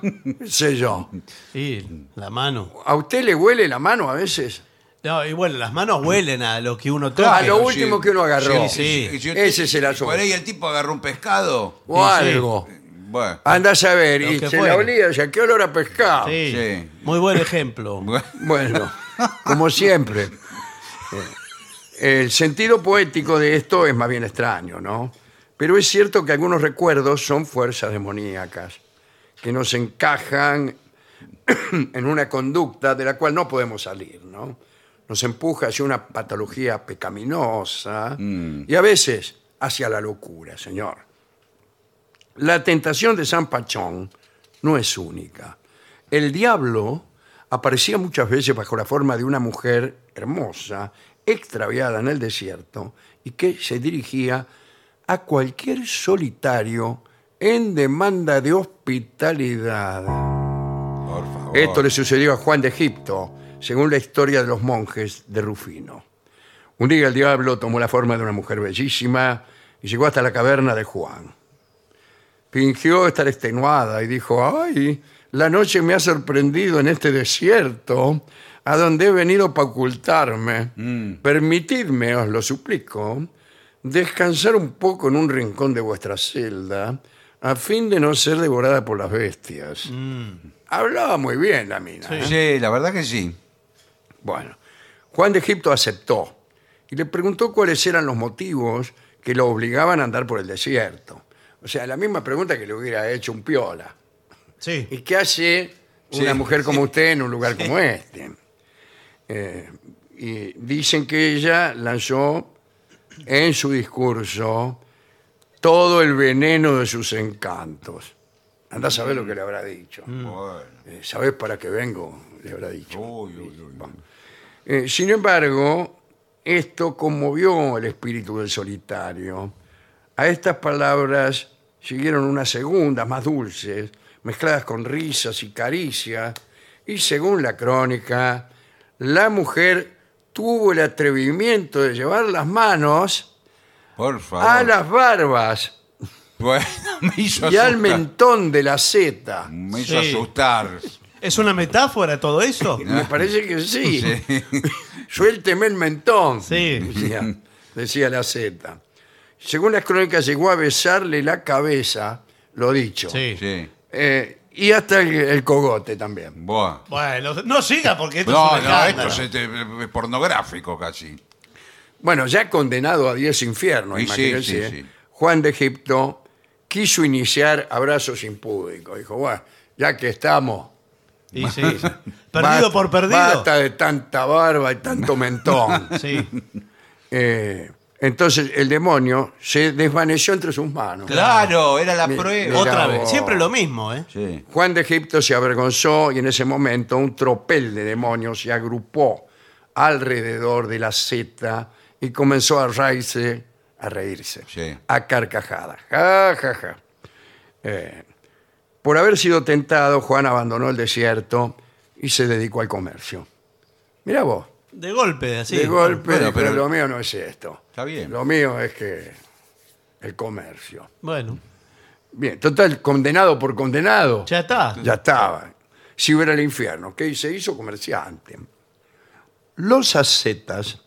[SPEAKER 1] qué sé yo.
[SPEAKER 2] Sí, la mano.
[SPEAKER 1] ¿A usted le huele la mano a veces?
[SPEAKER 2] No, y bueno, las manos huelen a lo que uno toca.
[SPEAKER 1] A lo último que uno agarró.
[SPEAKER 2] Sí,
[SPEAKER 3] Y si usted-
[SPEAKER 1] Ese es el asunto.
[SPEAKER 3] Por ahí el tipo agarró un pescado.
[SPEAKER 1] O algo.
[SPEAKER 3] Bueno.
[SPEAKER 1] Anda a saber,
[SPEAKER 2] Lo
[SPEAKER 1] y
[SPEAKER 2] que
[SPEAKER 1] se
[SPEAKER 2] fuera.
[SPEAKER 1] la olía, ya qué olor a pescado.
[SPEAKER 2] Sí,
[SPEAKER 3] Sí.
[SPEAKER 2] Muy buen ejemplo.
[SPEAKER 1] Bueno, como siempre. El sentido poético de esto es más bien extraño, ¿no? Pero es cierto que algunos recuerdos son fuerzas demoníacas que nos encajan en una conducta de la cual no podemos salir, ¿no? Nos empuja hacia una patología pecaminosa y a veces hacia la locura, señor. La tentación de San Pachón no es única. El diablo aparecía muchas veces bajo la forma de una mujer hermosa, extraviada en el desierto, y que se dirigía a cualquier solitario en demanda de hospitalidad.
[SPEAKER 3] Por favor.
[SPEAKER 1] Esto le sucedió a Juan de Egipto, según la historia de los monjes de Rufino. Un día el diablo tomó la forma de una mujer bellísima y llegó hasta la caverna de Juan. Fingió estar extenuada y dijo, ay, la noche me ha sorprendido en este desierto, a donde he venido para ocultarme. Permitidme, os lo suplico, descansar un poco en un rincón de vuestra celda, a fin de no ser devorada por las bestias. Hablaba muy bien la mina. ¿eh?
[SPEAKER 3] Sí, la verdad que sí.
[SPEAKER 1] Bueno, Juan de Egipto aceptó y le preguntó cuáles eran los motivos que lo obligaban a andar por el desierto. O sea, la misma pregunta que le hubiera hecho un piola.
[SPEAKER 2] Sí.
[SPEAKER 1] ¿Y qué hace una
[SPEAKER 3] Sí,
[SPEAKER 1] mujer como usted en un lugar como este? Eh, y dicen que ella lanzó en su discurso todo el veneno de sus encantos. Anda a saber lo que le habrá dicho.
[SPEAKER 3] Mm. Bueno.
[SPEAKER 1] Eh, ¿Sabes para qué vengo? Le habrá dicho.
[SPEAKER 3] Uy, uy, uy.
[SPEAKER 1] Eh, sin embargo, esto conmovió el espíritu del solitario. A estas palabras siguieron unas segundas más dulces, mezcladas con risas y caricias, y según la crónica, la mujer tuvo el atrevimiento de llevar las manos
[SPEAKER 3] Por favor.
[SPEAKER 1] a las barbas
[SPEAKER 3] Bueno, me hizo
[SPEAKER 1] Y al
[SPEAKER 3] asustar.
[SPEAKER 1] mentón de la Z.
[SPEAKER 3] Me hizo
[SPEAKER 2] Sí.
[SPEAKER 3] asustar.
[SPEAKER 2] ¿Es una metáfora todo eso?
[SPEAKER 1] Me parece que sí. Suélteme el mentón.
[SPEAKER 2] Sí.
[SPEAKER 1] Decía, decía la Z. Según las crónicas, llegó a besarle la cabeza, lo dicho.
[SPEAKER 2] Sí.
[SPEAKER 3] Sí.
[SPEAKER 1] Eh, y hasta el, el cogote también.
[SPEAKER 3] Buah.
[SPEAKER 2] Bueno, no siga porque esto
[SPEAKER 3] No,
[SPEAKER 2] es un
[SPEAKER 3] no,
[SPEAKER 2] escándalo.
[SPEAKER 3] esto es este, pornográfico casi.
[SPEAKER 1] Bueno, ya condenado a 10 infiernos,
[SPEAKER 3] Y sí,
[SPEAKER 1] imagínense.
[SPEAKER 3] sí,
[SPEAKER 1] ¿eh?
[SPEAKER 3] sí.
[SPEAKER 1] Juan de Egipto quiso iniciar abrazos impúdicos. Dijo, bueno, ya que estamos.
[SPEAKER 2] Y sí. Perdido
[SPEAKER 1] basta-
[SPEAKER 2] por perdido.
[SPEAKER 1] Basta de tanta barba y tanto mentón.
[SPEAKER 2] Sí.
[SPEAKER 1] Eh, entonces el demonio se desvaneció entre sus manos.
[SPEAKER 3] Claro, era la
[SPEAKER 1] Mi-
[SPEAKER 3] prueba.
[SPEAKER 1] Mirá
[SPEAKER 2] Otra
[SPEAKER 1] vos.
[SPEAKER 2] vez. Siempre lo mismo, ¿eh?
[SPEAKER 3] Sí.
[SPEAKER 1] Juan de Egipto se avergonzó y en ese momento un tropel de demonios se agrupó alrededor de la seta y comenzó a reírse, a reírse,
[SPEAKER 3] Sí.
[SPEAKER 1] a carcajadas. Ja, ja, ja. Eh, por haber sido tentado, Juan abandonó el desierto y se dedicó al comercio. Mira vos,
[SPEAKER 2] De golpe, así.
[SPEAKER 1] de golpe,
[SPEAKER 3] Bueno,
[SPEAKER 1] pero,
[SPEAKER 3] pero-
[SPEAKER 1] lo mío no es esto.
[SPEAKER 3] Está bien.
[SPEAKER 1] Lo mío es que el comercio.
[SPEAKER 2] Bueno,
[SPEAKER 1] Bien, total, condenado por condenado.
[SPEAKER 2] ya está.
[SPEAKER 1] Ya estaba. Si hubiera el infierno, que se hizo comerciante. Los ascetas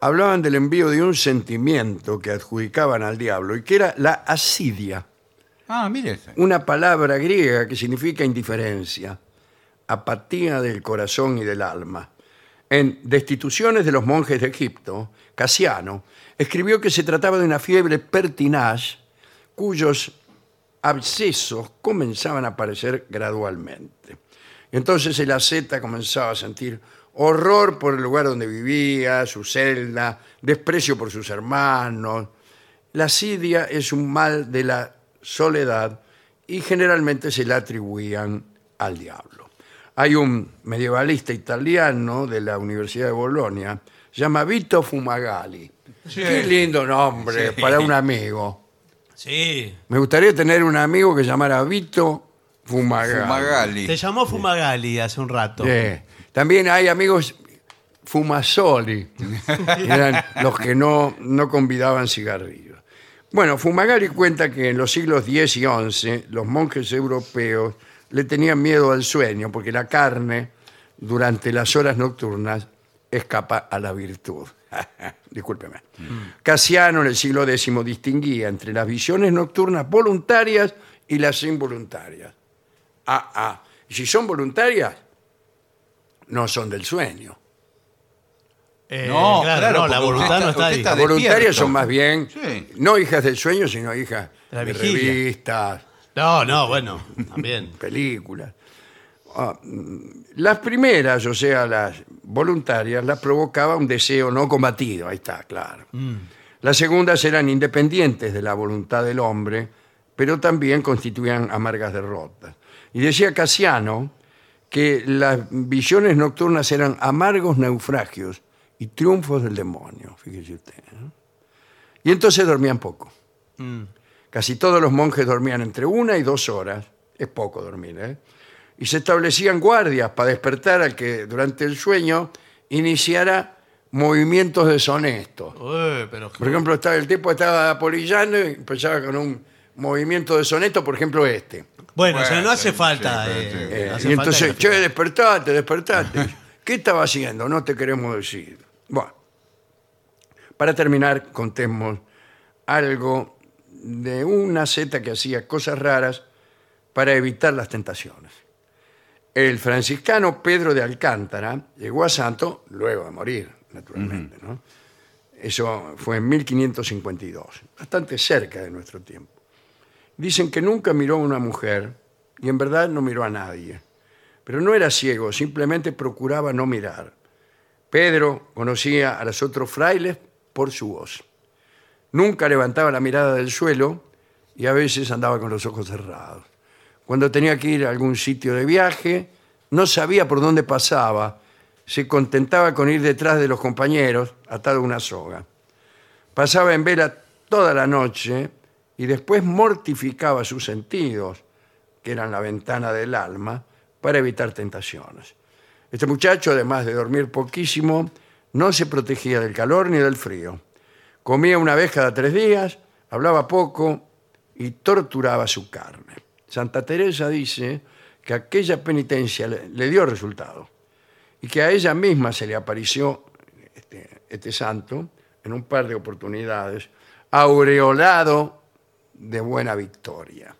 [SPEAKER 1] hablaban del envío de un sentimiento que adjudicaban al diablo y que era la asidia,
[SPEAKER 3] Ah, mire. este.
[SPEAKER 1] una palabra griega que significa indiferencia, apatía del corazón y del alma. En Destituciones de los monjes de Egipto, Casiano escribió que se trataba de una fiebre pertinaz cuyos abscesos comenzaban a aparecer gradualmente. Y entonces el asceta comenzaba a sentir horror por el lugar donde vivía, su celda, desprecio por sus hermanos. La asidia es un mal de la soledad y generalmente se la atribuían al diablo. Hay un medievalista italiano de la Universidad de Bolonia, se llama Vito Fumagalli. Qué lindo nombre para un amigo.
[SPEAKER 2] Sí.
[SPEAKER 1] Me gustaría tener un amigo que llamara Vito Fumagalli.
[SPEAKER 3] Fumagalli.
[SPEAKER 2] Te llamó Fumagalli hace un rato.
[SPEAKER 1] Sí. También hay amigos Fumasoli, que eran los que no, no convidaban cigarrillos. Bueno, Fumagalli cuenta que en los siglos X y XI los monjes europeos le tenían miedo al sueño porque la carne durante las horas nocturnas escapa a la virtud. Discúlpeme. Casiano en el siglo X distinguía entre las visiones nocturnas voluntarias y las involuntarias. Ah, ah. Y Si son voluntarias, no son del sueño.
[SPEAKER 2] Eh,
[SPEAKER 3] No, claro,
[SPEAKER 2] no, la
[SPEAKER 3] porque
[SPEAKER 2] voluntad
[SPEAKER 3] usted
[SPEAKER 2] no
[SPEAKER 3] está-
[SPEAKER 2] está ahí.
[SPEAKER 3] usted está
[SPEAKER 1] Voluntarias
[SPEAKER 3] despierto.
[SPEAKER 1] son más bien,
[SPEAKER 3] Sí.
[SPEAKER 1] no hijas del sueño, sino hijas
[SPEAKER 2] La
[SPEAKER 1] de
[SPEAKER 2] vigilia.
[SPEAKER 1] revistas,
[SPEAKER 2] No, no, bueno, también.
[SPEAKER 1] películas. Ah, mm, las primeras, o sea, las voluntarias, las provocaba un deseo no combatido, ahí está, claro. Las segundas eran independientes de la voluntad del hombre, pero también constituían amargas derrotas. Y decía Casiano que las visiones nocturnas eran amargos naufragios y triunfos del demonio, fíjese usted. ¿no? Y entonces dormían poco. Casi todos los monjes dormían entre una y dos horas, es poco dormir, ¿eh? y se establecían guardias para despertar al que durante el sueño iniciara movimientos deshonestos.
[SPEAKER 2] Eh, pero
[SPEAKER 1] Por ejemplo, estaba, el tipo estaba apolillando y empezaba con un movimiento deshonesto, por ejemplo, este.
[SPEAKER 2] Bueno, o sea, no
[SPEAKER 3] Bueno,
[SPEAKER 2] hace
[SPEAKER 3] sí,
[SPEAKER 2] falta.
[SPEAKER 3] sí,
[SPEAKER 2] eh,
[SPEAKER 1] Eh,
[SPEAKER 3] sí, sí.
[SPEAKER 2] no hace
[SPEAKER 1] y
[SPEAKER 2] falta
[SPEAKER 1] entonces, che,
[SPEAKER 2] que-
[SPEAKER 1] despertate, despertate. ¿Qué estaba haciendo? No te queremos decir. Bueno, para terminar, contemos algo de una seta que hacía cosas raras para evitar las tentaciones. El franciscano Pedro de Alcántara llegó a Santo luego de morir, naturalmente. ¿no? Eso fue en 1552, bastante cerca de nuestro tiempo. Dicen que nunca miró a una mujer y en verdad no miró a nadie. Pero no era ciego, simplemente procuraba no mirar. Pedro conocía a los otros frailes por su voz. Nunca levantaba la mirada del suelo y a veces andaba con los ojos cerrados. Cuando tenía que ir a algún sitio de viaje, no sabía por dónde pasaba. Se contentaba con ir detrás de los compañeros, atado a una soga pasaba en vela toda la noche y después mortificaba sus sentidos, que eran la ventana del alma, para evitar tentaciones. Este muchacho, además de dormir poquísimo, no se protegía del calor ni del frío. Comía una vez cada tres días, hablaba poco y torturaba su carne. Santa Teresa dice que aquella penitencia le, le dio resultado y que a ella misma se le apareció este, este santo en un par de oportunidades, aureolado de buena victoria.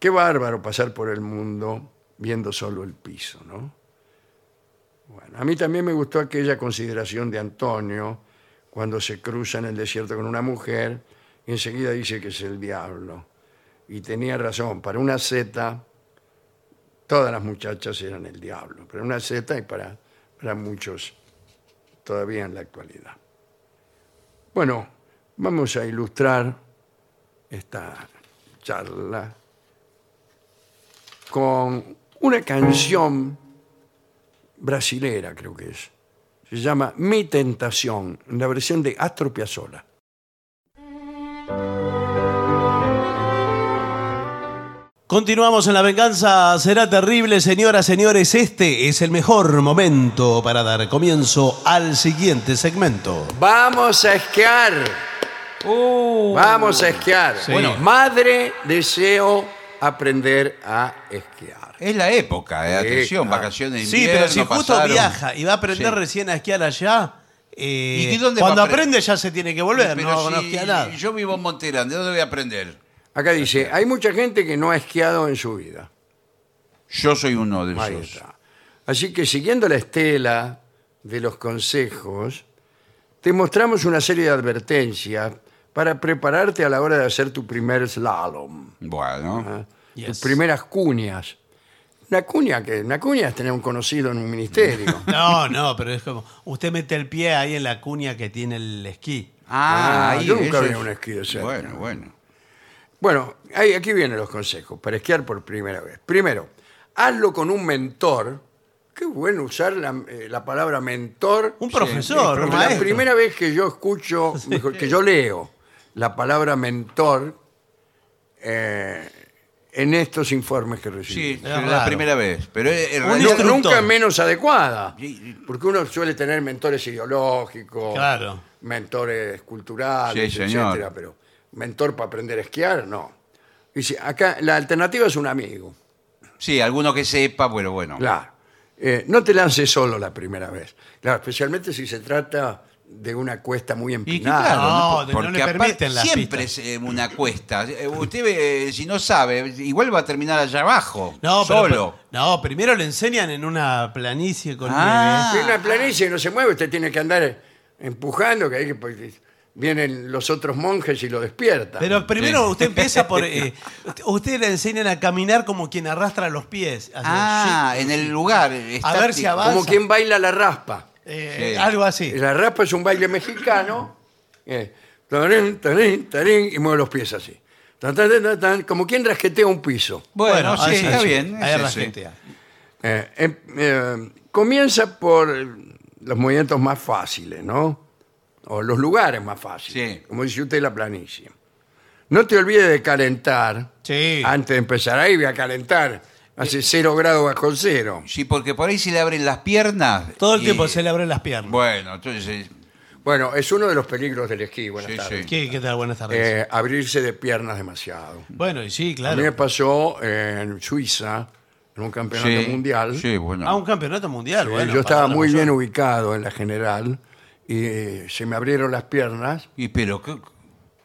[SPEAKER 1] Qué bárbaro pasar por el mundo viendo solo el piso, ¿no? Bueno, a mí también me gustó aquella consideración de Antonio cuando se cruza en el desierto con una mujer y enseguida dice que es el diablo. Y tenía razón, para una zeta todas las muchachas eran el diablo, para una zeta y para, para muchos todavía en la actualidad. Bueno, vamos a ilustrar esta charla con una canción brasilera, creo que es. Se llama Mi Tentación, en la versión de Astro Piazzolla.
[SPEAKER 2] Continuamos en la venganza. Será terrible, señoras, señores. Este es el mejor momento para dar comienzo al siguiente segmento.
[SPEAKER 1] Vamos a esquiar. Vamos a esquiar. Bueno, madre, deseo aprender a esquiar.
[SPEAKER 3] Es la época, eh,
[SPEAKER 1] Sí,
[SPEAKER 3] atención,
[SPEAKER 1] claro.
[SPEAKER 3] vacaciones de
[SPEAKER 2] Sí,
[SPEAKER 3] invierno.
[SPEAKER 2] pero si justo
[SPEAKER 3] pasaron.
[SPEAKER 2] viaja y va a aprender
[SPEAKER 3] Sí.
[SPEAKER 2] recién a esquiar allá, eh,
[SPEAKER 3] ¿Y de dónde va
[SPEAKER 2] cuando
[SPEAKER 3] a apre-
[SPEAKER 2] aprende ya se tiene que volver,
[SPEAKER 3] Pero
[SPEAKER 2] no, no
[SPEAKER 3] si
[SPEAKER 2] esquía nada.
[SPEAKER 3] Yo vivo en Monterán, ¿de dónde voy a aprender?
[SPEAKER 1] Acá dice, hay mucha gente que no ha esquiado en su vida.
[SPEAKER 3] Yo soy uno de
[SPEAKER 1] Ahí
[SPEAKER 3] esos.
[SPEAKER 1] está. Así que siguiendo la estela de los consejos, te mostramos una serie de advertencias para prepararte a la hora de hacer tu primer slalom,
[SPEAKER 3] Bueno,
[SPEAKER 1] Ah.
[SPEAKER 2] Yes.
[SPEAKER 1] tus primeras cuñas. Una cuña que una cuña es tener un conocido en un ministerio.
[SPEAKER 2] No, no, pero es como, usted mete el pie ahí en la cuña que tiene el esquí.
[SPEAKER 1] Ah,
[SPEAKER 3] ahí,
[SPEAKER 1] yo nunca
[SPEAKER 3] eso
[SPEAKER 1] vi
[SPEAKER 3] es-
[SPEAKER 1] un esquí de cerca.
[SPEAKER 3] Bueno, bueno.
[SPEAKER 1] Bueno, ahí- aquí vienen los consejos para esquiar por primera vez. Primero, hazlo con un mentor. Qué bueno usar la, eh, la palabra mentor.
[SPEAKER 2] Un
[SPEAKER 1] Sí,
[SPEAKER 2] profesor,
[SPEAKER 1] porque
[SPEAKER 2] un
[SPEAKER 1] la
[SPEAKER 2] maestro.
[SPEAKER 1] primera vez que yo escucho, mejor, que yo leo la palabra mentor eh, en estos informes que
[SPEAKER 3] Sí,
[SPEAKER 1] recibí.
[SPEAKER 3] la
[SPEAKER 2] raro.
[SPEAKER 3] primera vez. Pero en
[SPEAKER 1] Nu-
[SPEAKER 3] realidad-
[SPEAKER 2] instructor.
[SPEAKER 1] nunca menos adecuada,
[SPEAKER 3] Sí, sí.
[SPEAKER 1] porque uno suele tener mentores ideológicos,
[SPEAKER 2] Claro.
[SPEAKER 1] mentores culturales,
[SPEAKER 3] Sí, señor.
[SPEAKER 1] etcétera, pero mentor para aprender a esquiar, no. Dice, acá la alternativa es un amigo.
[SPEAKER 3] sí, alguno que sepa, bueno, bueno.
[SPEAKER 1] Claro. Eh, no te lances solo la primera vez. Claro, especialmente si se trata de una cuesta muy
[SPEAKER 3] Y que,
[SPEAKER 1] empinada.
[SPEAKER 3] claro,
[SPEAKER 2] Ah, No,
[SPEAKER 3] po-
[SPEAKER 2] de- no le
[SPEAKER 3] aparte
[SPEAKER 2] permiten las
[SPEAKER 3] siempre
[SPEAKER 2] pistas.
[SPEAKER 3] es eh, una cuesta. Eh, Usted, eh, si no sabe, igual va a terminar allá abajo,
[SPEAKER 2] No, pero-
[SPEAKER 3] solo.
[SPEAKER 2] no, primero le enseñan en una planicie con
[SPEAKER 3] Ah.
[SPEAKER 1] Si una planicie no se mueve, usted tiene que andar empujando, que ahí que, pues, vienen los otros monjes y lo despiertan.
[SPEAKER 2] Pero primero usted empieza por. eh, usted- usted le enseñan a caminar como quien arrastra los pies. hacia-
[SPEAKER 3] Ah, en el
[SPEAKER 2] A
[SPEAKER 3] lugar.
[SPEAKER 2] ver si
[SPEAKER 3] estático.
[SPEAKER 2] avanza.
[SPEAKER 1] Como quien baila la raspa.
[SPEAKER 2] eh,
[SPEAKER 3] sí.
[SPEAKER 2] Algo así.
[SPEAKER 1] La raspa es un baile mexicano. eh, tarín, tarín, tarín, y mueve los pies así. Tan, tan, tan, tan, tan, como quien rasquetea un piso.
[SPEAKER 3] Bueno, sí,
[SPEAKER 2] así,
[SPEAKER 3] está
[SPEAKER 2] así.
[SPEAKER 3] bien.
[SPEAKER 2] Ahí
[SPEAKER 3] es
[SPEAKER 2] la
[SPEAKER 3] ese.
[SPEAKER 2] gente.
[SPEAKER 1] Eh, em- eh, comienza por los movimientos más fáciles, ¿no? O los lugares más fáciles.
[SPEAKER 3] Sí.
[SPEAKER 1] Como dice usted, la planicie. No te olvides de calentar.
[SPEAKER 2] Sí.
[SPEAKER 3] Ah,
[SPEAKER 1] Antes de empezar ahí voy a calentar. Hace cero grados bajo cero.
[SPEAKER 3] Sí, porque por ahí se le abren las piernas.
[SPEAKER 2] Todo el
[SPEAKER 3] y-
[SPEAKER 2] tiempo se le abren las piernas.
[SPEAKER 3] Bueno, entonces. eh,
[SPEAKER 1] Bueno, es uno de los peligros del esquí. Buenas
[SPEAKER 3] Sí,
[SPEAKER 1] tardes.
[SPEAKER 3] sí.
[SPEAKER 2] ¿Qué, qué tal? Buenas tardes.
[SPEAKER 1] Eh, abrirse de piernas demasiado.
[SPEAKER 2] bueno, y sí,
[SPEAKER 1] A mí me
[SPEAKER 2] claro.
[SPEAKER 1] pasó en Suiza, en un campeonato
[SPEAKER 3] sí,
[SPEAKER 1] mundial.
[SPEAKER 3] Sí, bueno.
[SPEAKER 2] A Ah, un campeonato mundial.
[SPEAKER 1] Eh,
[SPEAKER 2] bueno,
[SPEAKER 1] yo estaba
[SPEAKER 2] para la
[SPEAKER 1] muy
[SPEAKER 2] mayor.
[SPEAKER 1] bien ubicado en la general y eh, se me abrieron las piernas
[SPEAKER 3] Y pero qué,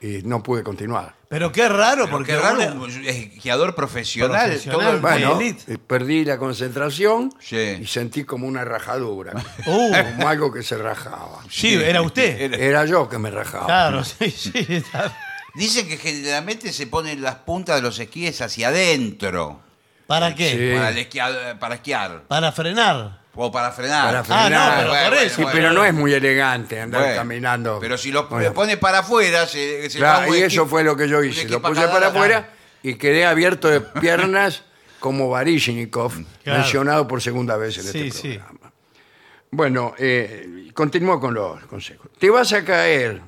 [SPEAKER 1] y no pude continuar.
[SPEAKER 2] Pero qué raro,
[SPEAKER 3] pero
[SPEAKER 2] porque
[SPEAKER 3] qué raro,
[SPEAKER 2] una-
[SPEAKER 3] un esquiador profesional.
[SPEAKER 2] Profesional.
[SPEAKER 3] todo el-
[SPEAKER 1] Bueno,
[SPEAKER 2] elite.
[SPEAKER 1] eh, perdí la concentración
[SPEAKER 3] Sí.
[SPEAKER 1] y sentí como una rajadura,
[SPEAKER 2] Uh.
[SPEAKER 1] como algo que se rajaba.
[SPEAKER 2] Sí, era usted.
[SPEAKER 3] Era-
[SPEAKER 1] Era yo que me rajaba.
[SPEAKER 2] Claro, sí, sí. está-
[SPEAKER 3] Dicen que generalmente se ponen las puntas de los esquíes hacia adentro.
[SPEAKER 2] ¿Para qué?
[SPEAKER 1] Sí.
[SPEAKER 3] Para, el esquiado- para esquiar.
[SPEAKER 2] Para frenar.
[SPEAKER 3] O para frenar.
[SPEAKER 1] Para
[SPEAKER 2] Ah, no,
[SPEAKER 1] frenar.
[SPEAKER 2] pero por eso.
[SPEAKER 1] Sí, pero no es muy elegante andar
[SPEAKER 3] Bueno,
[SPEAKER 1] caminando.
[SPEAKER 3] Pero si lo
[SPEAKER 1] Bueno,
[SPEAKER 3] lo pone para afuera, se, se
[SPEAKER 1] claro,
[SPEAKER 3] va un
[SPEAKER 1] y
[SPEAKER 3] esquí-
[SPEAKER 1] eso fue lo que yo
[SPEAKER 3] un
[SPEAKER 1] hice.
[SPEAKER 3] esquí
[SPEAKER 1] Lo
[SPEAKER 3] para
[SPEAKER 1] puse
[SPEAKER 3] cada
[SPEAKER 1] para
[SPEAKER 3] lado.
[SPEAKER 1] afuera y quedé abierto de piernas como Baryshnikov,
[SPEAKER 3] Mm,
[SPEAKER 2] Claro.
[SPEAKER 1] mencionado por segunda vez en
[SPEAKER 2] Sí,
[SPEAKER 1] este
[SPEAKER 2] sí.
[SPEAKER 1] programa. Bueno, eh, continúo con los consejos. Te vas a caer,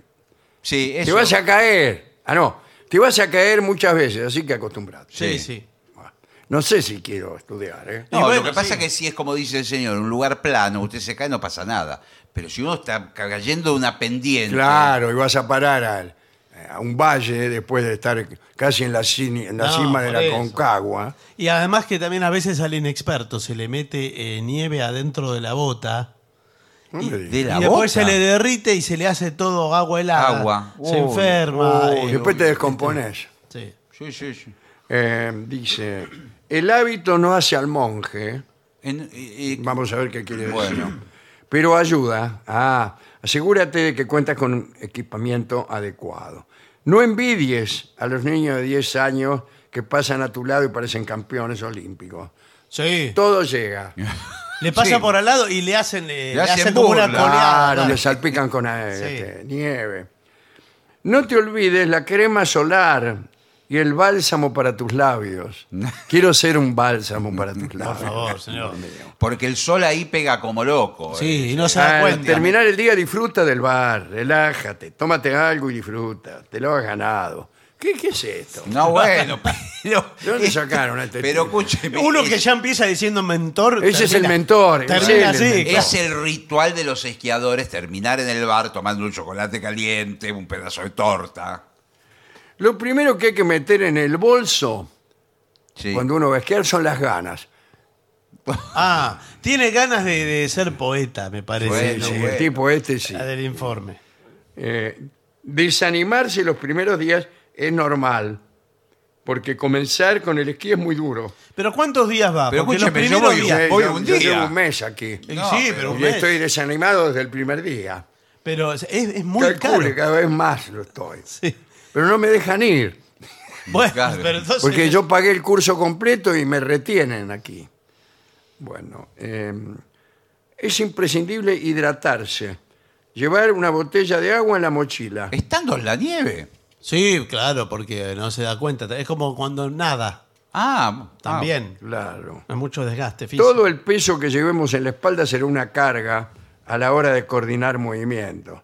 [SPEAKER 3] Sí,
[SPEAKER 1] te
[SPEAKER 3] eso.
[SPEAKER 1] vas a caer. Ah, no, te vas a caer muchas veces, así que acostumbrate.
[SPEAKER 2] Sí, sí.
[SPEAKER 3] Sí.
[SPEAKER 1] No sé si quiero estudiar, ¿eh?
[SPEAKER 3] No,
[SPEAKER 2] Y bueno,
[SPEAKER 3] lo que pasa
[SPEAKER 2] sí.
[SPEAKER 3] es que si es como dice el señor, un lugar plano, usted se cae no pasa nada. Pero si uno está cayendo de una pendiente,
[SPEAKER 1] Claro, y vas a parar al, eh, a un valle después de estar casi en la, cini- en la
[SPEAKER 2] No,
[SPEAKER 1] cima de
[SPEAKER 2] por
[SPEAKER 1] la
[SPEAKER 2] eso.
[SPEAKER 1] Concagua.
[SPEAKER 2] Y además que también a veces al inexperto se le mete eh, nieve adentro de la bota.
[SPEAKER 1] No me digas.
[SPEAKER 3] De la
[SPEAKER 2] y después se
[SPEAKER 3] bota.
[SPEAKER 2] le derrite y se le hace todo agua helada.
[SPEAKER 3] Agua.
[SPEAKER 2] Se
[SPEAKER 3] Uy,
[SPEAKER 2] enferma.
[SPEAKER 1] Uy,
[SPEAKER 2] eh,
[SPEAKER 1] después te descompones.
[SPEAKER 2] sí.
[SPEAKER 3] Sí, sí, sí.
[SPEAKER 1] Eh, dice, el hábito no hace al monje,
[SPEAKER 3] En- y- y-
[SPEAKER 1] vamos a ver qué quiere decir,
[SPEAKER 3] Bueno.
[SPEAKER 1] pero ayuda. Ah, asegúrate de que cuentas con un equipamiento adecuado. No envidies a los niños de 10 años que pasan a tu lado y parecen campeones olímpicos.
[SPEAKER 2] Sí.
[SPEAKER 1] Todo llega.
[SPEAKER 2] Le pasa
[SPEAKER 3] Sí.
[SPEAKER 2] por al lado y le hacen, eh,
[SPEAKER 3] Le
[SPEAKER 2] le
[SPEAKER 3] hacen
[SPEAKER 2] hacen como una
[SPEAKER 3] burla.
[SPEAKER 2] coleada.
[SPEAKER 1] Claro, le salpican con eh, este, nieve. No te olvides la crema solar y el bálsamo para tus labios. Quiero ser un bálsamo para tus labios.
[SPEAKER 2] Por favor, señor.
[SPEAKER 3] porque el sol ahí pega como loco. eh.
[SPEAKER 2] Sí, y no se da
[SPEAKER 1] Al
[SPEAKER 2] cuenta.
[SPEAKER 1] terminar el día, disfruta del bar, relájate, tómate algo y disfruta. Te lo has ganado. ¿Qué, qué es esto?
[SPEAKER 3] No, bueno, pero.
[SPEAKER 1] ¿De dónde sacaron a este
[SPEAKER 3] Pero
[SPEAKER 1] tipo?
[SPEAKER 3] escúcheme.
[SPEAKER 2] Uno
[SPEAKER 3] es-
[SPEAKER 2] que ya empieza diciendo mentor.
[SPEAKER 1] Ese es el mentor, ese
[SPEAKER 2] Termina
[SPEAKER 1] es el
[SPEAKER 2] así.
[SPEAKER 1] mentor.
[SPEAKER 3] Es el ritual de los esquiadores terminar en el bar tomando un chocolate caliente, un pedazo de torta.
[SPEAKER 1] Lo primero que hay que meter en el bolso
[SPEAKER 3] Sí.
[SPEAKER 1] cuando uno va a esquiar son las ganas.
[SPEAKER 2] Ah, tiene ganas de, de ser poeta, me parece.
[SPEAKER 3] Bueno,
[SPEAKER 1] Sí,
[SPEAKER 3] bueno.
[SPEAKER 1] El tipo este sí.
[SPEAKER 2] La del informe.
[SPEAKER 1] Eh, desanimarse los primeros días es normal, porque comenzar con el esquí es muy duro.
[SPEAKER 2] Pero ¿cuántos días va?
[SPEAKER 3] Pero
[SPEAKER 2] Porque los
[SPEAKER 3] escúcheme, yo
[SPEAKER 2] primeros
[SPEAKER 3] voy-
[SPEAKER 2] días.
[SPEAKER 1] Eh,
[SPEAKER 3] voy
[SPEAKER 1] yo,
[SPEAKER 3] un
[SPEAKER 1] yo
[SPEAKER 3] día.
[SPEAKER 1] llevo un mes aquí
[SPEAKER 2] Eh,
[SPEAKER 3] No,
[SPEAKER 2] sí,
[SPEAKER 3] pero
[SPEAKER 2] pero un
[SPEAKER 1] y
[SPEAKER 2] mes.
[SPEAKER 1] estoy desanimado desde el primer día.
[SPEAKER 2] Pero es, es muy
[SPEAKER 1] Calcule,
[SPEAKER 2] caro.
[SPEAKER 1] cada vez más lo estoy.
[SPEAKER 2] Sí.
[SPEAKER 1] Pero no me dejan ir,
[SPEAKER 2] Bueno,
[SPEAKER 3] Claro.
[SPEAKER 2] pero entonces-
[SPEAKER 1] porque yo pagué el curso completo y me retienen aquí. Bueno, eh, es imprescindible hidratarse, llevar una botella de agua en la mochila.
[SPEAKER 3] Estando en la nieve.
[SPEAKER 2] Sí, claro, porque no se da cuenta. Es como cuando nada
[SPEAKER 3] Ah,
[SPEAKER 2] también.
[SPEAKER 1] Claro.
[SPEAKER 2] Hay mucho desgaste físico.
[SPEAKER 1] Todo el peso que llevemos en la espalda será una carga a la hora de coordinar movimientos.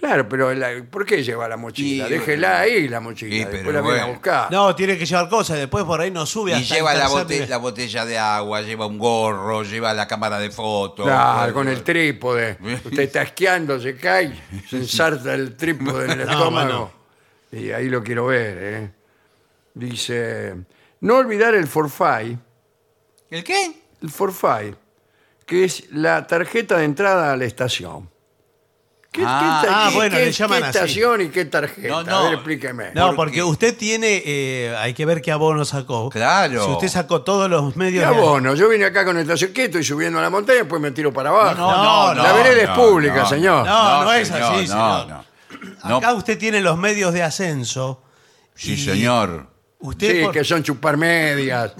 [SPEAKER 1] Claro, pero la- ¿por qué lleva la mochila?
[SPEAKER 3] Y-
[SPEAKER 1] Déjela ahí la
[SPEAKER 3] Y,
[SPEAKER 1] mochila, después
[SPEAKER 3] pero
[SPEAKER 1] la viene a
[SPEAKER 3] bueno.
[SPEAKER 1] buscar.
[SPEAKER 2] No, tiene que llevar cosas. Después por ahí no sube
[SPEAKER 3] ah. Y
[SPEAKER 2] hasta
[SPEAKER 3] lleva
[SPEAKER 2] el
[SPEAKER 3] la,
[SPEAKER 2] tercer
[SPEAKER 3] bote-
[SPEAKER 2] nivel.
[SPEAKER 3] la botella de agua, lleva un gorro, lleva la cámara de fotos.
[SPEAKER 1] Claro, con el trípode. Usted está esquiando, se cae, se ensarta el trípode en el
[SPEAKER 2] No,
[SPEAKER 1] estómago. Y ahí lo quiero ver, ¿eh? Dice, no olvidar el forfait,
[SPEAKER 3] ¿El qué?
[SPEAKER 1] el forfait, que es la tarjeta de entrada a la estación. ¿Qué,
[SPEAKER 3] Ah,
[SPEAKER 1] qué ta-
[SPEAKER 2] ah,
[SPEAKER 1] qué-
[SPEAKER 2] bueno,
[SPEAKER 1] qué-
[SPEAKER 2] le llaman
[SPEAKER 1] qué
[SPEAKER 2] así.
[SPEAKER 1] estación y qué tarjeta?
[SPEAKER 3] No, no.
[SPEAKER 1] A ver, explíqueme.
[SPEAKER 2] No,
[SPEAKER 3] ¿Por
[SPEAKER 2] porque
[SPEAKER 3] qué?
[SPEAKER 2] usted tiene. eh, hay que ver qué abono sacó.
[SPEAKER 3] Claro.
[SPEAKER 2] Si usted sacó todos los medios.
[SPEAKER 1] Ya
[SPEAKER 2] de-
[SPEAKER 1] bueno, yo vine acá con el estación quieto y subiendo a la montaña, después me tiro para abajo.
[SPEAKER 2] No, no,
[SPEAKER 1] la vereda es pública,
[SPEAKER 3] no.
[SPEAKER 1] señor.
[SPEAKER 2] No, no es así,
[SPEAKER 3] No,
[SPEAKER 2] señor.
[SPEAKER 3] no. No,
[SPEAKER 2] Acá usted tiene los medios de ascenso.
[SPEAKER 3] sí,
[SPEAKER 2] y
[SPEAKER 3] señor.
[SPEAKER 2] Usted
[SPEAKER 1] Sí,
[SPEAKER 2] por-
[SPEAKER 1] que son chupar medias,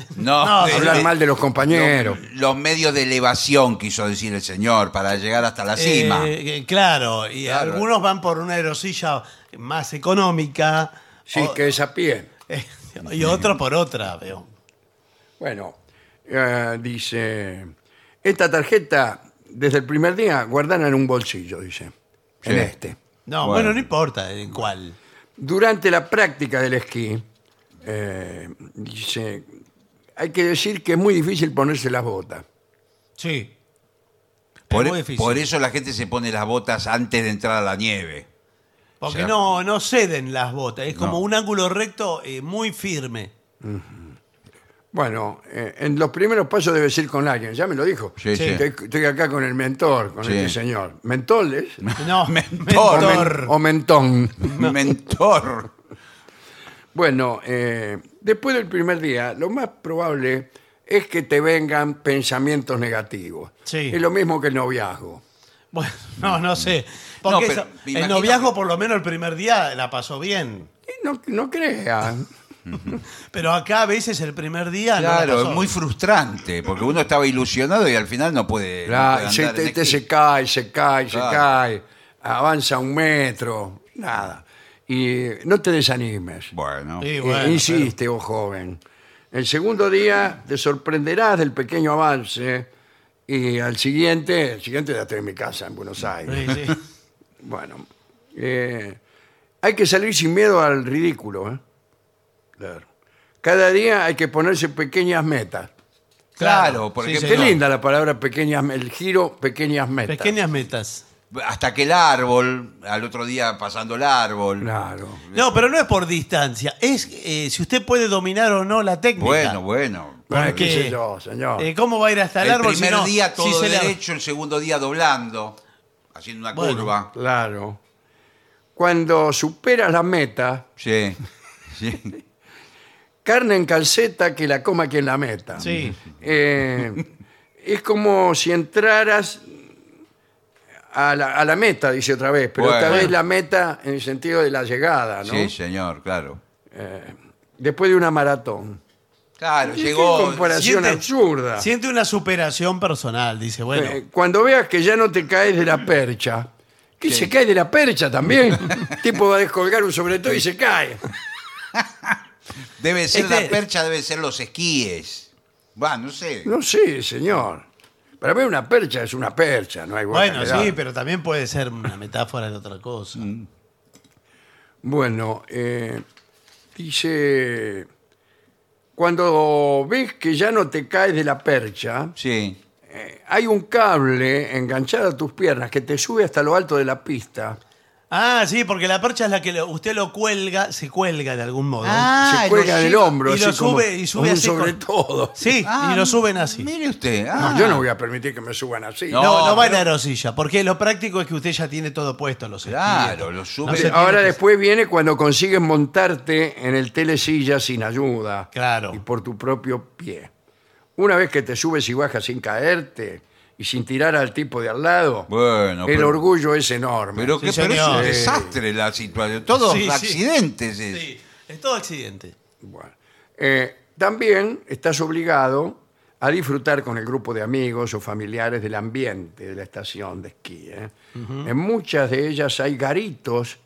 [SPEAKER 3] No,
[SPEAKER 2] No,
[SPEAKER 3] eh,
[SPEAKER 1] hablar
[SPEAKER 3] eh,
[SPEAKER 1] mal de los compañeros.
[SPEAKER 3] Los, los medios de elevación, quiso decir el señor, para llegar hasta la
[SPEAKER 2] eh,
[SPEAKER 3] cima.
[SPEAKER 2] eh, claro, y
[SPEAKER 3] Claro.
[SPEAKER 2] algunos van por una aerosilla más económica.
[SPEAKER 1] Sí,
[SPEAKER 2] o-
[SPEAKER 1] que es a pie.
[SPEAKER 2] eh, y otro por otra, veo.
[SPEAKER 1] Bueno, eh, dice, esta tarjeta desde el primer día guardana en un bolsillo, dice, en
[SPEAKER 3] Sí.
[SPEAKER 1] este.
[SPEAKER 2] No,
[SPEAKER 3] Bueno.
[SPEAKER 2] bueno, no importa en cuál.
[SPEAKER 1] Durante la práctica del esquí, eh, dice, hay que decir que es muy difícil ponerse las botas.
[SPEAKER 2] Sí.
[SPEAKER 3] Por, e-
[SPEAKER 2] es muy difícil.
[SPEAKER 3] por eso la gente se pone las botas antes de entrar a la nieve.
[SPEAKER 2] porque
[SPEAKER 3] o sea-
[SPEAKER 2] no, no ceden las botas. Es como
[SPEAKER 3] e- No.
[SPEAKER 2] un ángulo recto eh, muy firme.
[SPEAKER 1] Bueno, eh, en los primeros pasos debes ir con alguien, ya me lo dijo.
[SPEAKER 3] Sí, sí.
[SPEAKER 1] Estoy, estoy acá con el mentor, con
[SPEAKER 3] Sí.
[SPEAKER 1] este señor. ¿Mentoles?
[SPEAKER 2] No,
[SPEAKER 1] O
[SPEAKER 3] Mentor.
[SPEAKER 1] men-
[SPEAKER 2] mentor.
[SPEAKER 1] o mentón.
[SPEAKER 3] Mentor.
[SPEAKER 1] Bueno, eh, después del primer día, lo más probable es que te vengan pensamientos negativos.
[SPEAKER 2] Sí.
[SPEAKER 1] Es lo mismo que el noviazgo.
[SPEAKER 2] Bueno, no, no sé. Porque
[SPEAKER 3] pero
[SPEAKER 2] eso-
[SPEAKER 3] me
[SPEAKER 2] el
[SPEAKER 3] imagino
[SPEAKER 2] noviazgo,
[SPEAKER 3] que-
[SPEAKER 2] por lo menos el primer día, la pasó bien.
[SPEAKER 1] Y no, no crea.
[SPEAKER 2] Pero acá a veces el primer día. no la
[SPEAKER 3] Claro,
[SPEAKER 2] pasó.
[SPEAKER 3] es muy frustrante, porque uno estaba ilusionado y al final no puede. no
[SPEAKER 1] La-
[SPEAKER 3] puede
[SPEAKER 1] se,
[SPEAKER 3] andar en
[SPEAKER 1] te- te
[SPEAKER 3] esquí.
[SPEAKER 1] se cae, se cae, se
[SPEAKER 3] Claro.
[SPEAKER 1] cae. Avanza un metro. Nada. Y no te desanimes.
[SPEAKER 3] Bueno,
[SPEAKER 2] Sí,
[SPEAKER 1] Eh,
[SPEAKER 2] bueno,
[SPEAKER 1] insiste, oh joven. El segundo día te sorprenderás del pequeño avance y al siguiente, el siguiente ya estoy en mi casa en Buenos Aires.
[SPEAKER 2] pero- sí, sí.
[SPEAKER 1] Bueno, eh, hay que salir sin miedo al ridículo. ¿eh? Claro. Cada día hay que ponerse pequeñas metas.
[SPEAKER 3] Claro, por
[SPEAKER 2] Sí,
[SPEAKER 3] ejemplo.
[SPEAKER 1] Qué
[SPEAKER 2] señor.
[SPEAKER 1] linda la palabra pequeñas, me- el giro pequeñas metas.
[SPEAKER 2] Pequeñas metas.
[SPEAKER 3] hasta que el árbol, al otro día pasando el árbol.
[SPEAKER 1] Claro.
[SPEAKER 2] No, pero no es por distancia. Es eh, si usted puede dominar o no la técnica.
[SPEAKER 3] Bueno, bueno.
[SPEAKER 2] ¿Para
[SPEAKER 1] Bueno, qué
[SPEAKER 2] qué?
[SPEAKER 1] sé yo, señor.
[SPEAKER 2] Eh, ¿Cómo va a ir hasta el,
[SPEAKER 3] El
[SPEAKER 2] árbol? si
[SPEAKER 3] primer
[SPEAKER 2] no-
[SPEAKER 3] día
[SPEAKER 2] si
[SPEAKER 3] todo
[SPEAKER 2] se le-
[SPEAKER 3] derecho, el segundo día doblando, haciendo una
[SPEAKER 2] Bueno.
[SPEAKER 3] curva.
[SPEAKER 1] Claro. Cuando superas la meta,
[SPEAKER 3] Sí. sí.
[SPEAKER 1] carne en calceta que la coma quien la meta.
[SPEAKER 2] Sí.
[SPEAKER 1] Eh, es como si entraras a la, a la meta, dice otra vez, pero esta
[SPEAKER 3] Bueno.
[SPEAKER 1] vez la meta en el sentido de la llegada, ¿no?
[SPEAKER 3] Sí, señor, claro.
[SPEAKER 1] Después de una maratón.
[SPEAKER 3] Claro,
[SPEAKER 1] ¿Qué- qué
[SPEAKER 3] llegó.
[SPEAKER 1] comparación? absurda.
[SPEAKER 2] Siente una superación personal, dice, bueno.
[SPEAKER 1] Eh, cuando veas que ya no te caes de la percha, que se cae de la percha también. El tipo va a descolgar un sobre todo y se cae.
[SPEAKER 3] Debe ser
[SPEAKER 2] Este-
[SPEAKER 3] la percha, debe ser los esquíes. Va, no sé.
[SPEAKER 1] No sé, señor. Para mí una percha es una percha, no hay vuelta
[SPEAKER 2] bueno,
[SPEAKER 1] que dar.
[SPEAKER 2] sí, pero también puede ser una metáfora de otra cosa.
[SPEAKER 3] Mm.
[SPEAKER 1] Bueno, eh, dice, cuando ves que ya no te caes de la percha,
[SPEAKER 3] Sí.
[SPEAKER 1] eh, hay un cable enganchado a tus piernas que te sube hasta lo alto de la pista.
[SPEAKER 2] Ah, sí, porque la percha es la que lo- usted lo cuelga, se cuelga de algún modo.
[SPEAKER 1] se cuelga del hombro,
[SPEAKER 2] y lo
[SPEAKER 1] así como-
[SPEAKER 2] sube- y sube
[SPEAKER 1] como un
[SPEAKER 2] así con-
[SPEAKER 1] sobre todo.
[SPEAKER 2] Ah, Sí, y lo suben así.
[SPEAKER 3] Mire usted.
[SPEAKER 1] No,
[SPEAKER 3] ah.
[SPEAKER 1] yo no voy a permitir que me suban así.
[SPEAKER 2] No,
[SPEAKER 3] No,
[SPEAKER 2] no, va en
[SPEAKER 3] pero-
[SPEAKER 2] aerosilla, porque lo práctico es que usted ya tiene todo puesto, los esquíes.
[SPEAKER 3] Ah, Claro, lo sube-
[SPEAKER 2] se tiene
[SPEAKER 1] Ahora
[SPEAKER 2] que-
[SPEAKER 1] después viene cuando consigues montarte en el telesilla sin ayuda.
[SPEAKER 2] Claro.
[SPEAKER 1] Y por tu propio pie. Una vez que te subes y bajas sin caerte y sin tirar al tipo de al lado,
[SPEAKER 3] Bueno,
[SPEAKER 1] el
[SPEAKER 3] pero-
[SPEAKER 1] orgullo es enorme.
[SPEAKER 3] Pero,
[SPEAKER 2] Sí,
[SPEAKER 3] que, pero es un
[SPEAKER 2] señor.
[SPEAKER 3] desastre la situación. Todos
[SPEAKER 2] Sí, sí.
[SPEAKER 3] accidentes. es.
[SPEAKER 2] Sí, es todo accidente.
[SPEAKER 1] Bueno. Eh, también estás obligado a disfrutar con el grupo de amigos o familiares del ambiente de la estación de esquí. ¿eh? En muchas de ellas hay garitos.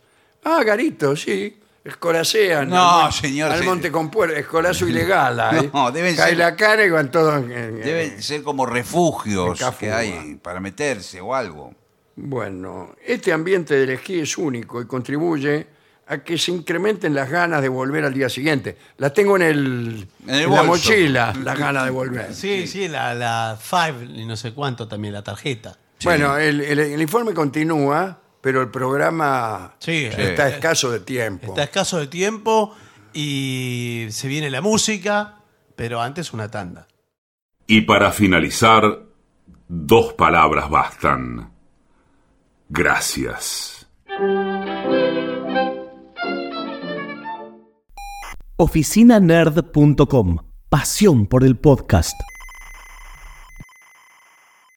[SPEAKER 1] Ah, garitos, sí. Escolasean.
[SPEAKER 3] No,
[SPEAKER 1] al mon-
[SPEAKER 3] señor,
[SPEAKER 1] Al
[SPEAKER 3] sí.
[SPEAKER 1] Monte Compuerto, escolazo ilegal. hay.
[SPEAKER 3] No, deben
[SPEAKER 1] Cae
[SPEAKER 3] ser-
[SPEAKER 1] la cara y van todos. en- en-
[SPEAKER 3] Deben ser como refugios
[SPEAKER 1] Cafuga.
[SPEAKER 3] que hay para meterse o algo.
[SPEAKER 1] Bueno, este ambiente del esquí es único y contribuye a que se incrementen las ganas de volver al día siguiente. Las tengo en, el,
[SPEAKER 3] En el
[SPEAKER 1] la
[SPEAKER 3] bolso.
[SPEAKER 1] mochila, las ganas de volver.
[SPEAKER 2] Sí, sí, la, la Five y no sé cuánto también, la tarjeta.
[SPEAKER 1] Bueno, el, el- el informe continúa, pero el programa
[SPEAKER 2] Sí,
[SPEAKER 1] está
[SPEAKER 3] eh,
[SPEAKER 1] escaso de tiempo.
[SPEAKER 2] Está escaso de tiempo y se viene la música, pero antes una tanda.
[SPEAKER 6] Y para finalizar, dos palabras bastan. Gracias.
[SPEAKER 7] oficinanerd.com. Pasión por el podcast.